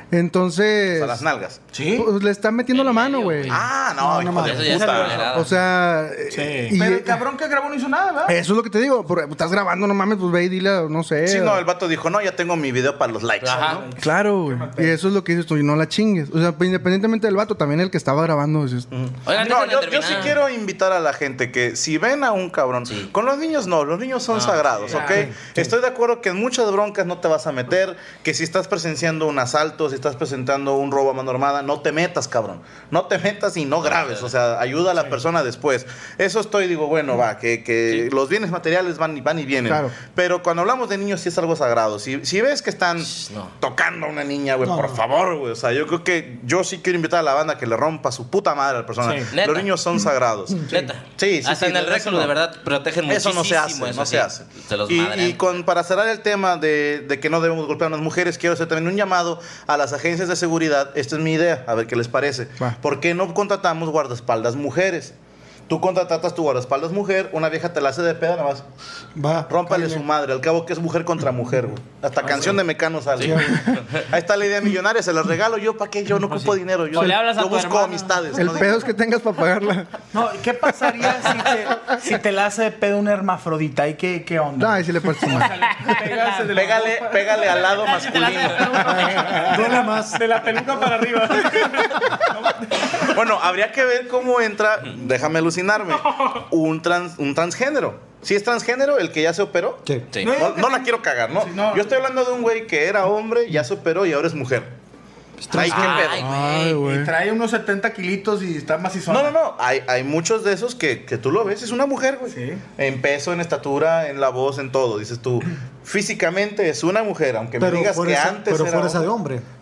Speaker 3: Entonces,
Speaker 1: a las nalgas.
Speaker 3: pues, le está metiendo la mano, güey.
Speaker 1: Ah, no, hijo de
Speaker 7: Eso ya es
Speaker 1: puta.
Speaker 7: vulnerada.
Speaker 3: O sea, y- eh,
Speaker 1: Pero el cabrón que grabó no hizo nada, ¿verdad?
Speaker 3: eso es lo que te digo. porque Estás grabando, no mames, pues ve y dile, no sé.
Speaker 1: Sí,
Speaker 3: o-
Speaker 1: no, el vato dijo, no, ya tengo mi video para los likes.
Speaker 7: Ajá.
Speaker 1: ¿no?
Speaker 3: Claro, güey. Y eso es lo que dices tú, y no la chingues. O sea, pues, independientemente del vato, también el que estaba grabando. dices,
Speaker 7: Oigan,
Speaker 1: No,
Speaker 7: déjenme
Speaker 1: yo, yo
Speaker 7: terminar.
Speaker 1: sí quiero invitar a la gente que si ven a un cabrón, con los niños no, los niños son sagrados, ¿ok? Estoy de acuerdo que en muchas broncas no te vas a meter, que si estás presenciando un asalto, si estás presentando un robo a mano armada, no te metas, cabrón. No te metas y no grabes, o sea, ayuda a la persona después. Eso estoy, digo, bueno, va, que, que los bienes materiales van y, van y vienen.
Speaker 3: Claro.
Speaker 1: Pero cuando hablamos de niños sí es algo sagrado. Si, si ves que están
Speaker 7: no.
Speaker 1: tocando a una niña, güey, por favor, güey. O sea, yo creo que yo sí quiero invitar a la banda que le rompa su puta madre a la persona.
Speaker 4: Sí.
Speaker 7: Neta.
Speaker 1: Los niños son sagrados.
Speaker 7: Neta.
Speaker 1: Sí, sí,
Speaker 7: Hasta
Speaker 1: sí,
Speaker 7: en el
Speaker 1: eso
Speaker 7: récord,
Speaker 1: no.
Speaker 7: de verdad, protegen muchísimo.
Speaker 1: Eso no se hace,
Speaker 7: eso
Speaker 1: no
Speaker 7: sí.
Speaker 1: se hace.
Speaker 7: Se los
Speaker 1: y
Speaker 7: madrean.
Speaker 1: y con, para cerrar el tema de, de que no debemos golpear a las mujeres, quiero hacer también un llamado a las agencias de seguridad. Esta es mi idea, a ver qué les parece.
Speaker 3: Va.
Speaker 1: ¿Por qué no contratamos guardaespaldas mujeres? Tú contratas tu guardaespaldas mujer, una vieja te la hace de peda, nada más
Speaker 5: Va.
Speaker 1: Rómpale
Speaker 5: cállale.
Speaker 1: su madre, al cabo que es mujer contra mujer, güey.
Speaker 2: Ah,
Speaker 1: Hasta canción de Mecano sale. Ahí está la idea millonaria, se la regalo yo, ¿para qué? Yo no ocupo dinero, yo,
Speaker 2: Pues O le hablas a
Speaker 1: yo
Speaker 2: tu
Speaker 1: busco
Speaker 2: hermana.
Speaker 1: amistades.
Speaker 3: "Pues, el
Speaker 1: ¿no?
Speaker 3: pedo es que tengas para pagarla.
Speaker 4: No, ¿y ¿qué pasaría si te, si te la hace de pedo una hermafrodita? ¿Y qué, qué onda?
Speaker 3: Ay, si le partes tu madre.
Speaker 4: Pegarse de la
Speaker 1: Pégale,
Speaker 4: ropa-
Speaker 1: pégale al lado masculino.
Speaker 5: Duele más.
Speaker 4: De la peluca para arriba.
Speaker 1: Bueno, habría que ver cómo entra, déjame alucinarme, un, trans, un transgénero. Si es transgénero, el que ya se operó.
Speaker 5: Sí.
Speaker 7: Sí.
Speaker 1: No, no la quiero cagar, ¿no?
Speaker 4: Sí, no.
Speaker 1: Yo estoy hablando de un güey que era hombre, ya se operó y ahora es mujer. Ay, qué pedo.
Speaker 7: Ay,
Speaker 3: Ay,
Speaker 7: güey.
Speaker 3: güey.
Speaker 4: Y trae unos 70 kilitos y está macizón.
Speaker 1: No, no, no. Hay, hay muchos de esos que, que tú lo ves. Es una mujer, güey.
Speaker 4: Sí.
Speaker 1: En peso, en estatura, en la voz, en todo. Dices tú, físicamente es una mujer, aunque me
Speaker 5: Pero
Speaker 1: digas que
Speaker 5: fuerza,
Speaker 1: antes
Speaker 5: pero
Speaker 1: era
Speaker 5: fuerza de
Speaker 1: hombre.
Speaker 5: hombre.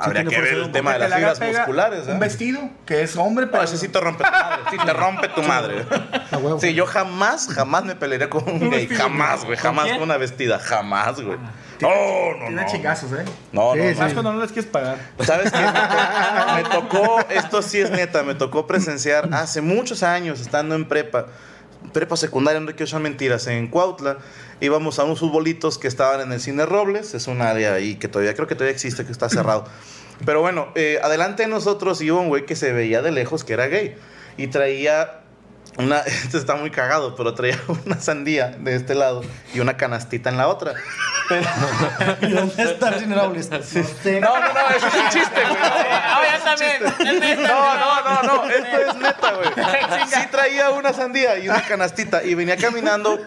Speaker 1: Habría
Speaker 5: Sí,
Speaker 1: que
Speaker 5: tiene fuerza
Speaker 1: ver
Speaker 5: de
Speaker 1: el
Speaker 5: hombre.
Speaker 1: tema de
Speaker 4: Que te
Speaker 1: las
Speaker 4: la haga
Speaker 1: fibras
Speaker 4: pega
Speaker 1: musculares.
Speaker 4: Un
Speaker 1: ¿eh?
Speaker 4: vestido que es hombre,
Speaker 1: No,
Speaker 4: pero.
Speaker 1: ese sí te rompe tu madre. Sí, te rompe tu madre.
Speaker 5: A huevo.
Speaker 1: Sí, yo jamás, jamás me pelearía con un gay. Jamás, güey. Jamás con una vestida. Jamás, güey. No, no,
Speaker 4: Ah. Tiene
Speaker 1: no.
Speaker 4: chingazos, ¿eh?
Speaker 1: No, no,
Speaker 3: Sí,
Speaker 1: no.
Speaker 4: Más cuando no les quieres pagar.
Speaker 1: ¿Sabes qué? Me tocó, esto sí es neta, me tocó presenciar hace muchos años, estando en prepa, prepa secundaria, no quiero echar mentiras, en Cuautla, íbamos a unos futbolitos que estaban en el Cine Robles, es un área ahí que todavía, creo que todavía existe, que está cerrado. Pero bueno, eh, adelante de nosotros iba un güey que se veía de lejos que era gay y traía una, esto está muy cagado, pero traía una sandía de este lado y una canastita en la otra.
Speaker 5: ¿Y dónde está el Robles? No sé.
Speaker 1: No, no, no, eso es un chiste, güey.
Speaker 2: Ah, ya también. Ya también.
Speaker 1: No, no, no, no, esto es neta, güey. Sí traía una sandía y una canastita y venía caminando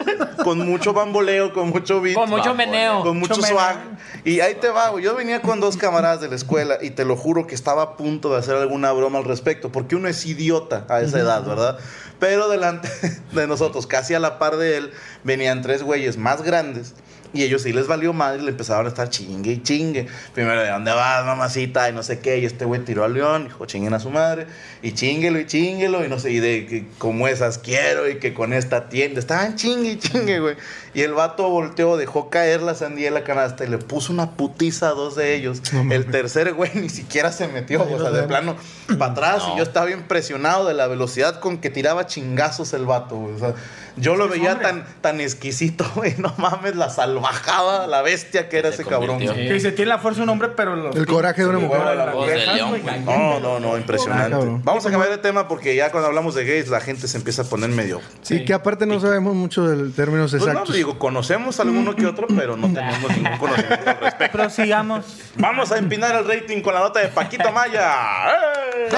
Speaker 1: con mucho bamboleo, con mucho beat.
Speaker 2: Con mucho meneo.
Speaker 1: Con mucho
Speaker 4: Mucho
Speaker 1: swag. Y ahí te va, güey. Yo venía con dos camaradas de la escuela y te lo juro que estaba a punto de hacer alguna broma al respecto, porque uno es idiota a esa edad, ¿verdad? Pero delante de nosotros, casi a la par de él, venían tres güeyes más grandes. Y ellos sí les valió madre y le empezaron a estar chingue y chingue. Primero, ¿de dónde vas, mamacita? Y no sé qué. Y este güey tiró al león, dijo, chinguen a su madre. Y chinguelo y chinguelo. Y no sé, y de que como esas quiero y que con esta tienda. Estaban chingue y chingue, güey. Y el vato volteó, dejó caer la sandía en la canasta y le puso una putiza a dos de ellos. el tercer güey ni siquiera se metió, o sea, de plano para atrás. Y yo estaba impresionado de la velocidad con que tiraba chingazos el vato, güey. O sea, yo lo veía tan, tan exquisito, güey. No mames, la salvajada, la bestia que era
Speaker 7: Se
Speaker 1: ese cabrón.
Speaker 7: convirtió.
Speaker 4: Que dice, tiene la fuerza de un hombre, pero. Los,
Speaker 3: El coraje de una mujer.
Speaker 4: Las
Speaker 7: Voz de
Speaker 4: viejas,
Speaker 7: león,
Speaker 4: güey.
Speaker 7: güey.
Speaker 1: No, no, no,
Speaker 3: Ah,
Speaker 1: impresionante.
Speaker 3: cabrón.
Speaker 1: Vamos a cambiar de tema porque ya cuando hablamos de gays la gente se empieza a poner medio.
Speaker 3: Y que aparte no sabemos mucho de términos
Speaker 1: Pues no,
Speaker 3: exactos.
Speaker 1: digo, conocemos alguno que otro, pero no tenemos ningún conocimiento al respecto.
Speaker 4: Prosigamos.
Speaker 1: Vamos a empinar el rating con la nota de Paquito Maya. ¡Eh!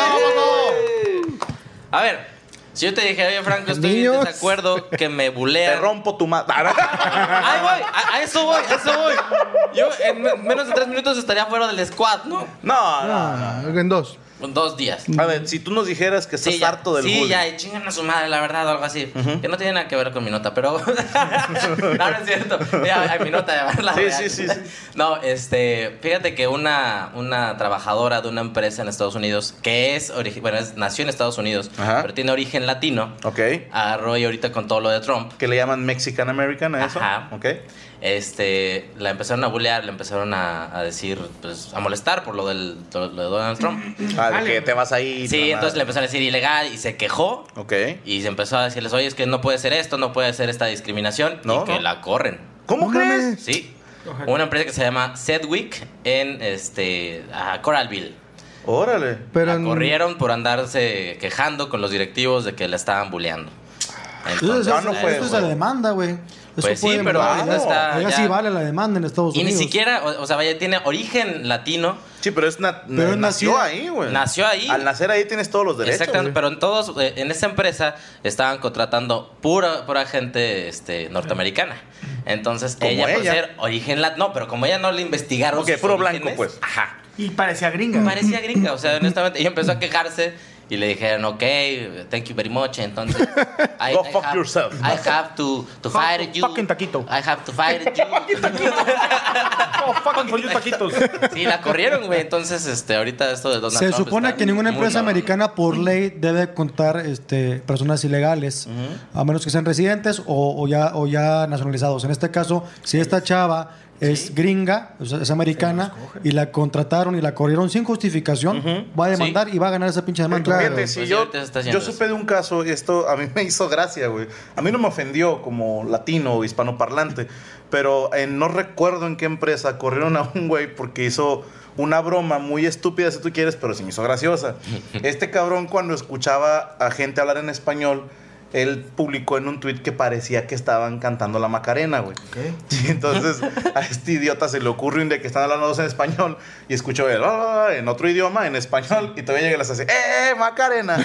Speaker 7: A ver, si yo te dije, oye, Franco, estoy
Speaker 3: Niños.
Speaker 7: en desacuerdo que me
Speaker 1: Te
Speaker 7: bulean.
Speaker 1: rompo tu madre.
Speaker 7: Ahí voy, a, a eso voy, a eso voy. Yo en me- menos de tres minutos estaría fuera del squad, ¿no?
Speaker 1: No, no.
Speaker 3: Ah, en dos.
Speaker 7: Dos días.
Speaker 1: A ver, si tú nos dijeras que estás
Speaker 7: ya,
Speaker 1: harto del
Speaker 7: sí,
Speaker 1: bullying.
Speaker 7: ya, y chingan a su madre, la verdad, o algo así. Que no tiene nada que ver con mi nota, pero. no, no es cierto. Ya, ay, mi nota, la
Speaker 1: Sí,
Speaker 7: real.
Speaker 1: sí, sí, sí.
Speaker 7: No, este. Fíjate que una, una trabajadora de una empresa en Estados Unidos, que es. origi- Bueno, es- nació en Estados Unidos,
Speaker 1: Ajá.
Speaker 7: pero tiene origen latino.
Speaker 1: Ok.
Speaker 7: Agarró y ahorita con todo lo de Trump.
Speaker 1: Que le llaman Mexican American a eso.
Speaker 7: Ajá.
Speaker 1: Ok.
Speaker 7: este, la empezaron a bullear, la empezaron a, a decir, pues, a molestar por lo, del, lo de Donald Trump.
Speaker 1: Ah, de que te vas ahí.
Speaker 7: Sí, entonces le empezaron a decir ilegal y se quejó
Speaker 1: Ok.
Speaker 7: y se empezó a decirles, oye, es que no puede ser esto, no puede ser esta discriminación
Speaker 1: No,
Speaker 7: y que
Speaker 1: no.
Speaker 7: la corren.
Speaker 1: ¿Cómo
Speaker 3: No
Speaker 1: crees?
Speaker 3: mames.
Speaker 7: Sí. Una empresa que se llama Sedwick en este, a Coralville.
Speaker 1: Órale.
Speaker 3: Pero
Speaker 7: la
Speaker 3: en-
Speaker 7: corrieron por andarse quejando con los directivos de que la estaban bulleando.
Speaker 5: Eso,
Speaker 7: Entonces,
Speaker 5: es-
Speaker 1: Ah, no
Speaker 5: eso
Speaker 1: puede,
Speaker 5: es
Speaker 1: güey.
Speaker 5: la demanda, güey. Eso
Speaker 7: Pues sí,
Speaker 5: puede
Speaker 7: pero
Speaker 5: valer.
Speaker 1: ahorita
Speaker 7: está
Speaker 5: Oiga,
Speaker 7: ya-
Speaker 5: sí vale la demanda en Estados
Speaker 7: y ni
Speaker 5: Unidos.
Speaker 7: siquiera, o, o sea, vaya, tiene origen latino,
Speaker 1: Sí, pero es na-
Speaker 5: Pero es
Speaker 1: nació
Speaker 5: nacido-
Speaker 1: ahí, güey.
Speaker 7: Nació ahí.
Speaker 1: Al nacer ahí tienes todos los derechos.
Speaker 7: Exactamente,
Speaker 1: güey.
Speaker 7: pero en todos, eh, en esa empresa estaban contratando pura, pura gente este, norteamericana. Entonces,
Speaker 1: Como
Speaker 7: ella, por
Speaker 1: ella.
Speaker 7: ser origen latino, no, pero como ella no le investigaron.
Speaker 1: Ok,
Speaker 7: sus
Speaker 1: puro blanco,
Speaker 7: orígenes,
Speaker 1: pues.
Speaker 7: Ajá.
Speaker 4: Y parecía gringa.
Speaker 7: Parecía gringa, o sea, honestamente, ella empezó a quejarse y le dijeron, ok, thank you very much, entonces. I,
Speaker 1: Go fuck yourself.
Speaker 7: I have to, to fire you.
Speaker 4: fucking taquito.
Speaker 7: I have to fire you.
Speaker 4: Oh, fucking for you, taquitos.
Speaker 7: sí, la corrieron, güey. Entonces, este, ahorita esto de Donald
Speaker 5: Se
Speaker 7: Trump
Speaker 5: supone
Speaker 7: está
Speaker 5: que ninguna
Speaker 7: muy
Speaker 5: empresa
Speaker 7: cabrón.
Speaker 5: americana por ley debe contar este, personas ilegales, a menos que sean residentes o, o ya, o ya nacionalizados. En este caso, si esta chava es gringa, o sea, es americana, y la contrataron y la corrieron sin justificación, va a demandar y va a ganar esa pinche demanda.
Speaker 1: Fíjate,
Speaker 7: Pues
Speaker 1: si
Speaker 7: sí,
Speaker 1: yo,
Speaker 7: ahorita se está
Speaker 1: yo
Speaker 7: haciendo
Speaker 1: supe de un caso, y esto a mí me hizo gracia, güey. A mí no me ofendió como latino o hispanoparlante, pero eh, no recuerdo en qué empresa corrieron a un güey porque hizo una broma muy estúpida, si tú quieres, pero se me hizo graciosa. Este cabrón, cuando escuchaba a gente hablar en español, él publicó en un tweet que parecía que estaban cantando la Macarena, güey. Y entonces a este idiota se le ocurre un día que están hablando dos en español y escuchó el "Ah", en otro idioma, en español, y todavía llega y las hace, ¡eh, eh, Macarena!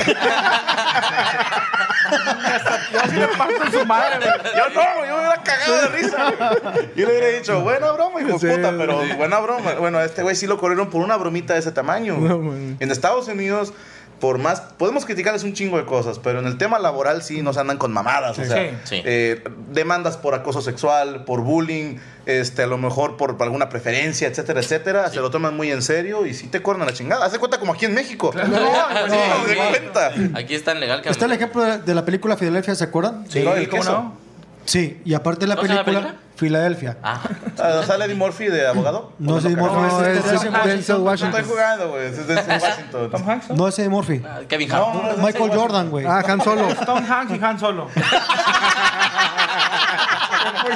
Speaker 4: Yo sí le parto su madre, güey.
Speaker 1: yo no, yo me hubiera cagado de risa. güey. Yo le hubiera dicho, buena broma, hijo de
Speaker 3: Sí,
Speaker 1: puta,
Speaker 3: güey.
Speaker 1: pero buena broma. Bueno, a este güey sí lo corrieron por una bromita de ese tamaño. güey.
Speaker 3: No, man.
Speaker 1: en Estados Unidos, por más, podemos criticarles un chingo de cosas, pero en el tema laboral sí nos andan con mamadas. o sea,
Speaker 4: Sí.
Speaker 7: Sí.
Speaker 1: eh, demandas por acoso sexual, por bullying, este, a lo mejor por, por alguna preferencia, etcétera, etcétera. Se lo toman muy en serio y sí te corren a la chingada. Hace cuenta como aquí en México. No,
Speaker 7: Sí,
Speaker 1: no,
Speaker 7: sí.
Speaker 1: de cuenta.
Speaker 7: Aquí es tan legal que.
Speaker 5: Está el ejemplo de, de la película Filadelfia, ¿se acuerdan?
Speaker 1: Sí, ¿no? El
Speaker 4: ¿Cómo
Speaker 1: queso.
Speaker 4: no?
Speaker 5: Sí, y aparte de la
Speaker 7: ¿Cómo se llama
Speaker 5: película,
Speaker 7: la
Speaker 5: Filadelfia.
Speaker 7: Ah,
Speaker 1: Ah, ¿Sale Eddie Murphy de abogado?
Speaker 5: No es Eddie Murphy,
Speaker 3: No,
Speaker 5: es-
Speaker 3: es
Speaker 5: es-
Speaker 3: Denzel Washington.
Speaker 1: Estoy jugando, güey. Es de Washington.
Speaker 4: Tom Hanks. ¿no?
Speaker 5: no es Eddie Murphy.
Speaker 7: Kevin
Speaker 1: No,
Speaker 7: Hart.
Speaker 1: no, no, no,
Speaker 5: Michael
Speaker 1: no, no.
Speaker 5: Jordan, güey.
Speaker 3: Ah, Han Solo.
Speaker 4: Tom Hanks y Han Solo.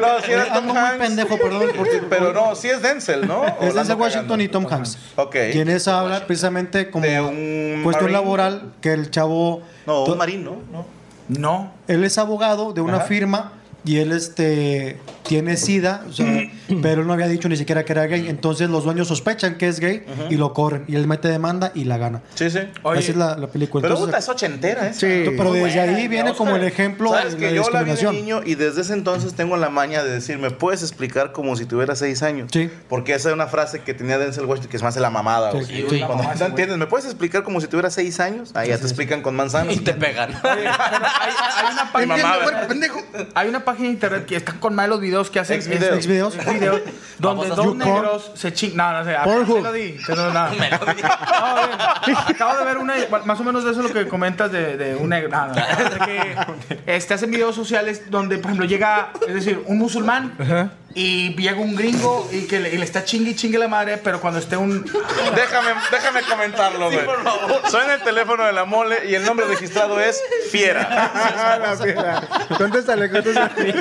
Speaker 1: No, sí era Tom
Speaker 5: Eh, Ando muy
Speaker 1: Hanks.
Speaker 5: pendejo, perdón. por-
Speaker 1: Pero no, sí es Denzel, ¿no?
Speaker 5: Es Denzel Washington y Tom Hanks.
Speaker 1: Ok.
Speaker 5: Quienes hablan precisamente como
Speaker 1: De un
Speaker 5: cuestión
Speaker 1: marine.
Speaker 5: laboral que el chavo.
Speaker 1: No,
Speaker 5: to-
Speaker 1: un marín, ¿no? No.
Speaker 4: No.
Speaker 5: Él es abogado de una
Speaker 1: Ajá.
Speaker 5: firma y él este tiene sida, o sea, pero él no había dicho ni siquiera que era gay. Entonces los dueños sospechan que es gay y lo corren. Y él mete demanda y la gana.
Speaker 1: Sí, sí.
Speaker 4: Oye,
Speaker 5: Esa es la, la película.
Speaker 1: Pero
Speaker 5: Entonces,
Speaker 1: puta, es ochentera, ¿eh?
Speaker 3: Sí.
Speaker 5: pero desde ahí viene
Speaker 1: Me
Speaker 5: como el
Speaker 1: gusta.
Speaker 5: ejemplo
Speaker 1: Sabes
Speaker 5: de
Speaker 1: que
Speaker 5: la
Speaker 1: yo la vi de
Speaker 5: discriminación.
Speaker 1: niño y desde ese entonces tengo la maña de decir, ¿me puedes explicar como si tuviera seis años?
Speaker 5: Sí.
Speaker 1: Porque esa es una frase que tenía Denzel Washington que es más de la mamada.
Speaker 5: Sí,
Speaker 1: güey.
Speaker 5: sí,
Speaker 7: güey.
Speaker 1: Cuando no entiendes, ¿me puedes explicar como si tuviera seis años? Ahí ya te explican con manzanas.
Speaker 7: Y te pegan.
Speaker 4: hay, hay una
Speaker 1: Mi
Speaker 4: página,
Speaker 1: mamá,
Speaker 4: güey,
Speaker 1: güey, pendejo.
Speaker 4: hay una página de internet que están con malos videos que hacen.
Speaker 1: Xvideos.
Speaker 4: este,
Speaker 5: Xvideos.
Speaker 4: Xvideos, donde
Speaker 7: Famosas
Speaker 4: dos
Speaker 5: YouPorn.
Speaker 4: negros se chingan. No, no sé. a ver,
Speaker 5: Pornhub.
Speaker 4: te lo di, te lo- no.
Speaker 7: Me lo di.
Speaker 4: No, bien, Acabo de ver una, más o menos de eso lo que comentas de, de un negro. Nada, que este, hacen videos sociales donde, por ejemplo, llega, es decir, un musulmán y llega un gringo y que le, y le está chingue y chingue la madre, pero cuando esté un.
Speaker 1: Déjame, déjame comentarlo, güey. Suena el teléfono de la mole y el nombre registrado es Fiera.
Speaker 3: Ah, la fiera. Contéstale, contéstale.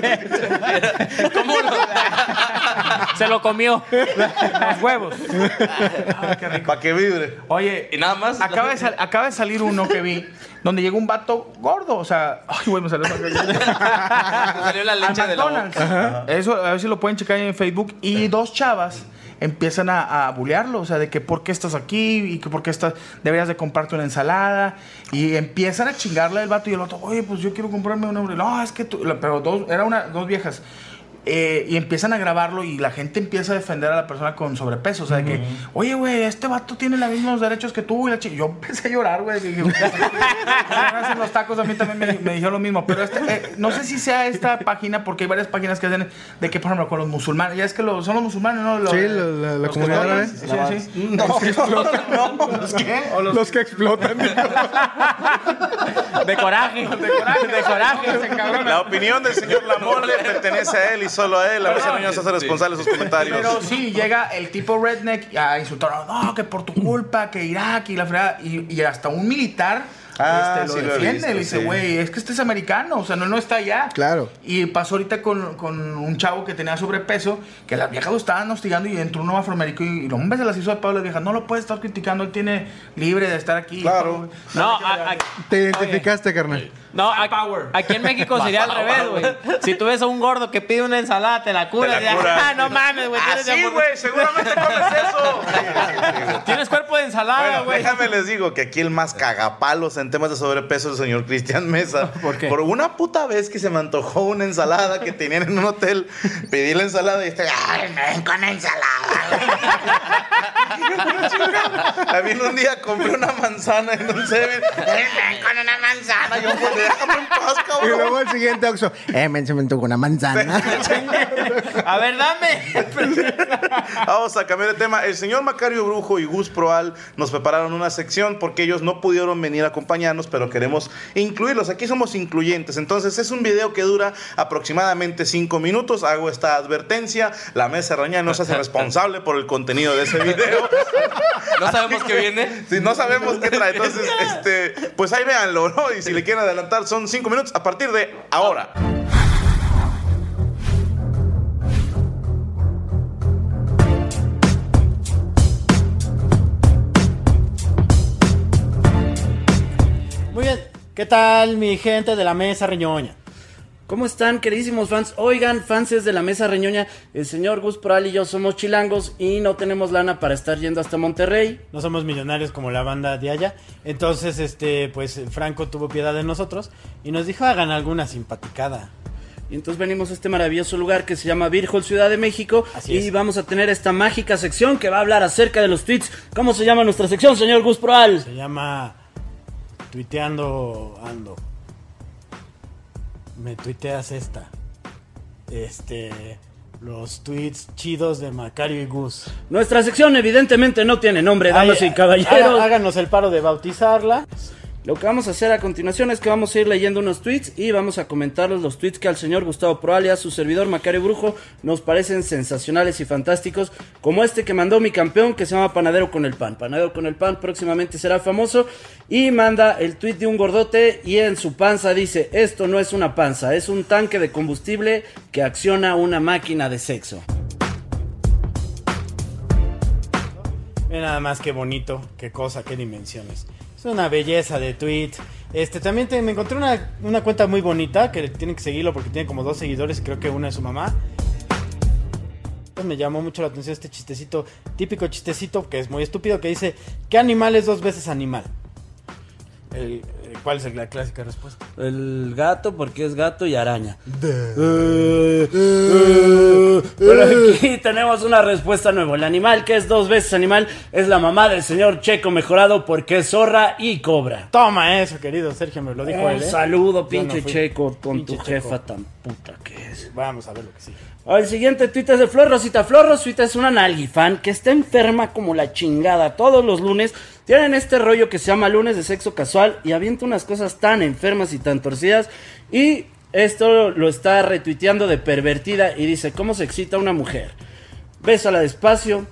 Speaker 7: ¿Cómo lo-
Speaker 2: Se lo comió.
Speaker 4: Los huevos. Ah, qué rico.
Speaker 1: Para que vibre.
Speaker 4: Oye,
Speaker 7: Y nada más.
Speaker 4: Acaba de, sal- acaba de salir uno que vi donde llegó un vato gordo, o sea, ay, güey, me salió
Speaker 7: Me salió la leche de la boca.
Speaker 4: McDonald's. Eso, a ver si lo pueden checar en Facebook. Y dos chavas empiezan a, a bulearlo, o sea, de que por qué estás aquí y que por qué estás, deberías de comprarte una ensalada. Y empiezan a chingarle al vato y el vato, oye, pues yo quiero comprarme una. No, es que tú, la- pero dos, era una, dos viejas. eh, y empiezan a grabarlo y la gente empieza a defender a la persona con sobrepeso. O sea, de que, oye, güey, este vato tiene los mismos derechos que tú. Y la chi-". yo empecé a llorar, güey. Dije, "Güey, me hacen los tacos a mí también me, me dijeron lo mismo. Pero este, eh, no sé si sea esta página, porque hay varias páginas que hacen de que, por ejemplo, con los musulmanes. Ya es que los- son los musulmanes, ¿no? Los-
Speaker 3: Sí, la- la- la ¿eh?
Speaker 4: los que
Speaker 3: comunidad
Speaker 4: explotan.
Speaker 3: árabe.
Speaker 4: Sí, sí, sí.
Speaker 1: No, no, no, es que-
Speaker 4: O los-
Speaker 3: Los que explotan.
Speaker 2: De coraje.
Speaker 4: De coraje, de coraje, se encabronan.
Speaker 1: La opinión del señor Lamón le pertenece a él y solo a él. A veces no se hace responsable de sus comentarios.
Speaker 4: Pero sí, llega el tipo redneck a insultar, no, que por tu culpa, que Irak y la fregada. Y, y hasta un militar
Speaker 1: Ah,
Speaker 4: este, lo
Speaker 1: sí lo he
Speaker 4: defiende.
Speaker 1: visto,
Speaker 4: le dice,
Speaker 1: sí.
Speaker 4: güey, es que este es americano, o sea, no, no está allá.
Speaker 3: Claro.
Speaker 4: Y pasó ahorita con, con un chavo que tenía sobrepeso, que las viejas lo estaban hostigando y entró un afroamericano y, y los hombres se las hizo de Pablo, las viejas, no lo puede estar criticando, él tiene libre de estar aquí.
Speaker 1: Claro.
Speaker 2: No, a- a-
Speaker 3: Te identificaste, carnal.
Speaker 2: no a- aquí en México sería al revés, güey. Si tú ves a un gordo que pide una ensalada, te la curas.
Speaker 1: Te la
Speaker 2: y,
Speaker 1: curas.
Speaker 2: "Ah, no mames, güey. tienes
Speaker 1: Así,
Speaker 2: hamburg-
Speaker 1: güey, seguramente comes eso.
Speaker 2: Tienes cuerpo de ensalada,
Speaker 1: Bueno,
Speaker 2: ah, güey.
Speaker 1: déjame les digo que aquí el más cagapalos en temas de sobrepeso es el señor Cristian Mesa.
Speaker 2: ¿Por qué?
Speaker 1: una puta vez que se me antojó una ensalada que tenían en un hotel, pedí la ensalada y este, ay, men, con ensalada. También un día compré una manzana en un Seven.
Speaker 6: Ay, ven con una manzana.
Speaker 1: Ay, yo, pues, déjame en paz,
Speaker 3: Y
Speaker 1: cabrón.
Speaker 3: luego el siguiente Oxxo. Eh, men, se me antojó una manzana.
Speaker 2: A ver, dame.
Speaker 1: Vamos a cambiar de tema. El señor Macario Brujo y Gus Proal nos prepararon una sección porque ellos no pudieron venir a acompañarnos, pero queremos incluirlos. Aquí somos incluyentes. Entonces es un video que dura aproximadamente 5 minutos. Hago esta advertencia. La mesa reña no se hace responsable por el contenido de ese video.
Speaker 7: No sabemos qué viene.
Speaker 1: Si no sabemos qué trae, entonces, este, pues ahí véanlo, ¿no? Y si le quieren adelantar, son 5 minutos a partir de ahora.
Speaker 8: Muy bien, ¿qué tal mi gente de la mesa reñoña?
Speaker 9: ¿Cómo están, queridísimos fans? Oigan, fanses de la mesa reñoña, el señor Gus Proal y yo somos chilangos y no tenemos lana para estar yendo hasta Monterrey.
Speaker 8: No somos millonarios como la banda de allá. Entonces, este, pues Franco tuvo piedad de nosotros y nos dijo hagan alguna simpaticada.
Speaker 9: Y entonces venimos a este maravilloso lugar que se llama Virgol, Ciudad de México.
Speaker 8: Así
Speaker 9: y
Speaker 8: es.
Speaker 9: vamos a tener esta mágica sección que va a hablar acerca de los tweets. ¿Cómo se llama nuestra sección, señor Gus Proal?
Speaker 8: Se llama Tuiteando Ando. Me tuiteas esta. Este. Los tweets chidos de Macario y Gus. Eh,
Speaker 9: Nuestra sección evidentemente no tiene nombre, damas
Speaker 8: Ay,
Speaker 9: y caballeros.
Speaker 8: haga- Háganos el paro de bautizarla.
Speaker 9: Lo que vamos a hacer a continuación es que vamos a ir leyendo unos tweets y vamos a comentarles los tweets que al señor Gustavo Proal y a su servidor Macario Brujo nos parecen sensacionales y fantásticos, como este que mandó mi campeón que se llama Panadero con el Pan. Panadero con el Pan próximamente será famoso y manda el tweet de un gordote y en su panza dice, esto no es una panza, es un tanque de combustible que acciona una máquina de sexo.
Speaker 8: Mira nada más qué bonito, qué cosa, qué dimensiones. Es una belleza de tweet. Este, también te- me encontré una, una cuenta muy bonita que tienen que seguirlo porque tiene como dos seguidores, creo que una es su mamá. Pues me llamó mucho la atención este chistecito, típico chistecito que es muy estúpido, que dice, ¿qué animal es dos veces animal? El- eh, ¿Cuál es la clásica respuesta?
Speaker 9: El gato porque es gato y araña.
Speaker 8: eh,
Speaker 9: Pero aquí tenemos una respuesta nueva. El animal que es dos veces animal es la mamá del señor Checo mejorado porque es zorra y cobra.
Speaker 8: Toma eso, querido Sergio, me lo dijo él.
Speaker 9: Un
Speaker 8: ¿eh?
Speaker 9: saludo,
Speaker 8: Yo
Speaker 9: pinche
Speaker 8: no fui.
Speaker 9: Checo, con
Speaker 8: Pinche
Speaker 9: tu
Speaker 8: Checo.
Speaker 9: jefa tan puta que es.
Speaker 8: Vamos a ver lo que sigue.
Speaker 9: El siguiente tuit es de Flor Rosita. Flor Rosita es una nalgifan que está enferma como la chingada todos los lunes. Tienen este rollo que se llama lunes de sexo casual y avienta unas cosas tan enfermas y tan torcidas. Y esto lo está retuiteando de pervertida y dice, ¿cómo se excita una mujer? Bésala despacio,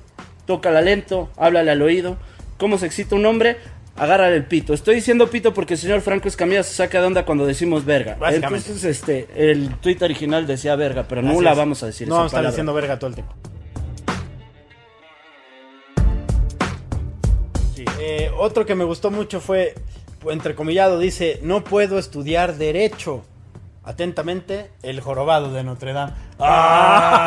Speaker 9: tócala lento, háblale al oído. ¿Cómo se excita un hombre? Agárrale el pito. Estoy diciendo pito porque el señor Franco Escamilla se saca de onda cuando decimos verga.
Speaker 8: Básicamente.
Speaker 9: Entonces, este, el tuit original decía verga, pero no
Speaker 8: Así
Speaker 9: la
Speaker 8: es.
Speaker 9: vamos a decir.
Speaker 8: No
Speaker 9: esa
Speaker 8: vamos a estar
Speaker 9: palabra.
Speaker 8: diciendo verga todo el tiempo. Sí, eh, otro que me gustó mucho fue, entrecomillado, dice, no puedo estudiar derecho. Atentamente, el jorobado de Notre Dame. ¡Ah!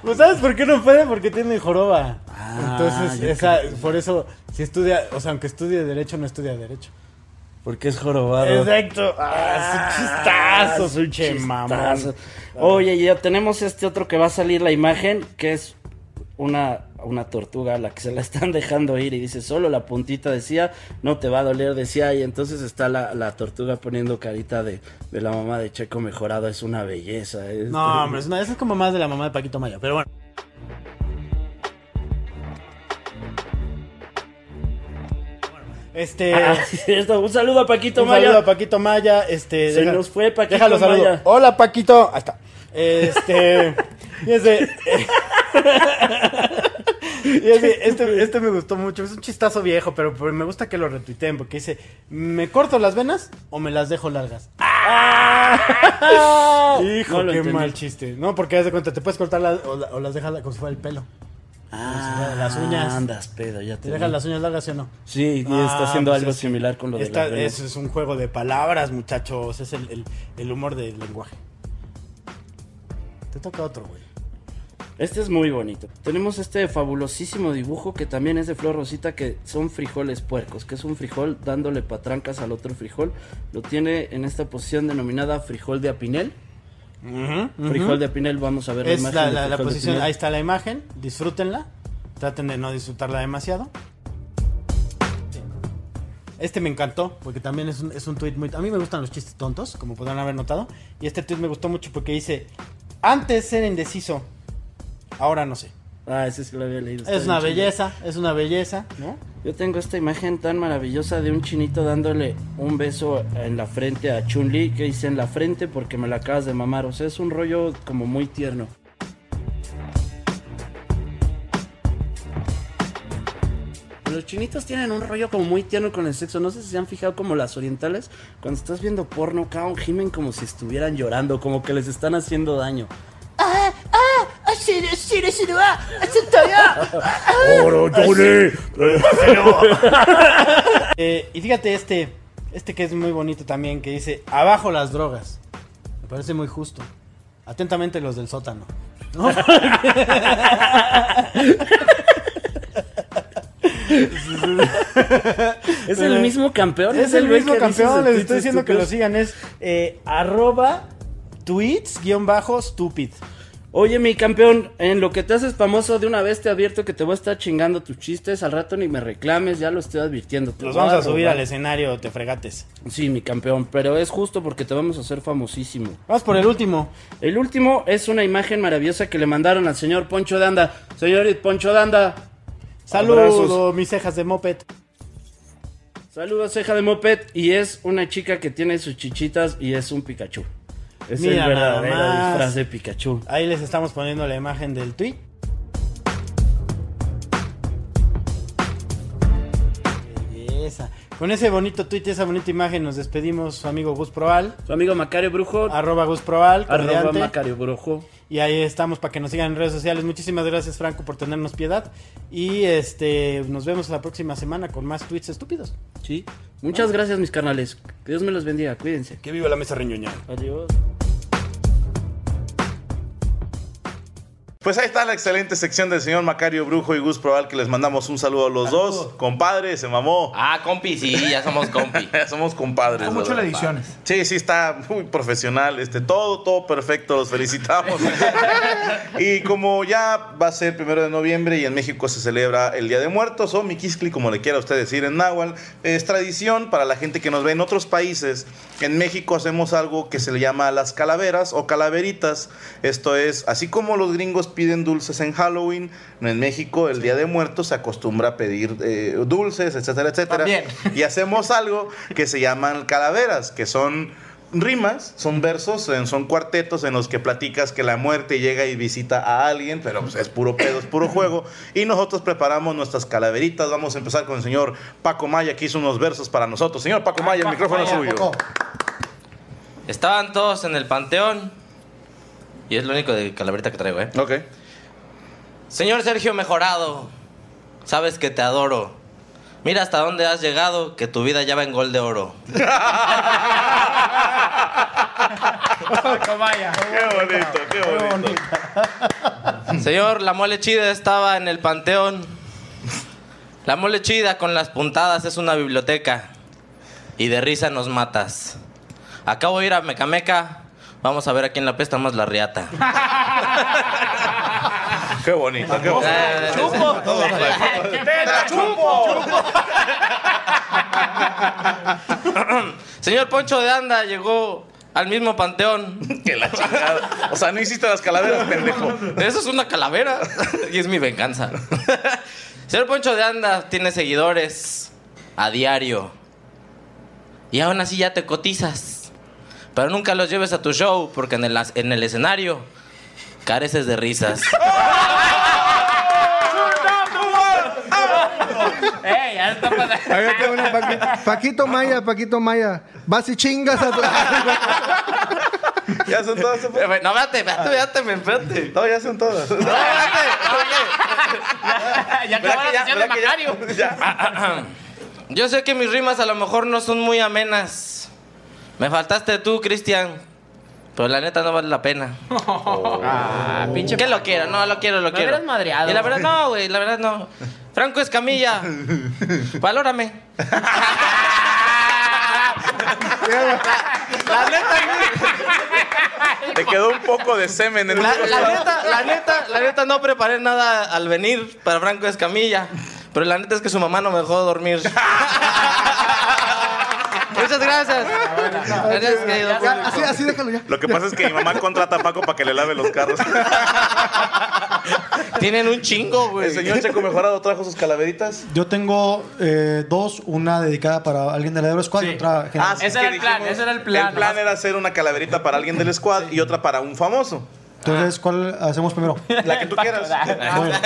Speaker 8: Pues, ¿Sabes por qué no puede? Porque tiene joroba.
Speaker 9: Ah,
Speaker 8: Entonces,
Speaker 9: ya
Speaker 8: esa, por eso, si estudia, o sea, aunque estudie derecho, no estudia derecho.
Speaker 9: Porque es jorobado.
Speaker 8: Exacto.
Speaker 9: Ah,
Speaker 8: Ah, es un chistazo, es un che mamón.
Speaker 9: Chistazo. Oye, ya tenemos este otro que va a salir la imagen, que es una, una tortuga a la que se la están dejando ir y dice, solo la puntita decía, no te va a doler, decía, y entonces está la, la tortuga poniendo carita de, de la mamá de Checo mejorado, es una belleza. es-
Speaker 8: No, hombre, es una, esa es como más de la mamá de Paquito Maya, pero bueno. Este.
Speaker 9: Ah, cierto, un saludo a Paquito
Speaker 8: un
Speaker 9: Maya.
Speaker 8: saludo a Paquito Maya. Este,
Speaker 9: Se nos fue Paquito
Speaker 8: déjalo saludo.
Speaker 9: Maya.
Speaker 8: Hola, Paquito. Ahí está. Este. fíjense, Y ese- este, este me gustó mucho. Es un chistazo viejo, pero, pero me gusta que lo retuiteen porque dice: ¿Me corto las venas o me las dejo largas? ¡Ah! Hijo,
Speaker 9: No lo
Speaker 8: qué
Speaker 9: entendí.
Speaker 8: mal chiste. No, porque haz de cuenta, te puedes cortar las- o, la- o las dejas como si fuera el pelo.
Speaker 9: Ah,
Speaker 8: Las uñas.
Speaker 9: Andas, pedo, ya te.
Speaker 8: ¿Te dejas las uñas largas, sí o no?
Speaker 9: Sí, y
Speaker 8: Ah,
Speaker 9: está haciendo
Speaker 8: pues
Speaker 9: algo
Speaker 8: es-
Speaker 9: similar con lo de
Speaker 8: Esta-
Speaker 9: las venas.
Speaker 8: Eso es un juego de palabras, muchachos. Es el, el- el humor del lenguaje. Te toca otro, güey.
Speaker 9: Este es muy bonito. Tenemos este fabulosísimo dibujo que también es de Flor Rosita, que son frijoles puercos, que es un frijol dándole patrancas al otro frijol. Lo tiene en esta posición denominada frijol de apinel. Frijol de apinel, vamos a ver
Speaker 8: Es
Speaker 9: imagen
Speaker 8: la,
Speaker 9: del
Speaker 8: la- la
Speaker 9: frijol de
Speaker 8: posición,
Speaker 9: Pinel.
Speaker 8: ahí está la imagen, disfrútenla, traten de no disfrutarla demasiado. Este me encantó, porque también es un, es un tweet muy... A mí me gustan los chistes tontos, como podrán haber notado, y este tweet me gustó mucho porque dice, antes era indeciso, ahora no sé.
Speaker 9: Ah, ese sí lo había leído. está
Speaker 8: Es
Speaker 9: bien
Speaker 8: una
Speaker 9: chido.
Speaker 8: belleza, es una belleza, ¿no?
Speaker 9: Yo tengo esta imagen tan maravillosa de un chinito dándole un beso en la frente a Chun-Li, que dice en la frente porque me la acabas de mamar. O sea, es un rollo como muy tierno. Los chinitos tienen un rollo como muy tierno con el sexo. No sé si se han fijado como las orientales, cuando estás viendo porno, cabrón, gimen como si estuvieran llorando, como que les están haciendo daño.
Speaker 6: Ah, Ah,
Speaker 8: Eh, y fíjate este, este que es muy bonito también, que dice, abajo las drogas. Me parece muy justo. Atentamente los del sótano. ¿No?
Speaker 9: Es el mismo campeón.
Speaker 8: Es el
Speaker 9: güey
Speaker 8: mismo
Speaker 9: que dice
Speaker 8: campeón,
Speaker 9: ese
Speaker 8: les
Speaker 9: tweet
Speaker 8: estoy diciendo que lo
Speaker 9: estúpido.
Speaker 8: sigan. Es eh, arroba tweets guión bajo stupid.
Speaker 9: Oye, mi campeón, en lo que te haces famoso de una vez te advierto que te voy a estar chingando tus chistes. Al rato ni me reclames, ya lo estoy advirtiendo. Te
Speaker 8: Los
Speaker 9: voy
Speaker 8: vamos a
Speaker 9: robar.
Speaker 8: subir al escenario, te fregates.
Speaker 9: Sí, mi campeón, pero es justo porque te vamos a hacer famosísimo.
Speaker 8: Vamos por el último.
Speaker 9: El último es una imagen maravillosa que le mandaron al señor Poncho de Anda. Señor Poncho de Anda,
Speaker 8: Saludos, mis cejas de moped.
Speaker 9: saludos, ceja de moped. Y es una chica que tiene sus chichitas y es un Pikachu. Es
Speaker 8: Mira
Speaker 9: el
Speaker 8: nada
Speaker 9: verdadero
Speaker 8: más.
Speaker 9: disfraz de Pikachu.
Speaker 8: Ahí les estamos poniendo la imagen del tweet. Belleza. Con ese bonito tweet y esa bonita imagen nos despedimos, su amigo Gus Proal.
Speaker 9: Su amigo Macario Brujo,
Speaker 8: Arroba Gus Proal,
Speaker 9: arroba
Speaker 8: comediante.
Speaker 9: Macario Brujo.
Speaker 8: Y ahí estamos para que nos sigan en redes sociales. Muchísimas gracias, Franco, por tenernos piedad. Y este nos vemos la próxima semana con más tweets estúpidos.
Speaker 9: Sí. Muchas gracias, mis carnales. Que Dios me los bendiga. Cuídense.
Speaker 8: Que viva la mesa reñoña.
Speaker 9: Adiós.
Speaker 1: Pues ahí está la excelente sección del señor Macario Brujo y Gus Proal, que les mandamos un saludo a los dos. Compadre, se mamó.
Speaker 7: Ah, compi, sí, ya somos compi.
Speaker 1: Ya Somos compadres.
Speaker 7: Está mucho
Speaker 1: la
Speaker 7: la
Speaker 1: verdad.
Speaker 7: edición.
Speaker 1: Sí, sí, está muy profesional. Este, todo, todo perfecto. Los felicitamos. y como ya va a ser primero de noviembre y en México se celebra el Día de Muertos o Miquiscli, como le quiera usted decir en náhuatl, es tradición para la gente que nos ve en otros países. En México hacemos algo que se le llama las calaveras o calaveritas. Esto es, así como los gringos piden dulces en Halloween, en México el Día de Muertos se acostumbra a pedir eh, dulces, etcétera, etcétera.
Speaker 2: También.
Speaker 1: Y hacemos algo que se llaman calaveras, que son rimas, son versos, en- son cuartetos en los que platicas que la muerte llega y visita a alguien, pero pues, es puro pedo, es puro juego. Y nosotros preparamos nuestras calaveritas. Vamos a empezar con el señor Paco Maya, que hizo unos versos para nosotros. Señor
Speaker 2: Ah,
Speaker 1: Paco Maya, el micrófono es suyo.
Speaker 7: Estaban todos en el panteón. Y es lo único de calaverita que traigo, ¿eh?
Speaker 1: Ok.
Speaker 7: Señor Sergio Mejorado, sabes que te adoro. Mira hasta dónde has llegado, que tu vida ya va en gol de oro.
Speaker 1: Qué bonito, qué bonito.
Speaker 7: Señor, la mole chida estaba en el panteón. La mole chida con las puntadas es una biblioteca. y de risa nos matas. Acabo de ir a Mecameca. Vamos a ver a quién la pesta más la riata.
Speaker 1: Qué bonito, qué bonito.
Speaker 7: Eh, Chupo.
Speaker 4: ¡Te la chupo!
Speaker 7: Señor Poncho de Anda llegó al mismo panteón.
Speaker 1: Que la chingada. O sea, no hiciste las calaveras, pendejo.
Speaker 7: Eso es una calavera y es mi venganza. Señor Poncho de Anda tiene seguidores a diario. Y aún así ya te cotizas. Pero nunca los lleves a tu show porque en el, as- en el escenario careces de risas.
Speaker 2: ¡Ey! Ya está para.
Speaker 3: Ahí yo tengo una, Paqui- Paquito Maya, Paquito Maya. Vas y chingas a tu.
Speaker 1: Ya son todas.
Speaker 7: Eh, güey, No, espérate, espérate, espérate, me- espérate.
Speaker 1: No, ya son todas.
Speaker 7: No, espérate, espérate.
Speaker 2: Ya acabó la
Speaker 1: ¿Verdad que
Speaker 2: sesión de
Speaker 1: ¿Verdad que ya?
Speaker 2: Macario.
Speaker 1: Ya.
Speaker 7: Yo sé que mis rimas a lo mejor no son muy amenas. Me faltaste tú, Cristian. Pero la neta no vale la pena.
Speaker 2: Ah, pinche.
Speaker 7: Que lo quiero, no, lo quiero, lo
Speaker 2: Me
Speaker 7: quiero.
Speaker 2: hubieras madreado.
Speaker 7: Y la verdad, no, güey, la verdad no. Franco Escamilla, valórame.
Speaker 1: La neta. Te quedó un poco de semen en
Speaker 7: La,
Speaker 1: el
Speaker 7: la neta, la neta, la neta no preparé nada al venir para Franco Escamilla. Pero la neta es que su mamá no me dejó dormir. Muchas gracias. Gracias, querido
Speaker 3: Ya,
Speaker 7: público.
Speaker 3: así, así déjalo ya.
Speaker 1: Lo que pasa es que mi mamá contrata a Paco para que le lave los carros.
Speaker 7: Tienen un chingo, güey.
Speaker 1: El señor Checo Mejorado trajo sus calaveritas.
Speaker 5: Yo tengo eh, dos, una dedicada para alguien de la Euro Squad y
Speaker 2: Sí.
Speaker 5: otra
Speaker 1: Ah,
Speaker 5: general.
Speaker 2: sí. Ese era el plan, ese era el plan.
Speaker 1: El plan era hacer una calaverita para alguien del squad y otra para un famoso.
Speaker 5: Entonces, ¿cuál hacemos primero?
Speaker 1: La que tú quieras.
Speaker 5: Bueno,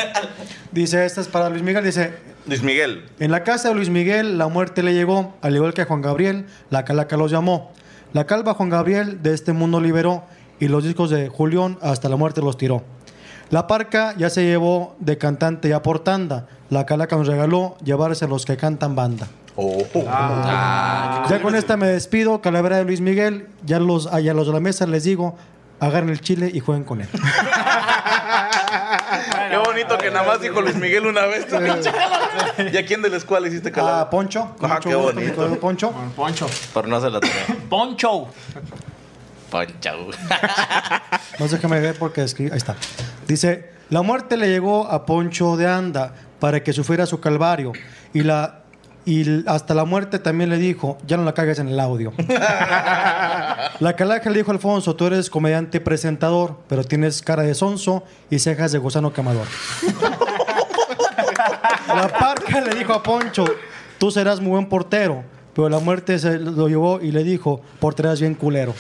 Speaker 5: dice, esta es para Luis Miguel, dice,
Speaker 1: Luis Miguel.
Speaker 5: en la casa de Luis Miguel la muerte le llegó, al igual que a Juan Gabriel, la calaca los llamó. La calva Juan Gabriel de este mundo liberó y los discos de Julián hasta la muerte los tiró. La parca ya se llevó de cantante ya por tanda, la calaca nos regaló llevarse los que cantan banda.
Speaker 7: Ah.
Speaker 5: Ya con esta me despido, calavera de Luis Miguel, ya los, allá los de la mesa les digo, agarren el chile y jueguen con él.
Speaker 1: Qué bonito que nada más dijo Luis Miguel una vez. tu pinche calavera. ¿Y a quién del squad le hiciste
Speaker 5: A
Speaker 1: calavera?
Speaker 5: Poncho, con
Speaker 1: Ah,
Speaker 5: mucho
Speaker 1: qué
Speaker 5: gusto, mi
Speaker 1: bonito.
Speaker 5: querido Poncho.
Speaker 8: Poncho.
Speaker 7: Por no hacer la tarea.
Speaker 2: Poncho.
Speaker 7: Poncho.
Speaker 5: No sé qué me ve porque escribí. Ahí está. Dice: La muerte le llegó a Poncho de Anda para que sufriera su calvario. Y la. Y l- hasta la muerte también le dijo, ya no la cagues en el audio. la calaca le dijo a Alfonso, tú eres comediante presentador, pero tienes cara de sonso y cejas de gusano quemador. la parca le dijo a Poncho, tú serás muy buen portero, pero la muerte se lo llevó y le dijo, porterás bien culero.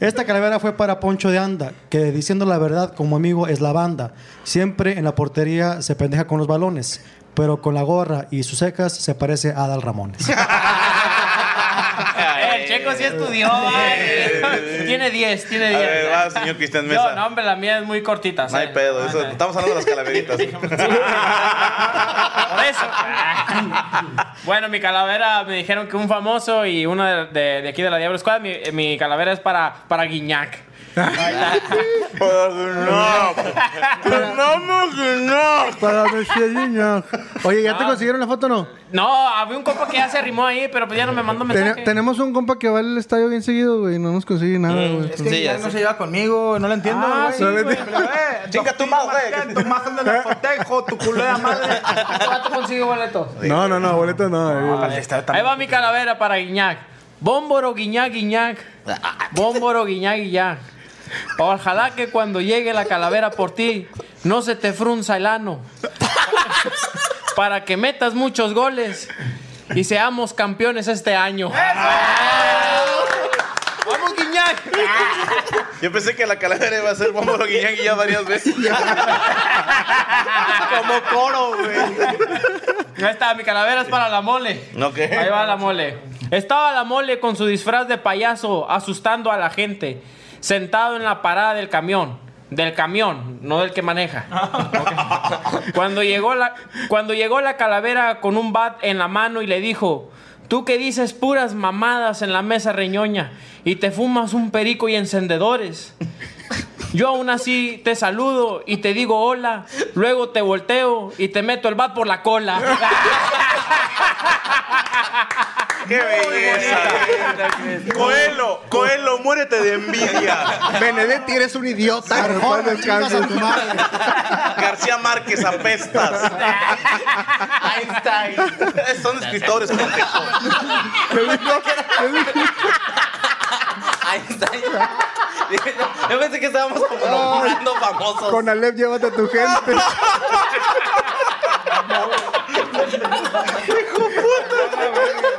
Speaker 5: Esta calavera fue para Poncho de Anda, que diciendo la verdad como amigo es la banda. Siempre en la portería se pendeja con los balones, pero con la gorra y sus cejas se parece a Adal Ramones.
Speaker 2: El Checo sí estudió. güey. Tiene 10, tiene
Speaker 1: A
Speaker 2: 10.
Speaker 1: ver, va, señor Cristian Mesa.
Speaker 2: Yo, no, hombre, la mía es muy cortita.
Speaker 1: No hay pedo, eso- estamos hablando de las calaveritas. ¿eh?
Speaker 2: Por eso. bueno, mi calavera me dijeron que un famoso y uno de, de- de aquí de la Diablo Squad, mi, mi calavera es para, para Guiñac.
Speaker 1: no, no, no.
Speaker 3: Para Messi niño. Oye, ¿ya te consiguieron la foto o no?
Speaker 2: No, había un compa que ya se arrimó ahí, pero pues ya no me mandó
Speaker 3: Tene-
Speaker 2: mensaje.
Speaker 3: tenemos un compa que va al estadio bien seguido, güey. No nos consigue nada, güey.
Speaker 8: Es que
Speaker 7: Sí, ya
Speaker 8: ya no
Speaker 7: sé.
Speaker 8: se lleva conmigo, no lo entiendo,
Speaker 2: Ah,
Speaker 8: güey.
Speaker 2: sí, güey. eh,
Speaker 1: Chinga tu madre.
Speaker 8: Tomás anda en el cortejo, tu culera madre.
Speaker 2: ¿Cuánto consigo boletos?
Speaker 3: No, no, no, boleto no. güey.
Speaker 2: Ahí va mi calavera para Guiñac. Bómboro, Guiñac, Guiñac. Bómboro, Guiñac, Guiñac. Ojalá que cuando llegue la calavera por ti, no se te frunza el ano. Para que metas muchos goles y seamos campeones este año. ¡Vamos, Guiñac!
Speaker 1: Ah. Yo pensé que la calavera iba a ser Bómbolo Guiñán ya varias veces.
Speaker 7: Como coro, güey.
Speaker 2: Ahí está, mi calavera es para la mole.
Speaker 1: ¿No qué?
Speaker 2: Ahí va la mole. Estaba la mole con su disfraz de payaso asustando a la gente, sentado en la parada del camión. Del camión, no del que maneja. Ok. cuando, llegó la, cuando llegó la calavera con un bat en la mano y le dijo, tú que dices puras mamadas en la mesa reñoña y te fumas un perico y encendedores. Yo aún así te saludo y te digo hola, luego te volteo y te meto el bat por la cola.
Speaker 1: ¡Qué belleza! Coelho, Coelho, muérete de envidia.
Speaker 3: Benedetti, eres un idiota. en paz descanse.
Speaker 1: García Márquez, apestas.
Speaker 7: Einstein.
Speaker 1: Son escritores, pendejo.
Speaker 7: Einstein. Yo pensé que estábamos como nombrando famosos.
Speaker 3: Con Alep, llévate a tu gente.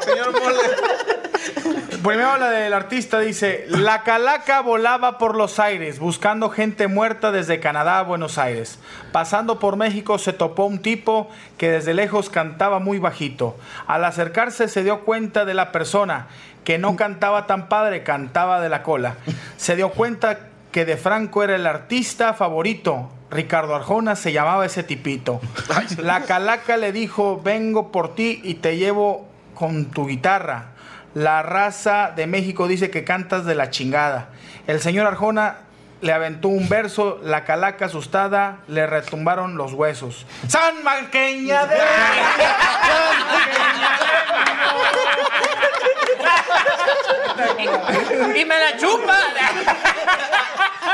Speaker 1: Señor Mole.
Speaker 4: Primero la del artista dice, la calaca volaba por los aires buscando gente muerta desde Canadá a Buenos Aires. Pasando por México se topó un tipo que desde lejos cantaba muy bajito. Al acercarse se dio cuenta de la persona que no cantaba tan padre, cantaba de la cola. Se dio cuenta que de Franco era el artista favorito. Ricardo Arjona se llamaba ese tipito. La calaca le dijo, vengo por ti y te llevo con tu guitarra. La raza de México dice que cantas de la chingada. El señor Arjona le aventó un verso, la calaca asustada le retumbaron los huesos. San Marqueña de...
Speaker 2: ¡Y me la chupa!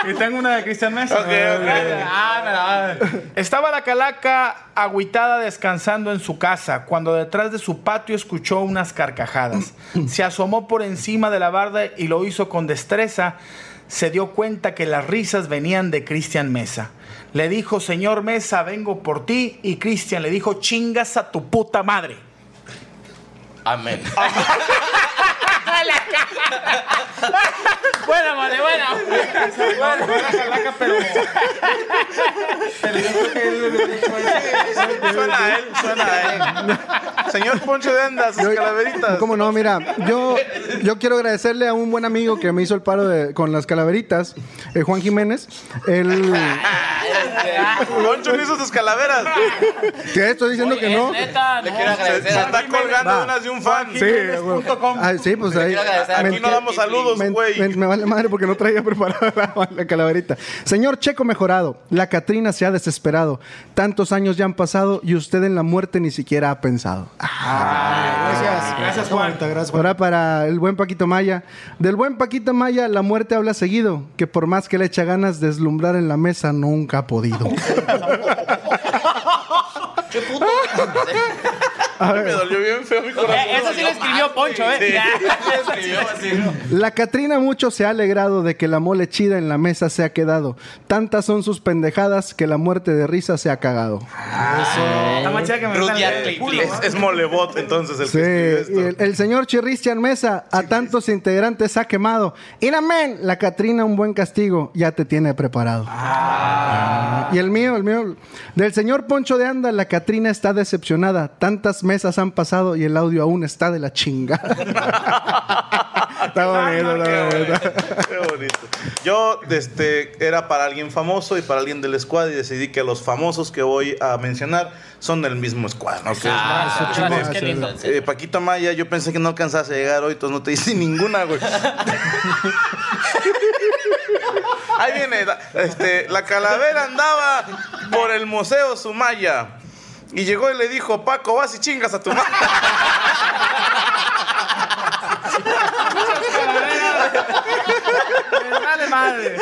Speaker 4: Y tengo una de Cristian Mesa. Eh, Estaba la calaca agüitada descansando en su casa cuando detrás de su patio escuchó unas carcajadas. Se asomó por encima de la barda y lo hizo con destreza. Se dio cuenta que las risas venían de Cristian Mesa. Le dijo, señor Mesa, vengo por ti. Y Cristian le dijo, chingas a tu puta madre.
Speaker 7: Amén.
Speaker 2: Buena, mole, buena.
Speaker 1: Suena a él, suena a él. Señor Poncho de Anda, sus calaveritas.
Speaker 3: ¿Cómo no? Mira, yo, yo quiero agradecerle a un buen amigo que me hizo el paro de- con las calaveritas, eh, Juan Jiménez. El,
Speaker 1: Poncho no hizo sus calaveras.
Speaker 3: que estoy diciendo que no.
Speaker 2: Neta,
Speaker 7: Le
Speaker 2: no.
Speaker 7: quiero
Speaker 1: Se,
Speaker 7: agradecer
Speaker 1: se
Speaker 7: a
Speaker 1: está colgando
Speaker 3: Va.
Speaker 1: unas de un fan.
Speaker 3: Sí, güey. Ah, sí, pues ahí.
Speaker 7: quiero agradecer a
Speaker 3: me-
Speaker 1: Aquí no damos saludos,
Speaker 3: me,
Speaker 1: güey.
Speaker 3: me- me vale madre porque no traía preparada la, la calaverita. Señor Checo Mejorado, la Catrina se ha desesperado. Tantos años ya han pasado y usted en la muerte ni siquiera ha pensado. Ah.
Speaker 5: Gracias. Ah, Gracias, Juan. Gracias, Juan.
Speaker 3: Ahora para el buen Paquito Maya. Del buen Paquito Maya, la muerte habla seguido, que por más que le echa ganas, deslumbrar en la mesa nunca ha podido.
Speaker 7: ¡Qué puto!
Speaker 1: Me dolió bien feo mi corazón.
Speaker 2: Eh, eso sí lo escribió Poncho, ¿eh?
Speaker 3: La Catrina mucho se ha alegrado de que la mole chida en la mesa se ha quedado. Tantas son sus pendejadas que la muerte de risa se ha cagado. Ah,
Speaker 4: Está más chida que me
Speaker 7: Rudyard
Speaker 4: metan el
Speaker 7: Kipling.
Speaker 4: culo,
Speaker 1: Es, es molebot, entonces, el
Speaker 3: Sí,
Speaker 1: que
Speaker 3: y
Speaker 1: escribió
Speaker 3: el,
Speaker 1: esto.
Speaker 3: el señor Chirristian Mesa a tantos integrantes ha quemado. Y la men, la Catrina un buen castigo ya te tiene preparado.
Speaker 1: Ah.
Speaker 3: Ah, Y el mío, el mío, del señor Poncho de Anda, la Catrina está decepcionada. Tantas mesas han pasado y el audio aún está de la chingada. está bonito, está
Speaker 1: Ah, Qué
Speaker 3: bonito.
Speaker 1: bonito, qué bonito. Yo este, era para alguien famoso y para alguien del squad y decidí que los famosos que voy a mencionar son del mismo squad. ¿no? Que-
Speaker 2: Gracias, Ah, qué lindo.
Speaker 1: Eh, Paquito Maya, yo pensé que no alcanzabas a llegar hoy, entonces no te hice ninguna, güey. Ahí viene, la- este, la calavera andaba por el Museo Sumaya y llegó y le dijo, Paco, vas y chingas a tu madre.
Speaker 2: Pues
Speaker 4: Dale madre.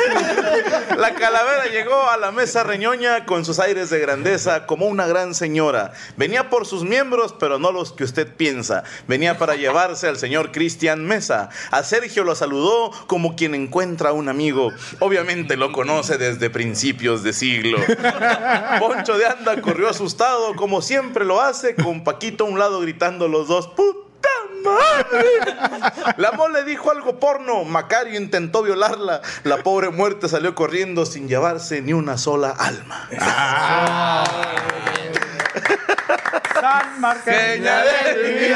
Speaker 1: La calavera llegó a la mesa reñoña con sus aires de grandeza como una gran señora. Venía por sus miembros, pero no los que usted piensa. Venía para llevarse al señor Cristian Mesa. A Sergio lo saludó como quien encuentra a un amigo. Obviamente lo conoce desde principios de siglo. Poncho de Anda corrió asustado, como siempre lo hace, con Paquito a un lado gritando los dos ¡Puta madre! La mole dijo algo porno, Macario intentó violarla, la pobre muerte salió corriendo sin llevarse ni una sola alma.
Speaker 4: San Marqués.
Speaker 1: Ay,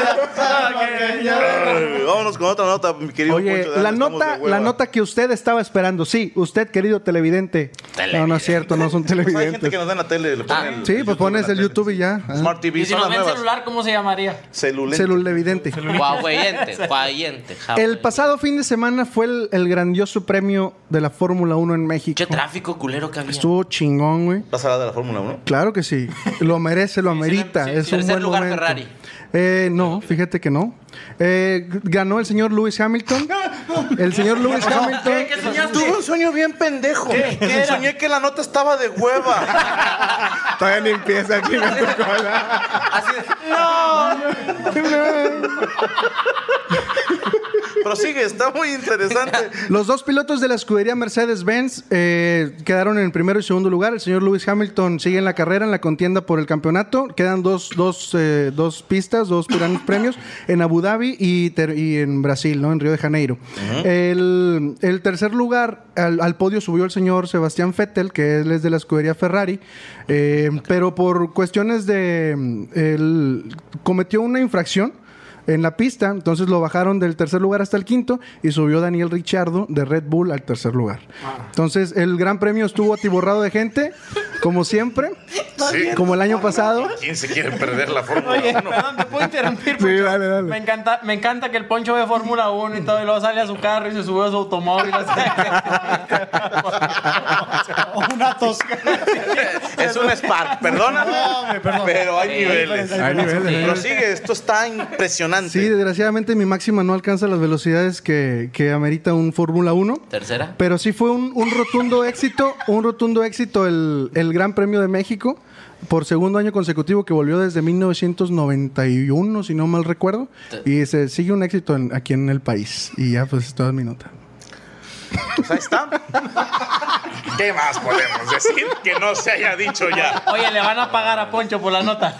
Speaker 1: Vámonos con otra nota, mi querido
Speaker 3: Oye,
Speaker 1: Poncho de Anda,
Speaker 3: la
Speaker 1: estamos
Speaker 3: nota,
Speaker 1: de hueva.
Speaker 3: la nota que usted estaba esperando, sí, usted querido televidente, No, no es cierto, no son
Speaker 1: Pues hay gente
Speaker 3: televidentes.
Speaker 1: que nos da en la tele.
Speaker 7: Ah,
Speaker 1: Le pone el
Speaker 3: Sí, pues
Speaker 1: YouTube
Speaker 3: pones
Speaker 1: en la
Speaker 3: el
Speaker 1: tele.
Speaker 3: YouTube y ya. Ah.
Speaker 1: Smart TV,
Speaker 2: Y si
Speaker 1: son
Speaker 2: nos
Speaker 1: las
Speaker 2: ven
Speaker 1: nuevas.
Speaker 2: celular, ¿cómo se llamaría?
Speaker 1: Celulente.
Speaker 3: Celulevidente.
Speaker 7: Guagüeyente, guagüeyente,
Speaker 3: El
Speaker 7: jabón.
Speaker 3: pasado fin de semana fue el, el grandioso premio de la Fórmula 1 en México.
Speaker 7: Che tráfico culero que había.
Speaker 3: Estuvo chingón, güey.
Speaker 1: ¿Vas a hablar de la Fórmula 1?
Speaker 3: Claro que sí. Lo merece, lo amerita.
Speaker 7: sí,
Speaker 3: es
Speaker 7: sí.
Speaker 3: un
Speaker 7: Tercer
Speaker 3: buen
Speaker 7: lugar,
Speaker 3: momento.
Speaker 7: Ferrari.
Speaker 3: Eh, no, fíjate que no. Eh, g- ganó el señor Lewis Hamilton. El señor Lewis Hamilton.
Speaker 1: Tuve un sueño bien pendejo. Soñé que la nota estaba de hueva.
Speaker 3: Todavía ni empieza
Speaker 1: Pero sigue, está muy interesante.
Speaker 3: Los dos pilotos de la escudería Mercedes-Benz eh, quedaron en primero y segundo lugar. El señor Lewis Hamilton sigue en la carrera, en la contienda por el campeonato. Quedan dos, dos, eh, dos pistas, dos grandes premios en Abu Dhabi y, ter- y en Brasil, ¿no? en Río de Janeiro. Eh, el, el tercer lugar al, al podio subió el señor Sebastián Vettel, que él es de la escudería Ferrari, eh, pero por cuestiones de... mm, él cometió una infracción en la pista. Entonces lo bajaron del tercer lugar hasta el quinto y subió Daniel Richardo de Red Bull al tercer lugar. Entonces el Gran Premio estuvo atiborrado de gente, como siempre, como el año pasado.
Speaker 1: ¿Quién se quiere perder la Fórmula
Speaker 2: Oye,
Speaker 1: 1?
Speaker 2: perdón, ¿me puedo interrumpir?
Speaker 3: Sí,
Speaker 2: Poncho?
Speaker 3: dale, dale.
Speaker 2: Me encanta, me encanta que el Poncho ve Fórmula 1 y todo, y luego sale a su carro y se sube a su automóvil.
Speaker 5: Una tosca.
Speaker 1: Es un Spark, perdona. Pero hay niveles.
Speaker 3: Hay niveles, hay
Speaker 1: Pero
Speaker 3: niveles.
Speaker 1: sigue, esto está impresionante.
Speaker 3: Sí, desgraciadamente mi máxima no alcanza las velocidades que, que amerita un Fórmula 1.
Speaker 7: Tercera.
Speaker 3: Pero sí fue un, un rotundo éxito, un rotundo éxito el, el Gran Premio de México por segundo año consecutivo que volvió desde 1991, si no mal recuerdo. Y se sigue un éxito en- aquí en el país. Y ya, pues, toda mi nota.
Speaker 1: Pues ahí está. ¿Qué más podemos decir que no se haya dicho ya?
Speaker 2: Oye, le van a pagar a Poncho por la nota.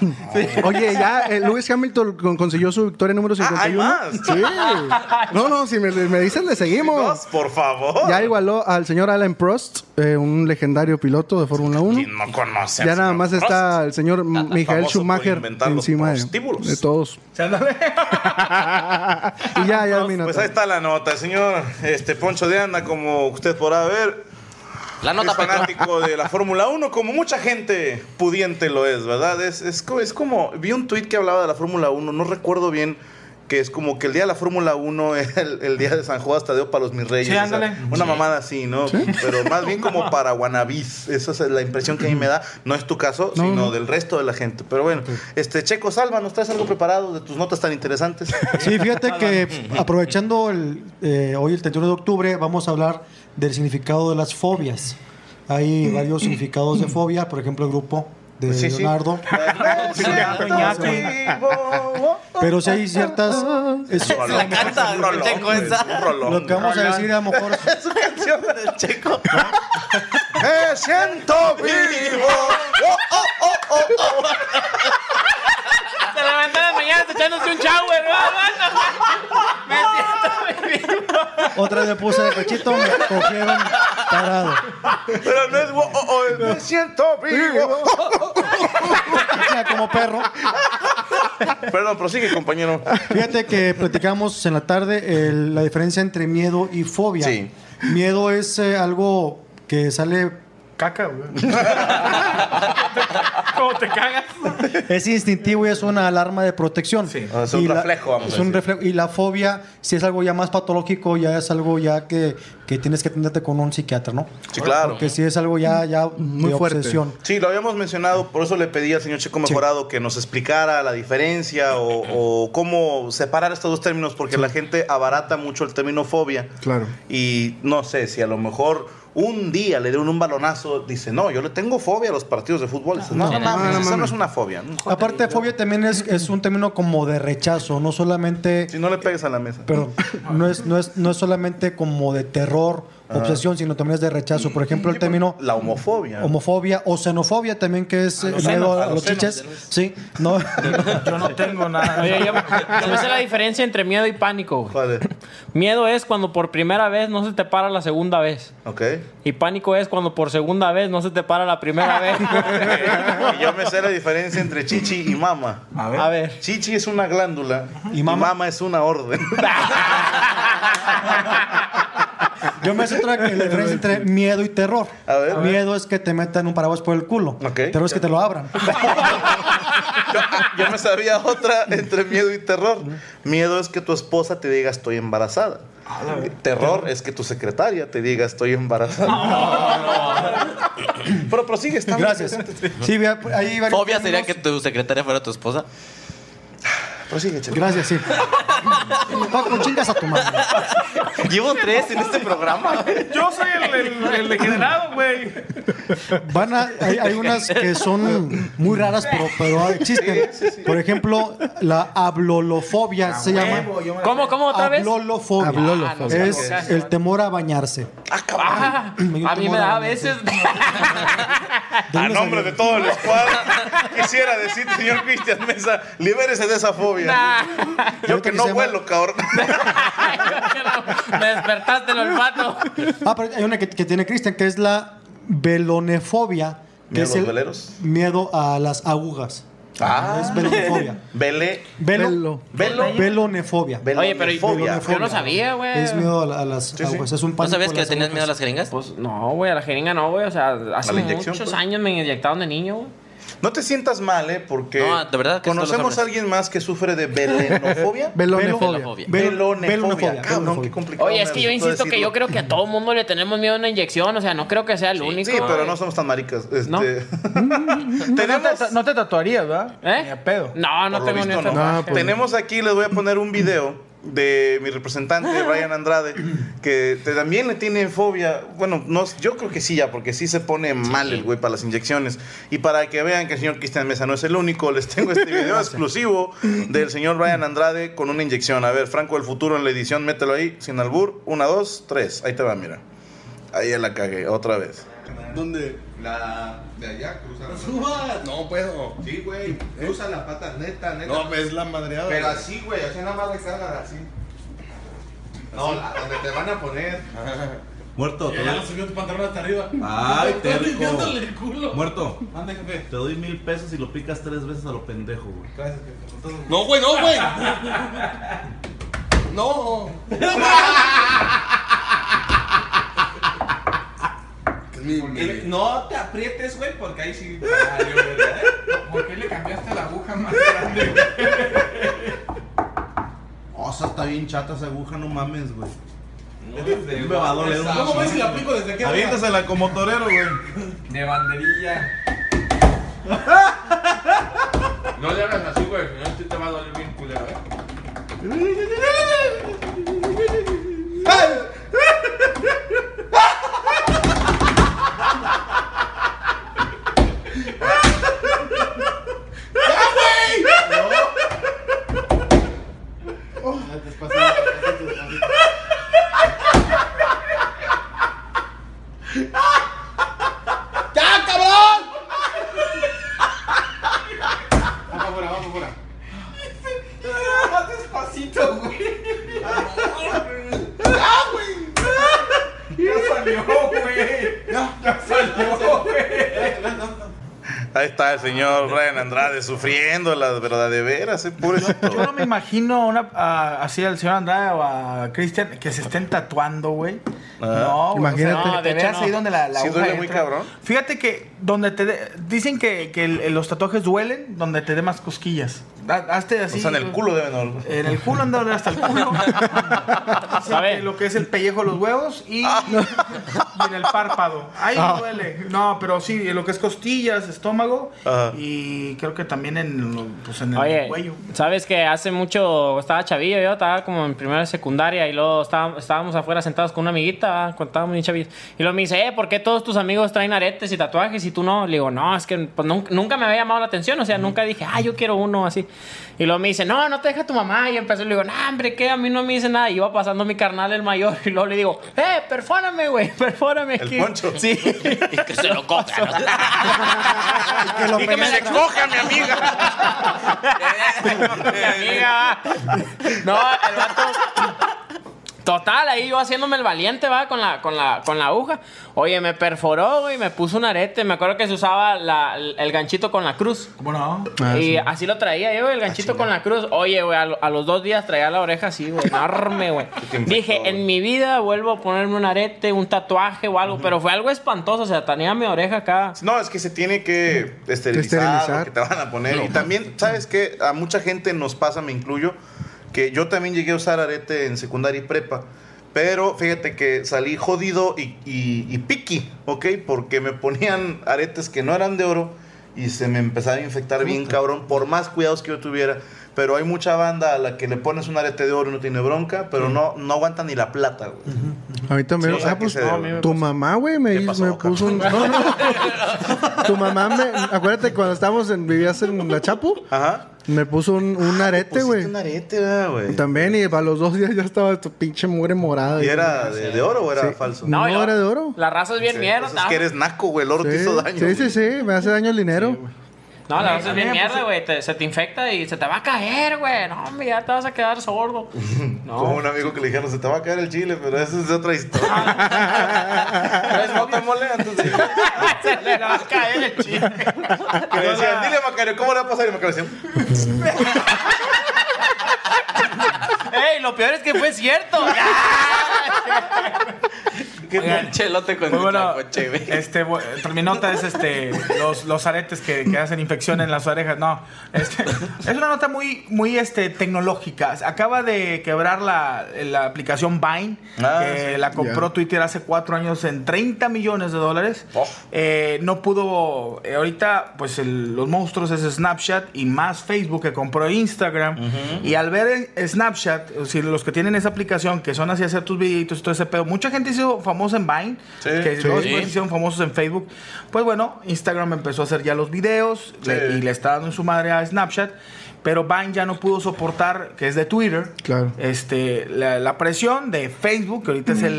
Speaker 3: Oye, ya eh, Lewis Hamilton con- consiguió su victoria número
Speaker 1: Ah,
Speaker 3: 51.
Speaker 1: ¿hay más?
Speaker 3: Sí. No, no, si me, me dicen, le seguimos.
Speaker 1: Dos, por favor.
Speaker 3: Ya igualó al señor Alan Prost, eh, un legendario piloto de Fórmula 1.
Speaker 1: ¿Quién no conoce? al
Speaker 3: Ya nada
Speaker 1: señor
Speaker 3: más
Speaker 1: Prost?
Speaker 3: está el señor M- Michael
Speaker 1: famoso por
Speaker 3: Schumacher
Speaker 1: inventar los
Speaker 3: encima de,
Speaker 1: prostíbulos.
Speaker 3: de todos. y ya, ya, mi nota.
Speaker 1: Pues ahí está la nota, el señor este, Poncho de Anda, como usted podrá ver,
Speaker 7: La nota
Speaker 1: es
Speaker 7: para
Speaker 1: fanático de la Fórmula 1, como mucha gente pudiente lo es, ¿verdad? Es, es, co- es como, vi un tuit que hablaba de la Fórmula 1, no recuerdo bien, que es como que el día de la Fórmula 1 es el, el día de San Juan Tadeo para los mis reyes.
Speaker 4: Sí,
Speaker 1: o sea,
Speaker 4: ándale.
Speaker 1: una mamada así, ¿no? Pero más bien como para Guanabís. Esa es la impresión que a mí me da. No es tu caso,
Speaker 3: No,
Speaker 1: sino
Speaker 3: no.
Speaker 1: del resto de la gente. Pero bueno, este Checo Salva, ¿nos traes algo preparado de tus notas tan interesantes?
Speaker 5: Sí, fíjate que aprovechando el, eh, hoy el 31 de octubre, vamos a hablar del significado de las fobias. Hay varios significados de fobia, por ejemplo, el grupo de
Speaker 1: Sí, sí.
Speaker 5: Leonardo. Pero si hay ciertas. es-
Speaker 1: La canta, un rolón,
Speaker 7: Checo
Speaker 1: es
Speaker 7: esa.
Speaker 1: un rolón.
Speaker 5: lo que vamos a decir, a lo mejor.
Speaker 1: su canción del checo. Me siento vivo. Oh, oh, oh, oh, oh.
Speaker 2: Se levanta en la mañana echándose un shower. Me siento muy bien.
Speaker 5: Otra vez me puse de pechito, me cogieron parado.
Speaker 1: Pero no es wo- oh, oh, es me siento vivo.
Speaker 5: O sea, como perro.
Speaker 1: Perdón, prosigue, compañero.
Speaker 5: Fíjate que platicamos en la tarde el- la diferencia entre miedo y fobia.
Speaker 1: Sí.
Speaker 5: Miedo es eh, algo que sale,
Speaker 4: Caca, güey. ¿Cómo te cagas?
Speaker 5: es instintivo y es una alarma de protección.
Speaker 1: O Ah, es un
Speaker 5: Y la-
Speaker 1: reflejo, vamos
Speaker 5: es
Speaker 1: a
Speaker 5: un
Speaker 1: decir.
Speaker 5: reflejo. Y la fobia, si es algo ya más patológico, ya es algo ya que, que tienes que atenderte con un psiquiatra, ¿no?
Speaker 1: Sí, claro.
Speaker 5: Porque si es algo ya, ya
Speaker 3: Muy
Speaker 5: de
Speaker 3: fuerte.
Speaker 5: obsesión.
Speaker 1: Sí, lo habíamos mencionado, por eso le pedí al señor Checo Mejorado que nos explicara la diferencia o, o cómo separar estos dos términos, porque la gente abarata mucho el término fobia.
Speaker 3: Claro.
Speaker 1: Y no sé, si a lo mejor un día le dieron un balonazo, dice, no, yo le tengo fobia a los partidos de fútbol. Dice, No,
Speaker 3: no,
Speaker 1: no, mames,
Speaker 3: no
Speaker 1: esa no
Speaker 3: mames.
Speaker 1: es una fobia.
Speaker 5: Aparte, fobia también es, es un término como de rechazo, no solamente...
Speaker 1: Si no le pegues a la mesa.
Speaker 5: Perdón, no es, no es, no es solamente como de terror, obsesión, sino también es de rechazo. Por ejemplo, el término
Speaker 1: La homofobia.
Speaker 5: homofobia o xenofobia también, que es eh, miedo
Speaker 1: senos, a
Speaker 5: a
Speaker 1: los
Speaker 5: los chiches. Sí, no.
Speaker 4: Yo no tengo nada.
Speaker 2: Oye, yo, yo me sé la diferencia entre miedo y pánico. güey.
Speaker 1: Joder.
Speaker 2: Miedo es cuando por primera vez no se te para la segunda vez.
Speaker 1: Ok.
Speaker 2: Y pánico es cuando por segunda vez no se te para la primera vez.
Speaker 1: Y yo me sé la diferencia entre chichi y mama.
Speaker 2: A ver. A ver.
Speaker 1: Chichi es una glándula
Speaker 5: ¿Y
Speaker 1: y mama,
Speaker 5: mama?
Speaker 1: es una orden.
Speaker 5: Yo me sé otra que la diferencia entre miedo y terror.
Speaker 1: A ver.
Speaker 5: Miedo es que te metan un paraguas por el culo.
Speaker 1: Ok.
Speaker 5: Terror es que te lo abran.
Speaker 1: Yo me sabía otra entre miedo y terror. Miedo es que tu esposa te diga estoy embarazada. Terror es que tu secretaria te diga estoy embarazada. Pero prosigue, está muy
Speaker 5: Gracias.
Speaker 1: interesante.
Speaker 5: Sí, vea, ahí varios
Speaker 7: Fobia sería que
Speaker 5: términos.
Speaker 7: tu secretaria fuera tu esposa.
Speaker 1: Prosigue, Chelo.
Speaker 5: Gracias, sí. Paco, chingas a tu madre.
Speaker 7: Llevo tres en este programa.
Speaker 4: Yo soy el, el, el degenerado, güey.
Speaker 5: Van a, hay, hay unas que son muy raras, pero, pero existen. Por ejemplo, la ablolofobia Ah,
Speaker 1: Ah,
Speaker 5: se llama.
Speaker 2: ¿Cómo, cómo otra vez?
Speaker 7: Ah,
Speaker 5: Ablolofobia.
Speaker 3: Ablolofobia.
Speaker 5: Es el temor a bañarse.
Speaker 2: Ah,
Speaker 5: Yo
Speaker 2: a mí
Speaker 5: tomo
Speaker 2: me da
Speaker 5: la-
Speaker 2: a veces.
Speaker 1: A
Speaker 5: dónde
Speaker 1: nombre
Speaker 5: salió?
Speaker 1: de todo el squad, quisiera decir, señor Cristian Mesa, libérese de esa fobia. Yo que
Speaker 5: que
Speaker 1: no
Speaker 5: se llama-
Speaker 1: vuelo, cabrón.
Speaker 2: me despertaste el olfato.
Speaker 5: Ah, pero hay una que, que tiene Cristian, que es la velonefobia. Que
Speaker 1: ¿Miedo
Speaker 5: es
Speaker 1: a los
Speaker 5: el
Speaker 1: veleros?
Speaker 5: miedo a las agujas.
Speaker 1: Ah.
Speaker 5: Es velonefobia.
Speaker 1: Vele.
Speaker 5: Velo-
Speaker 3: Velo.
Speaker 1: Velo.
Speaker 5: Velonefobia.
Speaker 2: Oye, pero
Speaker 1: fobia.
Speaker 2: yo no sabía, güey.
Speaker 5: Es miedo a, la- a las
Speaker 1: Sí, sí.
Speaker 5: agujas. Pues, Es un
Speaker 7: ¿No
Speaker 5: pánico
Speaker 7: sabías que le tenías miedo a
Speaker 5: agujas.
Speaker 7: las jeringas?
Speaker 2: Pues no, güey, a la jeringa no, güey. O sea, hace
Speaker 1: A la inyección,
Speaker 2: muchos
Speaker 1: pues.
Speaker 2: años me inyectaron de niño, güey.
Speaker 1: No te sientas mal, ¿eh? Porque
Speaker 7: No, de verdad que esto lo
Speaker 1: conocemos
Speaker 7: sabes.
Speaker 1: a alguien más que sufre de velenofobia.
Speaker 7: Velofobia.
Speaker 3: Velonefobia.
Speaker 5: Velo-
Speaker 1: Velonefobia.
Speaker 5: velonefobia,
Speaker 1: Cabrón, qué
Speaker 5: velonefobia.
Speaker 1: complicado.
Speaker 2: Oye, es que yo
Speaker 1: me resultó
Speaker 2: insisto que
Speaker 1: decirlo.
Speaker 2: yo creo que a todo mundo le tenemos miedo a una inyección. O sea, no creo que sea el único.
Speaker 1: Sí, pero
Speaker 2: güey.
Speaker 1: no somos tan maricas. Este...
Speaker 2: No.
Speaker 4: No
Speaker 1: tenemos,
Speaker 4: te, no te tatuarías, ¿verdad?
Speaker 2: ¿Eh?
Speaker 4: Ni a pedo. pues,
Speaker 2: No, no
Speaker 1: por lo
Speaker 2: tengo ni
Speaker 1: visto,
Speaker 2: un
Speaker 1: no.
Speaker 2: tatuaje.
Speaker 1: tenemos aquí, les voy a poner un video de mi representante, Brian Andrade, que te- también le tiene fobia. Bueno, no, yo creo que sí ya, porque sí se pone mal el güey para las inyecciones. Y para que vean que el señor Cristian Mesa no es el único, les tengo este video exclusivo del señor Brian Andrade con una inyección. A ver, Franco del Futuro en la edición, mételo ahí, sin albur. Una, dos, tres. Ahí te va, mira. Ahí ya la cagué, otra vez.
Speaker 10: ¿Dónde? La de allá, cruza las subas. No puedo. Sí, güey. Cruza las patas, neta, neta. No, es la madreada. Pero así, güey, así nada más recargan así. No, la- donde te van a poner. Muerto, te Ya subió tu pantalón hasta arriba. Ay, terco. Muerto. Mande, jefe. Te doy mil pesos y lo picas tres veces a lo pendejo, güey. Gracias, jefe. No, güey, no, güey. No. No te aprietes, güey, porque ahí sí. ¿Por qué le cambiaste la aguja más grande? O sea, está bien chata esa aguja, no mames, güey. me va a doler un ¿Cómo ves si la aplico desde qué Aviéntasela como torero, güey.
Speaker 8: De banderilla.
Speaker 10: No le hagas así, güey, si no, sí te va a doler bien culero, eh.
Speaker 4: sånn-
Speaker 1: Ahí está el señor Brian Andrade sufriendo la verdad de veras, ¿eh? pobrecito.
Speaker 4: Yo no me imagino una, a- así al señor Andrade o a Cristian que se estén tatuando, güey. No, güey,
Speaker 3: Imagínate.
Speaker 4: o sea,
Speaker 2: No,
Speaker 4: que
Speaker 2: de
Speaker 4: te
Speaker 2: hecho,
Speaker 4: veas ahí
Speaker 2: no.
Speaker 4: donde la, la
Speaker 1: Ah. Sí,
Speaker 4: aguja
Speaker 1: duele muy
Speaker 4: entra.
Speaker 1: cabrón.
Speaker 4: Fíjate que donde te de- dicen que, que el- los tatuajes duelen donde te dé más cosquillas. Ha- Hazte así.
Speaker 1: o sea, en el culo deben doler.
Speaker 4: En el culo anda a doler hasta el culo.
Speaker 2: A ver.
Speaker 4: Lo que es el pellejo de los huevos y,
Speaker 1: Ah.
Speaker 4: y en el párpado. Ahí
Speaker 2: Ah.
Speaker 4: duele. No, pero sí, en lo que es costillas, estómago
Speaker 1: Ajá.
Speaker 4: y creo que también en, lo- pues en el
Speaker 2: Oye,
Speaker 4: cuello.
Speaker 2: ¿sabes que hace mucho estaba chavillo yo? Estaba como en primera de secundaria y luego estábam- estábamos, afuera sentados con una amiguita, ¿va? cuando estábamos bien chavillos. Y luego me dice, eh, ¿por qué todos tus amigos traen aretes y tatuajes y tú no? Le digo, no, es que pues, nun- nunca me había llamado la atención, o sea, nunca dije, ah, yo quiero uno así. Y luego me dice, no, no te deja tu mamá. Y empezó, le digo, no, hombre, ¿qué? A mí no me dice nada. Y iba pasando mi carnal el mayor y luego le digo, eh, perfórame, güey, perfórame.
Speaker 1: El
Speaker 2: aquí".
Speaker 1: poncho.
Speaker 2: Sí.
Speaker 7: Y que se lo coja. ¿no?
Speaker 5: Que lo
Speaker 2: Y que me
Speaker 5: penetran.
Speaker 2: la coja, mi amiga. mi amiga. No, el vato. Total, ahí yo haciéndome el valiente, va, con la, con la, con la aguja. Oye, me perforó, güey, me puso un arete. Me acuerdo que se usaba la- el ganchito con la cruz.
Speaker 5: ¿Cómo no?
Speaker 4: Ah,
Speaker 10: Ah,
Speaker 2: y así lo traía yo, el ganchito con la cruz. Oye, güey, a, lo- a los dos días traía la oreja así, güey, enorme, güey. Dije, en mi vida vuelvo a ponerme un arete, un tatuaje o algo, pero fue algo espantoso, o sea, tenía mi oreja acá.
Speaker 1: No, es que se tiene que esterilizar,
Speaker 3: Esterilizar.
Speaker 1: lo que te van a poner. Y también, ¿sabes qué? A mucha gente nos pasa, me incluyo, que yo también llegué a usar arete en secundaria y prepa. Pero fíjate que salí jodido y, y, y piqui, ¿ok? Porque me ponían aretes que no eran de oro y se me empezaba a infectar bien cabrón, por más cuidados que yo tuviera. Pero hay mucha banda a la que le pones un arete de oro y no tiene bronca, pero no, no aguanta ni la plata, güey.
Speaker 3: A mí también.
Speaker 1: Sí, o sea,
Speaker 3: ah,
Speaker 1: que
Speaker 3: pues,
Speaker 1: se- a mí me
Speaker 3: tu mamá, güey, me, hizo- me puso un. No, no. tu mamá me. Acuérdate, cuando estábamos en. Vivías en La Chapu.
Speaker 1: Ajá.
Speaker 3: Me puso un, un arete, güey.
Speaker 1: Ah, Un arete, ¿verdad, güey.
Speaker 3: También, y para los dos días ya estaba tu pinche mugre morada.
Speaker 1: ¿Y
Speaker 3: güey.
Speaker 1: era de, de oro o era
Speaker 3: Sí.
Speaker 1: falso?
Speaker 3: No, era de oro.
Speaker 2: La raza es bien mierda.
Speaker 1: Es que eres naco, güey. El oro te
Speaker 3: Sí,
Speaker 1: hizo daño.
Speaker 3: sí, sí, sí, me hace daño el dinero.
Speaker 2: No, la
Speaker 3: A mí-
Speaker 2: raza
Speaker 3: a
Speaker 2: es
Speaker 3: mí
Speaker 2: bien
Speaker 3: me
Speaker 2: mierda, güey. te- Se te infecta y se te va a caer, güey. No, hombre, ya te vas a quedar sordo.
Speaker 1: Como un amigo que le dijeron, se te va a caer el chile, pero esa es otra historia. ¿Ves mote mole antes de
Speaker 2: Se le va a caer el chile.
Speaker 1: Que le decían, dile Macario, ¿cómo le va a pasar? Y Macario decía,
Speaker 2: Ey, lo peor es que fue cierto.
Speaker 7: Oigan, chelote con
Speaker 4: Muy
Speaker 7: el
Speaker 4: bueno,
Speaker 7: tlacoche, güey.
Speaker 4: este, bu- eh, mi nota es este, los, los aretes que, que hacen infección en las orejas. No, este, es una nota muy, muy este, tecnológica. Acaba de quebrar la, la aplicación Vine,
Speaker 10: Ah,
Speaker 4: que
Speaker 10: sí.
Speaker 4: la compró
Speaker 10: Ya.
Speaker 4: Twitter hace cuatro años en 30 millones de dólares.
Speaker 10: Oh.
Speaker 4: Eh, no pudo, eh, ahorita, pues el- los monstruos es Snapchat y más Facebook que compró Instagram. Y al ver el Snapchat, o sea, los que tienen esa aplicación, que son así hacer tus videitos y todo ese pedo, mucha gente se hizo famosa en Vine, que
Speaker 10: sí.
Speaker 4: luego después
Speaker 10: Sí.
Speaker 4: se hicieron famosos en Facebook. Pues bueno, Instagram empezó a hacer ya los videos le- y le está dando en su madre a Snapchat. Pero Vine ya no pudo soportar, que es de Twitter,
Speaker 3: Claro.
Speaker 4: este, la, la presión de Facebook, que ahorita es
Speaker 1: Mm,
Speaker 4: el,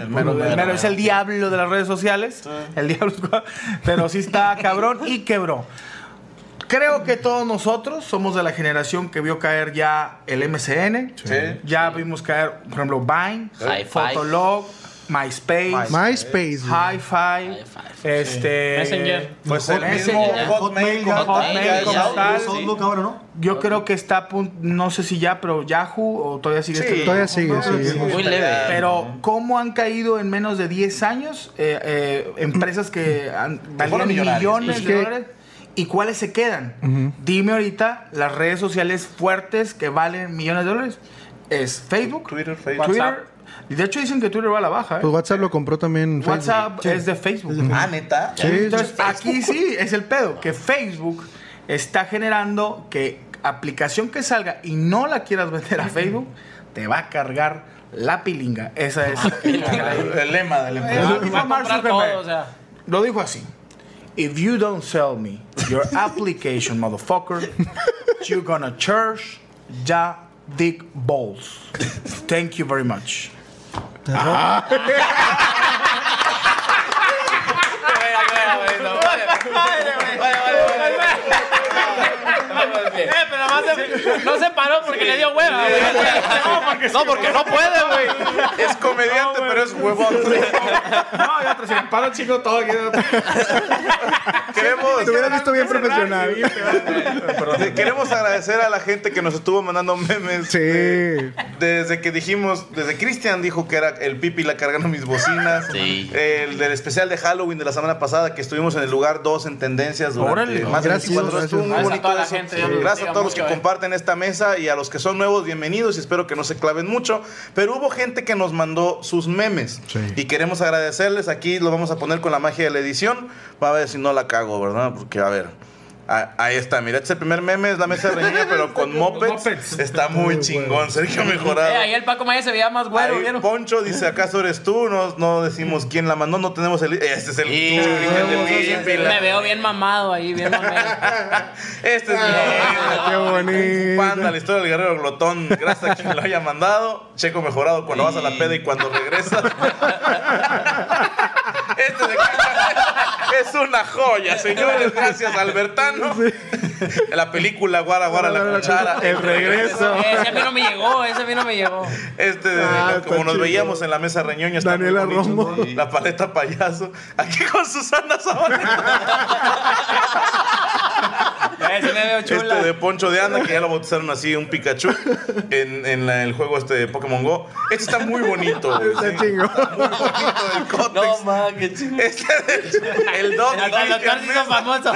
Speaker 4: el mero- el
Speaker 10: mero,
Speaker 4: mero- es el diablo de las redes sociales. El diablo, pero sí está cabrón y quebró. Creo que todos nosotros somos de la generación que vio caer ya el MCN.
Speaker 1: Sí.
Speaker 4: Ya vimos caer, por ejemplo, Vine,
Speaker 7: Hi-Fi.
Speaker 4: Fotolog, MySpace,
Speaker 3: MySpace,
Speaker 4: Hi-Fi, este,
Speaker 3: Messenger.
Speaker 1: Pues el mismo
Speaker 4: Messenger.
Speaker 1: Hotmail, ya.
Speaker 4: Hotmail
Speaker 1: Ya, ya,
Speaker 4: como
Speaker 1: ya,
Speaker 4: tal.
Speaker 1: sí.
Speaker 5: Outlook ahora, ¿no?
Speaker 4: Yo creo que está a punto, no sé si ya, pero Yahoo o todavía sigue
Speaker 3: Sí,
Speaker 4: este-
Speaker 3: todavía sigue,
Speaker 4: No,
Speaker 3: sigue. Muy leve.
Speaker 4: Pero cómo han caído en menos de 10 años eh, eh, empresas que han, valían
Speaker 3: millonarias.
Speaker 4: millones
Speaker 3: Es
Speaker 4: de
Speaker 3: que-
Speaker 4: dólares y cuáles se quedan. Dime ahorita las redes sociales fuertes que valen millones de dólares. Es Facebook, Twitter,
Speaker 1: Facebook.
Speaker 3: WhatsApp.
Speaker 4: Y de hecho dicen que Twitter va a la baja. ¿eh?
Speaker 3: Pues WhatsApp lo compró también. Facebook.
Speaker 4: WhatsApp
Speaker 3: Sí.
Speaker 4: es de Facebook.
Speaker 1: Ah, neta.
Speaker 3: Sí,
Speaker 4: Entonces,
Speaker 3: sí.
Speaker 4: aquí sí es el pedo, que Facebook está generando que aplicación que salga y no la quieras vender a Facebook, te va a cargar la pilinga. Esa es
Speaker 3: Ah,
Speaker 1: el lema del
Speaker 4: empresa.
Speaker 2: Va a comprar todo, o sea.
Speaker 4: Lo dijo así. If you don't sell me your application, motherfucker, you're gonna charge the dick balls. Thank you very much. Ah.
Speaker 2: Eh, pero nomás se- no se paró porque le dio hueva. güey. No, porque, no, porque no puede, güey.
Speaker 1: Es comediante, pero es huevón.
Speaker 4: No, ya te se para chico todo.
Speaker 1: Queremos.
Speaker 3: Te hubieras visto bien profesional.
Speaker 1: Te Queremos agradecer a la gente que nos estuvo mandando memes. este,
Speaker 3: Sí.
Speaker 1: Desde que dijimos, desde Cristian dijo que era el pipi la cargando mis bocinas. El del especial de Halloween de la semana pasada que estuvimos en el lugar 2 en tendencias durante
Speaker 3: Órale.
Speaker 1: más
Speaker 3: Gracias,
Speaker 1: de 24 horas.
Speaker 3: gracias.
Speaker 1: Estuvo muy
Speaker 3: Gracias a
Speaker 1: bonito
Speaker 3: toda la
Speaker 1: eso.
Speaker 3: gente, ya
Speaker 1: Sí.
Speaker 3: nos
Speaker 1: Gracias a
Speaker 3: digan
Speaker 1: todos los que
Speaker 3: mucho, eh.
Speaker 1: comparten esta mesa y a los que son nuevos, bienvenidos y espero que no se claven mucho. Pero hubo gente que nos mandó sus memes y queremos agradecerles. Aquí lo vamos a poner con la magia de la edición. Va a ver si no la cago, ¿verdad? Porque a ver. Ah, Ahí está, mira, este es el primer meme, es la mesa reñida, pero con mopeds. Está muy chingón, Sergio
Speaker 2: Eh,
Speaker 1: Mejorado.
Speaker 2: ahí el Paco Maya se veía más güero,
Speaker 1: Ahí
Speaker 2: ¿vieron?
Speaker 1: Poncho dice, ¿acaso eres tú? No, no decimos quién la mandó, no tenemos el... Este es el... tú, Cristian de Pimpila.
Speaker 2: Me veo bien mamado ahí, bien mamado.
Speaker 1: Este es mi... Qué bonito. Panda, la historia del guerrero glotón. Gracias a quien lo haya mandado. Checo Mejorado cuando vas a la peda y cuando regresas. Este de... Es una joya, señores. Gracias, Albertano. La película Guara Guara la cuchara.
Speaker 2: El regreso. Ese a mí no me llegó, ese a mí no me llegó.
Speaker 1: Este, de-
Speaker 2: Ah, está
Speaker 1: como nos
Speaker 2: chido.
Speaker 1: veíamos en la mesa reñoña. está muy
Speaker 2: Daniela
Speaker 1: bonito.
Speaker 2: Romo.
Speaker 1: La paleta payaso. Aquí con Susana Zabaleta. Este de Poncho de Anda, que ya lo bautizaron así, un Pikachu, en, en la- el juego este de Pokémon Go. Este está muy bonito. güey, sí. No,
Speaker 2: ma, qué chingo.
Speaker 1: Este, el Doc.
Speaker 2: Hasta el doctor se hizo famoso.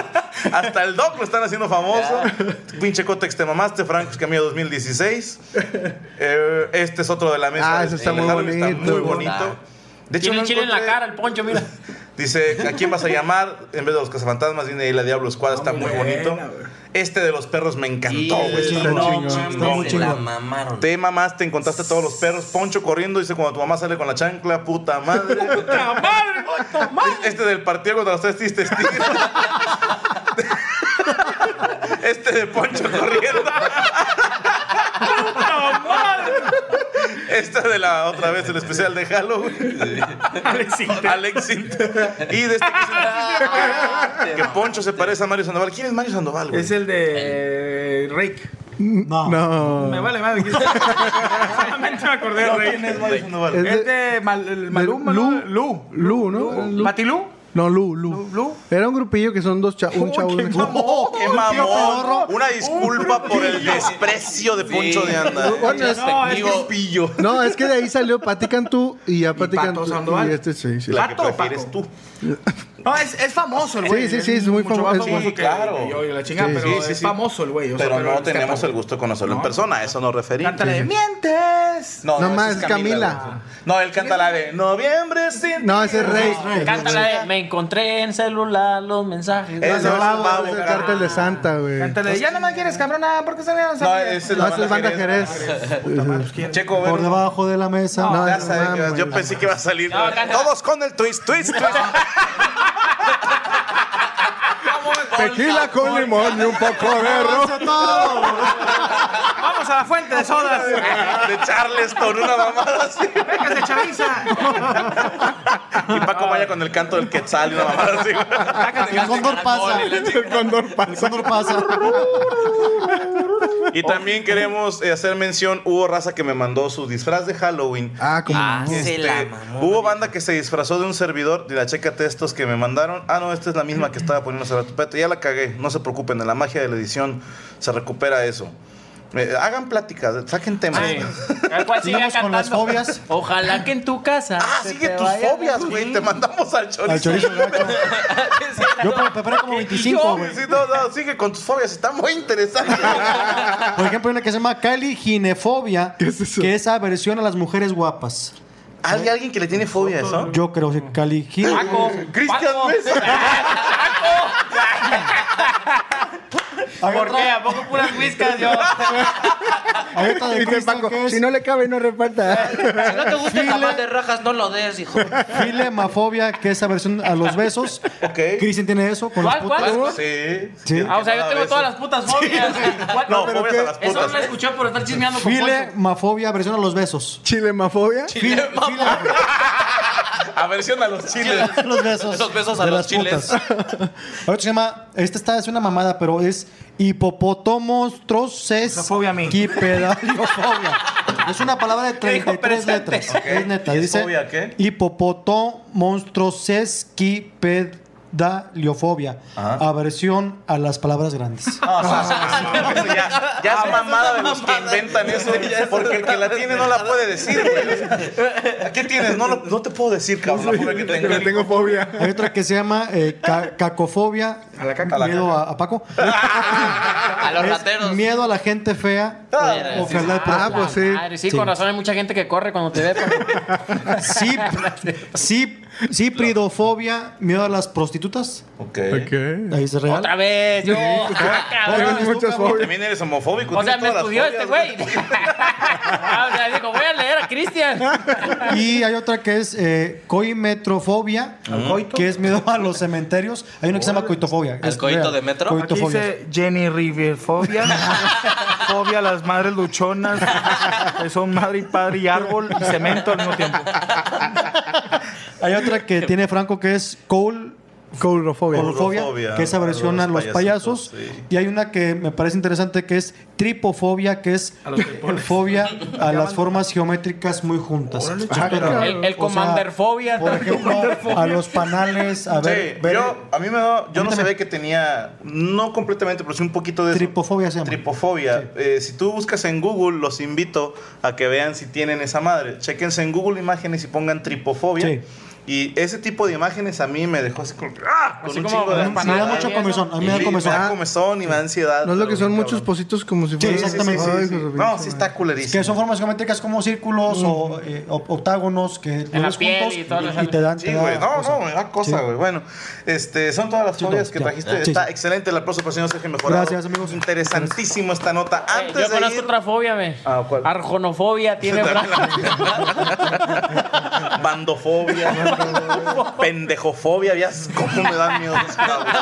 Speaker 1: Hasta el Doc lo están haciendo famoso. Pinche Cotex, te mamaste, Frank Camilo 2016. Eh, este es otro de la mesa.
Speaker 3: Ah,
Speaker 1: del-
Speaker 3: ese está
Speaker 1: del
Speaker 3: muy
Speaker 1: Halloween, está
Speaker 3: bonito.
Speaker 1: muy bonito. De hecho,
Speaker 2: Tiene
Speaker 1: no
Speaker 2: chile en la
Speaker 1: encontré-
Speaker 2: cara el poncho, mira.
Speaker 1: Dice, ¿a quién vas a llamar? En vez de los cazafantasmas, viene ahí la Diablo Squad, está muy bonito. Este de los perros me encantó,
Speaker 7: Sí,
Speaker 1: güey.
Speaker 7: está muy
Speaker 1: Está muy
Speaker 7: chingón,
Speaker 1: chingón.
Speaker 7: está muy chingón. La mamaron.
Speaker 1: Te mamaste, encontraste a todos los perros. Poncho corriendo, dice, cuando tu mamá sale con la chancla, puta madre. ¡Puta
Speaker 2: madre,
Speaker 1: puta madre! Este del partido contra los tres tristes tigres. Este de Poncho corriendo. ¡Puta madre! Esta de la otra vez, el especial de Halloween. Alex Inter. Y de este
Speaker 3: Ah,
Speaker 1: que, se- que Poncho se parece a Mario Sandoval. ¿Quién es Mario Sandoval, güey?
Speaker 4: Es el de Rick.
Speaker 3: No.
Speaker 4: Me vale madre. ¿quién sabe? Solamente me acordé de
Speaker 3: No,
Speaker 4: Rick.
Speaker 3: ¿quién es Mario Sandoval?
Speaker 4: Es
Speaker 3: Este
Speaker 4: de Mal- el Maluma, ¿no?
Speaker 3: Lu. Lu. Lu, ¿no? Lu.
Speaker 4: ¿Matilú?
Speaker 3: No, Lu, Lu. Era un grupillo que son dos chavos. Un chavo. y una chava.
Speaker 1: Oh,
Speaker 4: Oh,
Speaker 1: ¡Qué mamón! Una disculpa por el desprecio de Poncho de Anda.
Speaker 3: Bueno, es-
Speaker 1: No, es que- pillo.
Speaker 3: No, es que de ahí salió Pati Cantú y ya Pati
Speaker 4: Pato
Speaker 3: Cantú.
Speaker 4: Sandoval.
Speaker 3: Y este sí, sí.
Speaker 4: La que Pato, prefieres
Speaker 1: tú.
Speaker 4: No, es, es famoso el güey.
Speaker 3: Sí, sí, sí, es muy
Speaker 4: mucho
Speaker 3: famo-
Speaker 4: más
Speaker 3: es-
Speaker 4: famoso.
Speaker 3: sí,
Speaker 4: que
Speaker 3: claro.
Speaker 4: que yo y la chingada,
Speaker 3: Sí,
Speaker 4: pero
Speaker 3: sí, sí,
Speaker 4: es
Speaker 3: sí.
Speaker 4: famoso el güey. o sea,
Speaker 1: Pero no
Speaker 4: este
Speaker 1: teníamos
Speaker 4: pato.
Speaker 1: el gusto de conocerlo en persona, a eso nos referimos.
Speaker 4: Cántale de mientes.
Speaker 1: No,
Speaker 3: No,
Speaker 1: esa
Speaker 3: más,
Speaker 1: es
Speaker 3: Camila.
Speaker 1: güey. No, él canta la de Noviembre sin
Speaker 3: No, ese es Rey.
Speaker 2: Cántala de, me encontré en celular los mensajes.
Speaker 3: No,
Speaker 1: Ese es
Speaker 3: vamos,
Speaker 1: Babo,
Speaker 3: es el
Speaker 1: carajo.
Speaker 3: cartel de Santa, güey.
Speaker 4: Cántale de, ya no más quieres, cabrona, porque se le
Speaker 1: No, esa es
Speaker 3: No,
Speaker 1: la
Speaker 3: esa es
Speaker 1: banda
Speaker 3: Banda
Speaker 1: Jerez.
Speaker 3: Jerez.
Speaker 1: Checo,
Speaker 5: Por
Speaker 1: bueno.
Speaker 5: debajo de la mesa. No,
Speaker 1: ya
Speaker 5: no
Speaker 1: sabía que
Speaker 5: mames.
Speaker 1: iba- yo pensé que iba a salir. Todos con el twist, twist, twist.
Speaker 3: Tequila con limón y un poco de
Speaker 4: Vamos a la fuente de sodas.
Speaker 1: De Charleston, una mamada así.
Speaker 4: Vengas de chaviza.
Speaker 1: Y Paco vaya con el canto del Quetzal y una mamada así.
Speaker 5: El cóndor pasa.
Speaker 3: El cóndor pasa.
Speaker 5: El cóndor pasa.
Speaker 1: Y también queremos eh, hacer mención, hubo raza que me mandó su disfraz de Halloween.
Speaker 3: Ah, como.
Speaker 7: Ah,
Speaker 3: no.
Speaker 7: se
Speaker 1: Este,
Speaker 7: la mamó.
Speaker 1: hubo banda que se disfrazó de un servidor de la checa textos que me mandaron. Ah, no, esta es la misma que estaba poniendo hace rato. Espérate, ya la cagué. No se preocupen, en la magia de la edición se recupera eso. Eh, hagan pláticas, saquen temas.
Speaker 2: Sí. Tal cual siga
Speaker 5: Sigamos con las
Speaker 2: cantando.
Speaker 5: fobias.
Speaker 2: Ojalá que en tu casa.
Speaker 1: Ah,
Speaker 2: se
Speaker 1: sigue
Speaker 2: te
Speaker 1: tus
Speaker 2: vaya-
Speaker 1: fobias, güey. Te mandamos al chorizo.
Speaker 5: Al chorizo gacho. Yo pre- preparé como 25, güey.
Speaker 1: Sí, no, no, sigue con tus fobias. Está muy interesante.
Speaker 5: Por ejemplo, hay una que se llama caliginefobia, que es aversión a las mujeres guapas.
Speaker 1: ¿Hay alguien que le tiene fobia a eso?
Speaker 5: Yo creo que caligine.
Speaker 2: Paco,
Speaker 1: Cristian
Speaker 2: Paco.
Speaker 1: Mesa.
Speaker 2: ¿Por qué? ¿A poco puras whiskas yo?
Speaker 5: Hay otra de
Speaker 3: Dice
Speaker 5: Cristian
Speaker 3: Paco,
Speaker 5: que es
Speaker 3: si no le cabe, no reparta.
Speaker 7: Si no te gusta el
Speaker 5: File.
Speaker 7: jamón de rajas, no lo des, hijo.
Speaker 5: filemafobia, que es aversión a los besos.
Speaker 1: Ok.
Speaker 5: Cristian tiene eso con los
Speaker 2: ¿Cuál, cuál?
Speaker 5: putos.
Speaker 1: Sí.
Speaker 5: Sí.
Speaker 2: Ah, o sea, yo tengo todas las putas fobias. ¿Cuál?
Speaker 1: No, fobias a las
Speaker 2: Eso no
Speaker 1: putas.
Speaker 2: lo escuché por estar chismeando con Poncho.
Speaker 5: Filemafobia, aversión a los besos.
Speaker 3: Chilemafobia.
Speaker 5: File- file-
Speaker 1: Aversión a los chiles.
Speaker 5: los besos.
Speaker 7: Los besos a
Speaker 5: de
Speaker 7: los
Speaker 5: las
Speaker 7: chiles.
Speaker 5: putas. Ahora se llama, esta está, es una mamada, pero es hipopotomostros
Speaker 4: fobia a mí.
Speaker 5: quipedaliofobia. Es una palabra de
Speaker 2: dijo
Speaker 5: 33
Speaker 2: presente?
Speaker 5: letras.
Speaker 1: Ok.
Speaker 5: Es neta.
Speaker 1: ¿Y es
Speaker 5: Dice
Speaker 1: fobia qué?
Speaker 5: hipopotomostroesquipedaliofobia.
Speaker 1: Ajá. Ah,
Speaker 5: Aversión a las palabras grandes.
Speaker 1: No, o sea, eso ya,
Speaker 2: Ah,
Speaker 1: ya es mamada de los que inventan eso. Porque el que la tiene no la puede decir, güey. ¿Qué tienes? No, lo- no te puedo decir, cabrón, la fobia que tengo.
Speaker 3: Le tengo fobia.
Speaker 5: Hay otra que se llama eh, ca- cacofobia.
Speaker 4: A la caca.
Speaker 5: Miedo a, a Paco.
Speaker 7: A los
Speaker 5: Es
Speaker 7: rateros.
Speaker 5: Miedo a la gente fea.
Speaker 1: Ah,
Speaker 5: o- o fealdad propia.
Speaker 3: Ah, pues sí.
Speaker 2: Madre, sí,
Speaker 5: Sí.
Speaker 2: con razón hay mucha gente que corre cuando te ve.
Speaker 5: Sí, sí, sí, pridofobia, miedo a las prostitutas.
Speaker 1: Ok.
Speaker 3: Ok.
Speaker 5: Ahí se real.
Speaker 2: Otra vez, yo. Ah, cabrón.
Speaker 3: Tienes muchas fobias.
Speaker 1: También eres homofóbico.
Speaker 2: O sea,
Speaker 1: tienes
Speaker 2: me
Speaker 1: todas las
Speaker 2: estudió
Speaker 1: fobias,
Speaker 2: este güey. Ah, o sea, digo, voy a leer a Cristian.
Speaker 5: Y hay otra que es eh, coimetrofobia, que es miedo a los cementerios. Hay una que se llama coitofobia.
Speaker 7: ¿Al
Speaker 5: es
Speaker 7: coito
Speaker 5: real.
Speaker 7: de metro?
Speaker 4: Aquí
Speaker 5: Coitofobia.
Speaker 4: dice Jenny Riverfobia. fobia a las madres luchonas. Que son madre y padre y árbol y cemento al mismo tiempo.
Speaker 5: Hay otra que tiene Franco que es coul
Speaker 3: Coulrofobia.
Speaker 5: Coulrofobia, que es aversión a los payasos. Y hay una que me parece interesante que es tripofobia, que es fobia a las formas geométricas muy juntas.
Speaker 2: Ah, cabrón. El- el Commander fobia
Speaker 5: Por
Speaker 2: también.
Speaker 5: ejemplo,
Speaker 2: Commander fobia.
Speaker 5: a los panales, a ver,
Speaker 1: Sí,
Speaker 5: ver-
Speaker 1: yo, a mí me da, yo no sabía que tenía, no completamente, pero sí un poquito de eso.
Speaker 5: Tripofobia se llama.
Speaker 1: Tripofobia. Eh, si tú buscas en Google, los invito a que vean si tienen esa madre. Chequense en Google imágenes y pongan tripofobia.
Speaker 5: Sí.
Speaker 1: Y ese tipo de imágenes a mí me dejó así como... ¡Ah! Con
Speaker 5: Así
Speaker 1: un
Speaker 5: como
Speaker 1: chingo de
Speaker 5: me da
Speaker 1: ansiedad.
Speaker 5: mucho comezón, a mí me da
Speaker 1: Sí,
Speaker 5: comezón.
Speaker 1: Me da comezón y me da ansiedad.
Speaker 3: No es lo que
Speaker 1: pero
Speaker 3: son
Speaker 1: bien
Speaker 3: muchos
Speaker 1: cabrón.
Speaker 3: pocitos como si
Speaker 5: Sí,
Speaker 3: fueran.
Speaker 5: exactamente, sí,
Speaker 3: Ay,
Speaker 5: sí.
Speaker 3: hijo de
Speaker 1: No,
Speaker 3: pinche
Speaker 1: sí
Speaker 3: madre.
Speaker 1: está culerísimo.
Speaker 5: que son formas geométricas como círculos o eh, o- octágonos que
Speaker 1: la
Speaker 5: los
Speaker 1: piel
Speaker 5: juntos
Speaker 1: y todo
Speaker 5: y,
Speaker 1: eso.
Speaker 5: te dan.
Speaker 1: Sí,
Speaker 5: te da
Speaker 1: güey. No,
Speaker 5: cosa.
Speaker 1: no, me da cosa,
Speaker 5: Sí.
Speaker 1: güey. Bueno, este, son todas las fobias que
Speaker 5: ya,
Speaker 1: trajiste.
Speaker 5: ya. Sí,
Speaker 1: Está
Speaker 5: sí.
Speaker 1: excelente la próxima señor Sergio Mejorado.
Speaker 5: Gracias,
Speaker 1: amigos. Interesantísimo esta nota. Antes
Speaker 2: Yo
Speaker 1: de
Speaker 2: conozco
Speaker 1: ir- Ah,
Speaker 2: otra fobia, me. Arjonofobia tiene
Speaker 1: bandofobia, pendejofobia, veas cómo me dan miedo. esos cabrones.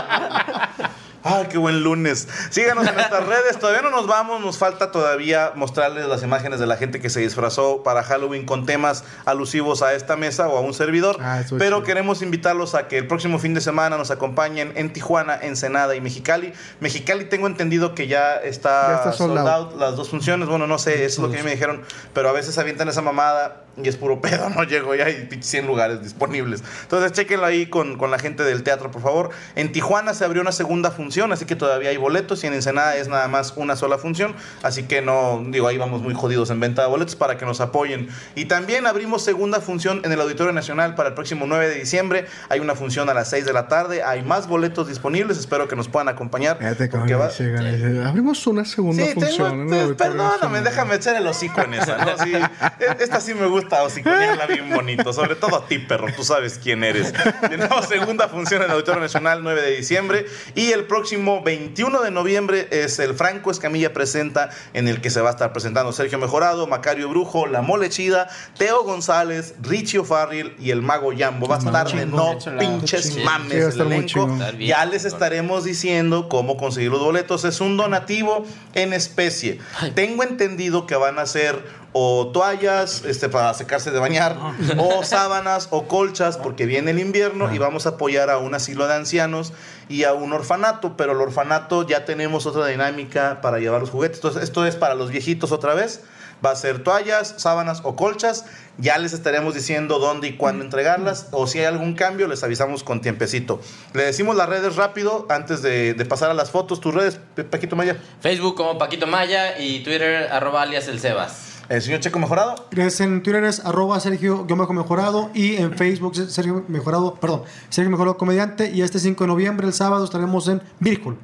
Speaker 1: Ah, qué buen lunes. Síganos en nuestras redes. Todavía no nos vamos. Nos falta todavía mostrarles las imágenes de la gente que se disfrazó para Halloween con temas alusivos a esta mesa o a un servidor. Pero queremos invitarlos a que el próximo fin de semana nos acompañen en Tijuana, Ensenada y Mexicali. Mexicali tengo entendido que ya está,
Speaker 3: Ya está sold
Speaker 1: sold
Speaker 3: out.
Speaker 1: out las dos funciones. Bueno, no sé, eso es lo que a mí me dijeron. Pero a veces avientan esa mamada y es puro pedo. No llego ya hay 100 lugares disponibles. Entonces, chequenlo ahí con, con la gente del teatro, por favor. En Tijuana se abrió una segunda función, así que todavía hay boletos. Y en Ensenada es nada más una sola función. Así que no, digo, ahí vamos muy jodidos en venta de boletos para que nos apoyen. Y también abrimos segunda función en el Auditorio Nacional para el próximo 9 de diciembre. Hay una función a las 6 de la tarde. Hay más boletos disponibles. Espero que nos puedan acompañar.
Speaker 3: Fíjate cómo
Speaker 1: porque va-
Speaker 3: dice, gana, dice, Abrimos una segunda
Speaker 1: Sí, tengo-
Speaker 3: función. ¿no?
Speaker 1: pues,
Speaker 3: Ahorita
Speaker 1: perdóname,
Speaker 3: abrimos
Speaker 1: déjame echar el hocico en esa. ¿no? Sí, e- esta sí me gusta hociconearla bien bonito, sobre todo a ti, perro, tú sabes quién eres. Tenemos segunda función en el Auditorio Nacional, 9 de diciembre. Y el próximo 21 de noviembre es el Franco Escamilla Presenta, en el que se va a estar presentando Sergio Mejorado, Macario Brujo, La Molechida, Teo González, Richie O'Farrill y el Mago Yambo. Va a estar de no pinches
Speaker 3: Sí, va a
Speaker 1: mames el
Speaker 3: estar muy
Speaker 1: elenco.
Speaker 3: chingón.
Speaker 1: Ya les estaremos diciendo cómo conseguir los boletos. Es un donativo en especie. Tengo entendido que van a ser o toallas este, para secarse de bañar, o sábanas o colchas, porque viene el invierno y vamos a apoyar a un asilo de ancianos y a un orfanato, pero el orfanato ya tenemos otra dinámica para llevar los juguetes. Entonces, esto es para los viejitos otra vez. Va a ser toallas, sábanas o colchas. Ya les estaremos diciendo dónde y cuándo entregarlas. O si hay algún cambio, les avisamos con tiempecito. Le decimos las redes rápido antes de, de pasar a las fotos. Tus redes, Pe- Paquito Maya.
Speaker 7: Facebook como Paquito Maya y Twitter arroba alias el Sebas.
Speaker 1: El señor Checo Mejorado.
Speaker 5: Es en Twitter es arroba Sergio guión bajo Mejorado y en Facebook es Sergio Mejorado, perdón, Sergio Mejorado Comediante y este 5 de noviembre, el sábado, estaremos en Virgul.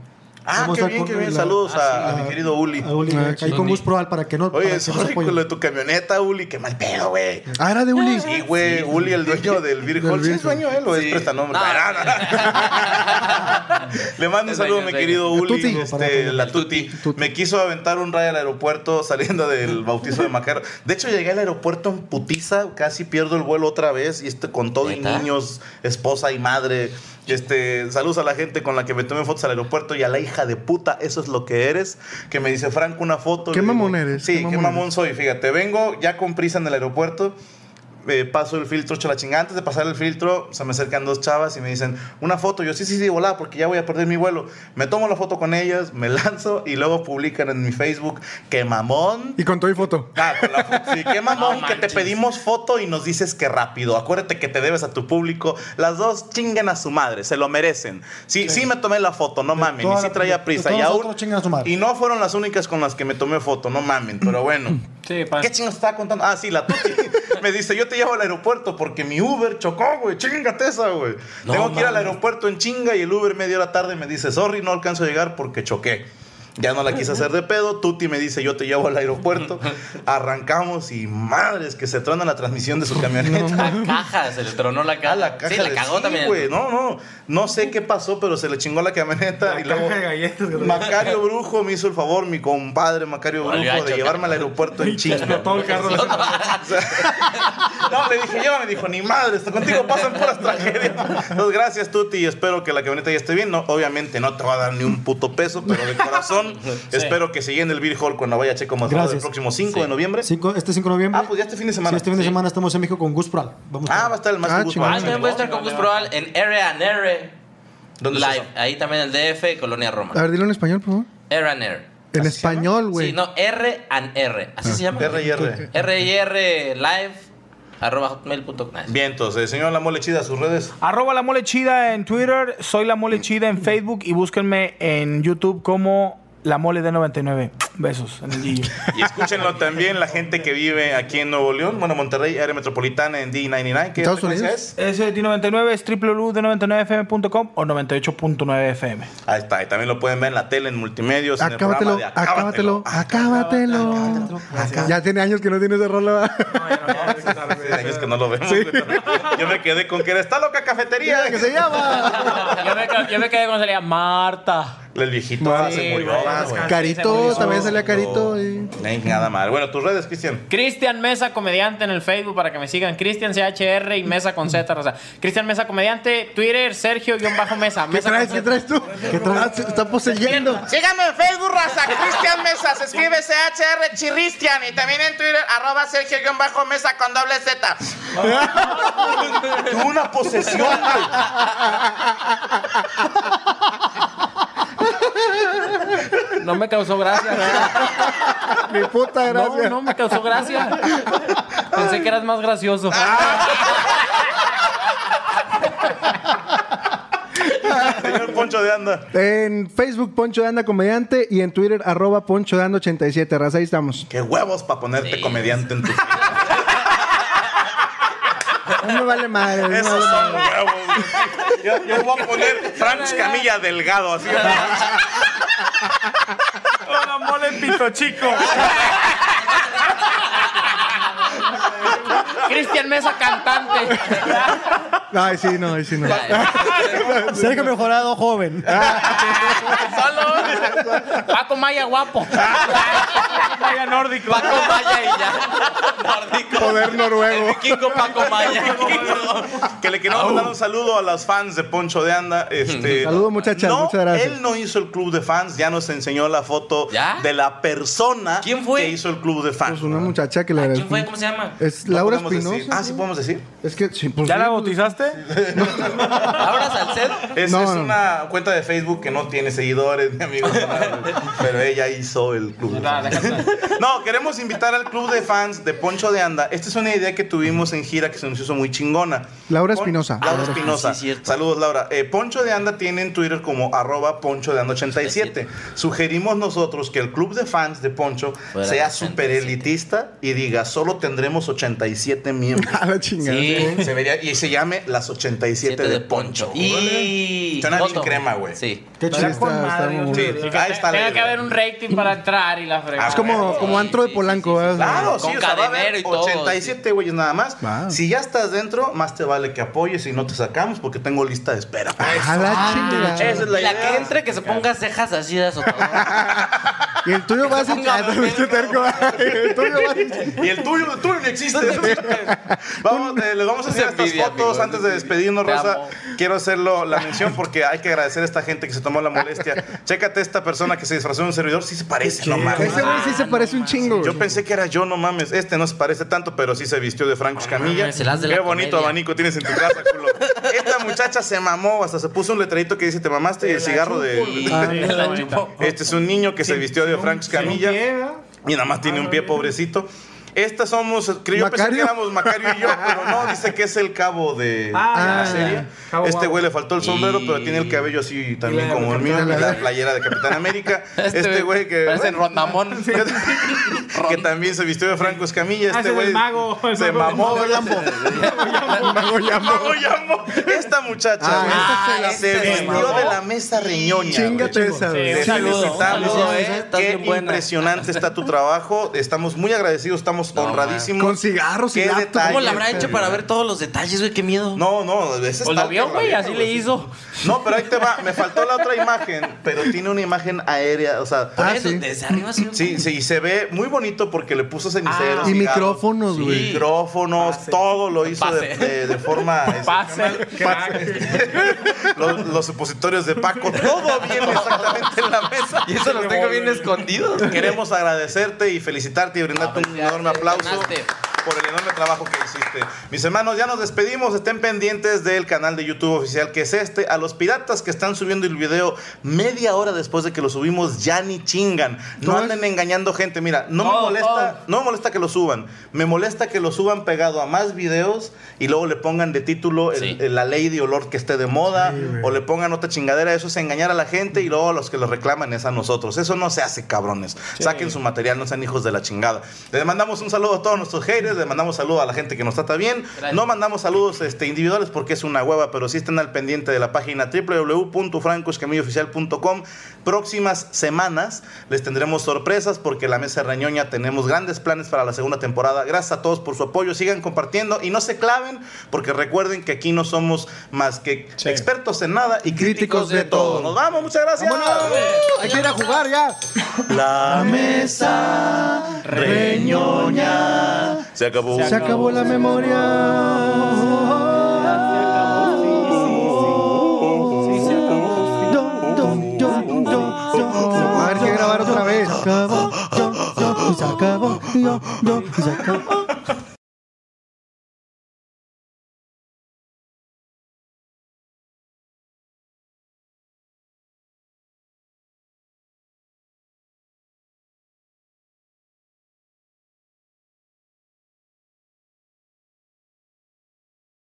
Speaker 1: Ah,
Speaker 5: Vamos
Speaker 1: qué
Speaker 5: a
Speaker 1: bien,
Speaker 5: con-
Speaker 1: qué bien.
Speaker 5: la-
Speaker 1: Saludos a, a mi querido Uli.
Speaker 5: a Uli,
Speaker 1: Ah,
Speaker 5: eh, ahí con Gus Proal para que no para que
Speaker 1: Oye,
Speaker 5: nos
Speaker 1: sorry
Speaker 5: apoyen.
Speaker 1: con lo de tu camioneta, Uli. Qué mal pedo, güey.
Speaker 3: Ah, era de Uli.
Speaker 1: Sí, güey. Uli, el dueño del Beer
Speaker 3: Del
Speaker 1: Hall. ¿Sí
Speaker 3: Beer
Speaker 1: es dueño él o es prestanombre? Ah, no, no. Le mando un
Speaker 7: Es
Speaker 1: saludo,
Speaker 7: dueño,
Speaker 1: mi
Speaker 7: es
Speaker 1: querido
Speaker 7: dueño.
Speaker 1: Uli.
Speaker 7: Tuti.
Speaker 1: este, la tuti. Me quiso aventar un rayo al aeropuerto saliendo del bautizo de Macaro. De hecho, llegué al aeropuerto en putiza. Casi pierdo el vuelo otra vez. Y este, con todo y
Speaker 7: ¿Neta?
Speaker 1: niños, esposa y madre. Este, saludos a la gente con la que me tomé fotos al aeropuerto y a la hija de puta, eso es lo que eres, que me dice Franco una foto.
Speaker 3: Qué
Speaker 1: Le digo,
Speaker 3: mamón eres,
Speaker 1: Sí,
Speaker 3: qué
Speaker 1: qué
Speaker 3: mamón
Speaker 1: mamón, soy, fíjate. Vengo ya con prisa en el aeropuerto, eh, paso el filtro, hecho la chingada. Antes de pasar el filtro, se me acercan dos chavas y me dicen, una foto. Yo, sí, sí, sí, volá, porque ya voy a perder mi vuelo. Me tomo la foto con ellas, me lanzo y luego publican en mi Facebook, qué mamón.
Speaker 3: Y con todo y foto.
Speaker 1: Ah, con la foto. Sí, qué mamón que te pedimos foto y nos dices que rápido. Acuérdate que te debes a tu público. Las dos chinguen a su madre, se lo merecen. Sí, sí, me tomé la foto, no mamen. Y
Speaker 5: toda
Speaker 1: sí
Speaker 5: la-
Speaker 1: traía
Speaker 5: de
Speaker 1: prisa.
Speaker 5: todos
Speaker 1: Y aún.
Speaker 5: nosotros chingan a su madre.
Speaker 1: Y no fueron las únicas con las que me tomé foto, no mamen, pero bueno. ¿Qué chingos estaba contando? Ah, sí, la tuti. me dice, yo te llevo al aeropuerto porque mi Uber chocó, güey. Chingate esa, güey.
Speaker 7: No
Speaker 1: Tengo que ir al
Speaker 7: mames.
Speaker 1: aeropuerto en chinga y el Uber media hora tarde me dice, sorry, no alcanzo a llegar porque choqué. Ya no la quise hacer de pedo. Tuti me dice, yo te llevo al aeropuerto. Arrancamos y madres que se trona la transmisión de su camioneta.
Speaker 7: La caja, se le tronó la caja.
Speaker 1: Ah, La caja
Speaker 7: sí, la
Speaker 1: de-
Speaker 7: cagó
Speaker 1: sí,
Speaker 7: también.
Speaker 1: güey. No, no. No sé qué pasó, pero se le chingó la camioneta. y luego- Macario Brujo me hizo el favor, mi compadre Macario
Speaker 7: Volvió a
Speaker 1: Brujo, de
Speaker 7: chocar.
Speaker 1: llevarme al aeropuerto en chinga.
Speaker 4: Todo el carro.
Speaker 1: No, le dije, llévame, dijo, ni madre, contigo pasan puras tragedias. Entonces, gracias, Tuti, y espero que la camioneta ya esté bien. No, obviamente no te va a dar ni un puto peso, pero de corazón, espero que se llene el Beer Hall cuando vaya Checo Mejorado el
Speaker 5: Gracias.
Speaker 1: próximo 5 de noviembre.
Speaker 5: Cinco- este 5 de noviembre.
Speaker 1: Ah, pues ya este fin de
Speaker 5: Sí,
Speaker 1: semana.
Speaker 5: este fin de semana estamos en México con Gus Proal. Vamos
Speaker 1: Ah,
Speaker 5: a-
Speaker 1: va a estar el más
Speaker 3: Ah,
Speaker 1: gusto.
Speaker 3: chingón.
Speaker 7: Ah, también voy a estar con Gus Proal en R&R.
Speaker 1: ¿Dónde es
Speaker 7: Live. Ahí también el DF, Colonia Roma.
Speaker 3: A ver, dilo en español, por favor.
Speaker 7: Air and Air.
Speaker 3: En español, güey.
Speaker 7: Sí, no, R and R. Así
Speaker 3: Ah.
Speaker 7: se llama.
Speaker 3: R y R.
Speaker 7: R y R live arroba hotmail.com.
Speaker 1: Vientos, eh, señor La Mole Chida, sus redes.
Speaker 4: Arroba la mole chida en Twitter, soy la mole chida en Facebook y búsquenme en YouTube como la mole de 99. Besos en el guillo.
Speaker 1: Y escúchenlo también la gente que vive aquí en Nuevo León, bueno, Monterrey, área metropolitana en D99. ¿Qué frecuencia es?
Speaker 4: Ese de 99 es www.99fm.com o 98.9 FM.
Speaker 1: Ahí está, y también lo pueden ver en la tele, en
Speaker 3: Ah,
Speaker 1: multimedios,
Speaker 3: Acábatelo,
Speaker 1: en el programa de
Speaker 3: acábatelo, acábatelo. Ya tiene años que no tiene ese rolo. ¿verdad?
Speaker 1: Hace años que no lo vemos. Yo me quedé con que era esta loca cafetería.
Speaker 3: que se llama?
Speaker 2: yo, me, ca- yo me quedé cuando salía Marta.
Speaker 1: El viejito
Speaker 2: Marta,
Speaker 1: se murió.
Speaker 2: güey,
Speaker 1: ah, güey.
Speaker 3: Carito, también salía Carito. y-
Speaker 1: Ay, Nada mal. Bueno, tus redes, Cristian.
Speaker 2: Cristian Mesa, comediante en el Facebook para que me sigan. Cristian CHR y Mesa con Z, raza. Cristian Mesa, comediante. Twitter, Sergio-Mesa.
Speaker 3: ¿Qué traes? ¿Qué traes tú? ¿Qué traes? Se Está poseyendo.
Speaker 6: Síganme en Facebook, raza. Cristian Mesa. Se escribe CHR Chirristian. Y también en Twitter, arroba Sergio-Mesa con doble Z.
Speaker 1: Tuvo una posesión,
Speaker 2: No me causó gracia.
Speaker 3: Mi puta
Speaker 2: gracia. No, no me causó gracia. Pensé que eras más gracioso.
Speaker 3: Ah,
Speaker 1: Señor Poncho de Anda.
Speaker 3: En Facebook, Poncho de Anda Comediante. Y en Twitter, arroba Poncho de Anda 87. Raza, ahí estamos.
Speaker 1: Qué huevos para ponerte comediante en tu.
Speaker 3: No me vale madre. no me
Speaker 1: Esos
Speaker 3: vale
Speaker 1: son
Speaker 3: madre.
Speaker 1: huevos. güey. Yo, yo voy a poner Franz Camilla Delgado así.
Speaker 4: Hola, mole pito chico.
Speaker 2: Cristian Mesa, cantante.
Speaker 3: Ay, sí, no, ay, sí, no.
Speaker 5: Sergio Mejorado joven.
Speaker 2: Solo. Paco Maya, guapo.
Speaker 4: Vaya nórdico.
Speaker 7: Paco Maya y ya.
Speaker 3: Poder noruego.
Speaker 7: Kiko Paco Maya.
Speaker 1: Que le queremos mandar un saludo a los fans de Poncho de Anda. Este,
Speaker 3: Saludos, muchachas,
Speaker 1: no,
Speaker 3: muchas gracias.
Speaker 1: Él no hizo el club de fans, ya nos enseñó la foto
Speaker 7: ¿Ya?
Speaker 1: de la persona
Speaker 7: ¿Quién fue?
Speaker 1: que hizo el club de fans.
Speaker 3: Pues una muchacha
Speaker 4: Ah,
Speaker 3: que le
Speaker 7: ¿Quién fue? ¿Cómo se llama?
Speaker 3: Es
Speaker 1: No
Speaker 3: Laura
Speaker 1: podemos decir.
Speaker 3: Espinosa.
Speaker 1: Ah, sí podemos decir.
Speaker 3: Es que, sí, pues,
Speaker 4: ¿Ya
Speaker 3: sí,
Speaker 4: la
Speaker 3: pues,
Speaker 4: bautizaste?
Speaker 7: ¿Laura Salcedo?
Speaker 1: Es,
Speaker 3: No,
Speaker 1: es
Speaker 3: no.
Speaker 1: una cuenta de Facebook que no tiene seguidores ni amigos. nada, güey. pero ella hizo el club. de fans. No, queremos invitar al club de fans de Poncho de Anda. Esta es una idea que tuvimos en gira que se nos hizo muy chingona.
Speaker 3: Laura
Speaker 1: Pon-
Speaker 3: Espinosa.
Speaker 1: Laura
Speaker 7: Ah,
Speaker 1: Espinosa.
Speaker 7: sí, cierto.
Speaker 1: Saludos, Laura. Eh, Poncho de Anda tiene en Twitter como arroba Poncho de Anda 87. Sugerimos nosotros que el club de fans de Poncho
Speaker 7: Fuera
Speaker 1: sea
Speaker 7: 87.
Speaker 1: super elitista y diga solo tendremos 87 miembros.
Speaker 3: A la chingada.
Speaker 7: Sí.
Speaker 1: Se vería, y se llame las 87
Speaker 7: Siete
Speaker 1: de Poncho.
Speaker 7: Y.
Speaker 1: Suena bien
Speaker 7: Otto.
Speaker 1: crema, güey.
Speaker 7: Sí.
Speaker 3: Qué chiste. está- está muy
Speaker 1: Sí,
Speaker 3: bueno.
Speaker 1: ahí está la
Speaker 2: Tiene que
Speaker 1: idea.
Speaker 2: haber un rating para entrar y la fregada.
Speaker 3: Es como,
Speaker 1: Ah,
Speaker 7: Sí,
Speaker 3: como antro de
Speaker 7: sí,
Speaker 3: Polanco.
Speaker 7: sí, sí, sí.
Speaker 3: ¿verdad?
Speaker 1: Claro,
Speaker 7: Con
Speaker 1: sí, o sea, va a haber
Speaker 7: cadenero y todo,
Speaker 1: 87 güeyes nada más.
Speaker 3: Wow.
Speaker 1: Si ya estás dentro, más te vale que apoyes y no te sacamos porque tengo lista de espera.
Speaker 3: A la chingada.
Speaker 1: Esa es la
Speaker 7: Ah, La,
Speaker 1: idea.
Speaker 7: que entre que se ponga cejas así de azotador.
Speaker 3: Y el tuyo va a ser. Ah, también estoy terco. El tuyo va a ser-
Speaker 1: Y el tuyo, el tuyo no existe. vamos, eh, les vamos a hacer
Speaker 7: Es
Speaker 1: estas
Speaker 7: envidia,
Speaker 1: fotos
Speaker 7: amigo,
Speaker 1: antes
Speaker 7: es
Speaker 1: de
Speaker 7: envidia.
Speaker 1: despedirnos,
Speaker 7: Te
Speaker 1: Rosa.
Speaker 7: amo.
Speaker 1: Quiero hacerlo la mención porque hay que agradecer a esta gente que se tomó la molestia. Chécate esta persona que se disfrazó de un servidor. Sí se parece, no mames.
Speaker 3: Ese güey sí se parece un chingo.
Speaker 1: Yo pensé que era yo, no mames. Este no se parece tanto, pero sí se vistió de Franco Camilla.
Speaker 7: mames, se las de la
Speaker 1: Qué bonito
Speaker 7: comedia.
Speaker 1: abanico tienes en tu casa, culo. Esta muchacha se mamó, hasta se puso un letrerito que dice: Te mamaste y el cigarro de.
Speaker 7: Ah, me la chupó.
Speaker 1: Este es un niño que se vistió de Franco Camilla. Y nada más
Speaker 7: Ah,
Speaker 1: tiene un pie, pobrecito. Estas somos, creo yo pensé que
Speaker 3: ¿Macario?
Speaker 1: éramos Macario y yo, pero no, dice que es el cabo de,
Speaker 4: Ah,
Speaker 1: de la
Speaker 4: ya,
Speaker 1: serie.
Speaker 4: ya. Cabo
Speaker 1: este
Speaker 4: guapo.
Speaker 1: güey le faltó el sombrero,
Speaker 7: Y-
Speaker 1: pero tiene el cabello así también
Speaker 4: la-
Speaker 1: como el mío, y
Speaker 3: la-
Speaker 1: la playera de Capitán América. Este güey que...
Speaker 7: Parece Rondamón.
Speaker 1: que también se vistió de Franco Escamilla.
Speaker 4: Ah, ese
Speaker 1: Este
Speaker 4: es
Speaker 1: güey
Speaker 4: el mago, el
Speaker 1: se
Speaker 4: mago.
Speaker 1: mamó.
Speaker 3: El mago Mago Yambo.
Speaker 1: Mago Yambo. Esta muchacha güey,
Speaker 3: Ah,
Speaker 7: esta
Speaker 1: se,
Speaker 7: se la- se
Speaker 1: vistió
Speaker 7: mamó.
Speaker 1: de la mesa riñoña.
Speaker 3: Chingate
Speaker 1: güey.
Speaker 3: esa, güey.
Speaker 1: Te
Speaker 7: Sí, un saludo,
Speaker 1: felicitamos.
Speaker 7: un saludo, eh. Estás
Speaker 1: Qué
Speaker 7: bien buena.
Speaker 1: impresionante está tu trabajo. Estamos muy agradecidos, estamos
Speaker 7: No,
Speaker 1: honradísimos.
Speaker 3: Con cigarros y
Speaker 1: Qué
Speaker 3: laptop.
Speaker 1: detalle.
Speaker 7: ¿Cómo la habrá hecho para ver todos los detalles, güey? Qué miedo.
Speaker 1: No, no, ese
Speaker 2: O
Speaker 1: está-
Speaker 2: lo vio, güey, así le hizo.
Speaker 1: No, pero ahí te va. Me faltó la otra imagen, pero tiene una imagen aérea. O sea,
Speaker 7: Por
Speaker 3: Ah,
Speaker 7: eso,
Speaker 3: sí.
Speaker 7: desde arriba se
Speaker 1: Sí, sí, y se ve muy bonito porque le puso ceniceros.
Speaker 3: Ah, Y
Speaker 1: cigarros,
Speaker 3: micrófonos,
Speaker 1: sí,
Speaker 3: güey.
Speaker 1: Micrófonos, todo lo hizo de,
Speaker 7: Pase.
Speaker 1: de- de forma. este,
Speaker 2: Pase.
Speaker 1: los, los supositorios de Paco, todo bien exactamente en la mesa.
Speaker 7: Y eso los tengo bien escondidos. Ah,
Speaker 1: Queremos agradecerte y felicitarte y brindarte un
Speaker 7: Apreciarte,
Speaker 1: enorme aplauso
Speaker 7: ganaste.
Speaker 1: por el enorme trabajo que hiciste. Mis hermanos, ya nos despedimos. Estén pendientes del canal de YouTube oficial que es este. A los piratas que están subiendo el video media hora después de que lo subimos, ya ni chingan. No anden engañando gente. Mira, no me
Speaker 2: Todo,
Speaker 1: molesta, no me molesta que lo suban. Me molesta que lo suban pegado a más videos y luego le pongan de título el- el- la ley de olor que esté de moda o le pongan otra chingadera. Eso es engañar a la gente y luego a los que lo reclaman es a nosotros. Eso no se hace, cabrones. Saquen su material, no sean hijos de la chingada. Les mandamos un saludo a todos nuestros haters, les mandamos saludo a la gente que nos trata bien. No mandamos saludos este, individuales porque es una hueva, pero sí estén al pendiente de la página www.francoscamillooficial.com. Próximas semanas les tendremos sorpresas porque la mesa reñoña tenemos grandes planes para la segunda temporada. Gracias a todos por su apoyo, sigan compartiendo y no se claven porque recuerden que aquí no somos más que expertos en nada y críticos, de, todo. Nos vamos, muchas gracias.
Speaker 3: Hay que ir a jugar ya.
Speaker 1: La
Speaker 3: mesa
Speaker 1: reñoña. Se acabó.
Speaker 3: Se acabó la memoria. A ver que grabar otra vez.
Speaker 5: Se acabó, yo, yo, y se acabó, yo, yo, y se acabó.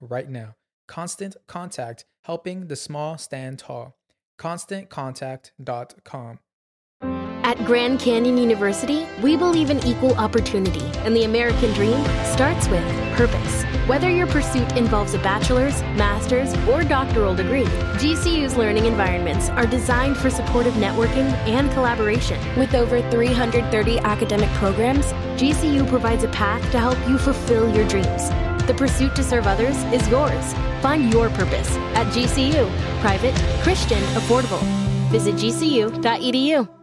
Speaker 11: right now. Constant Contact, helping the small stand tall. ConstantContact.com.
Speaker 12: At Grand Canyon University, we believe in equal opportunity, and the American dream starts with purpose. Whether your pursuit involves a bachelor's, master's, or doctoral degree, GCU's learning environments are designed for supportive networking and collaboration. With over 330 academic programs, GCU provides a path to help you fulfill your dreams. The pursuit to serve others is yours. Find your purpose E at GCU. Private, Christian, affordable. Visit gcu.edu.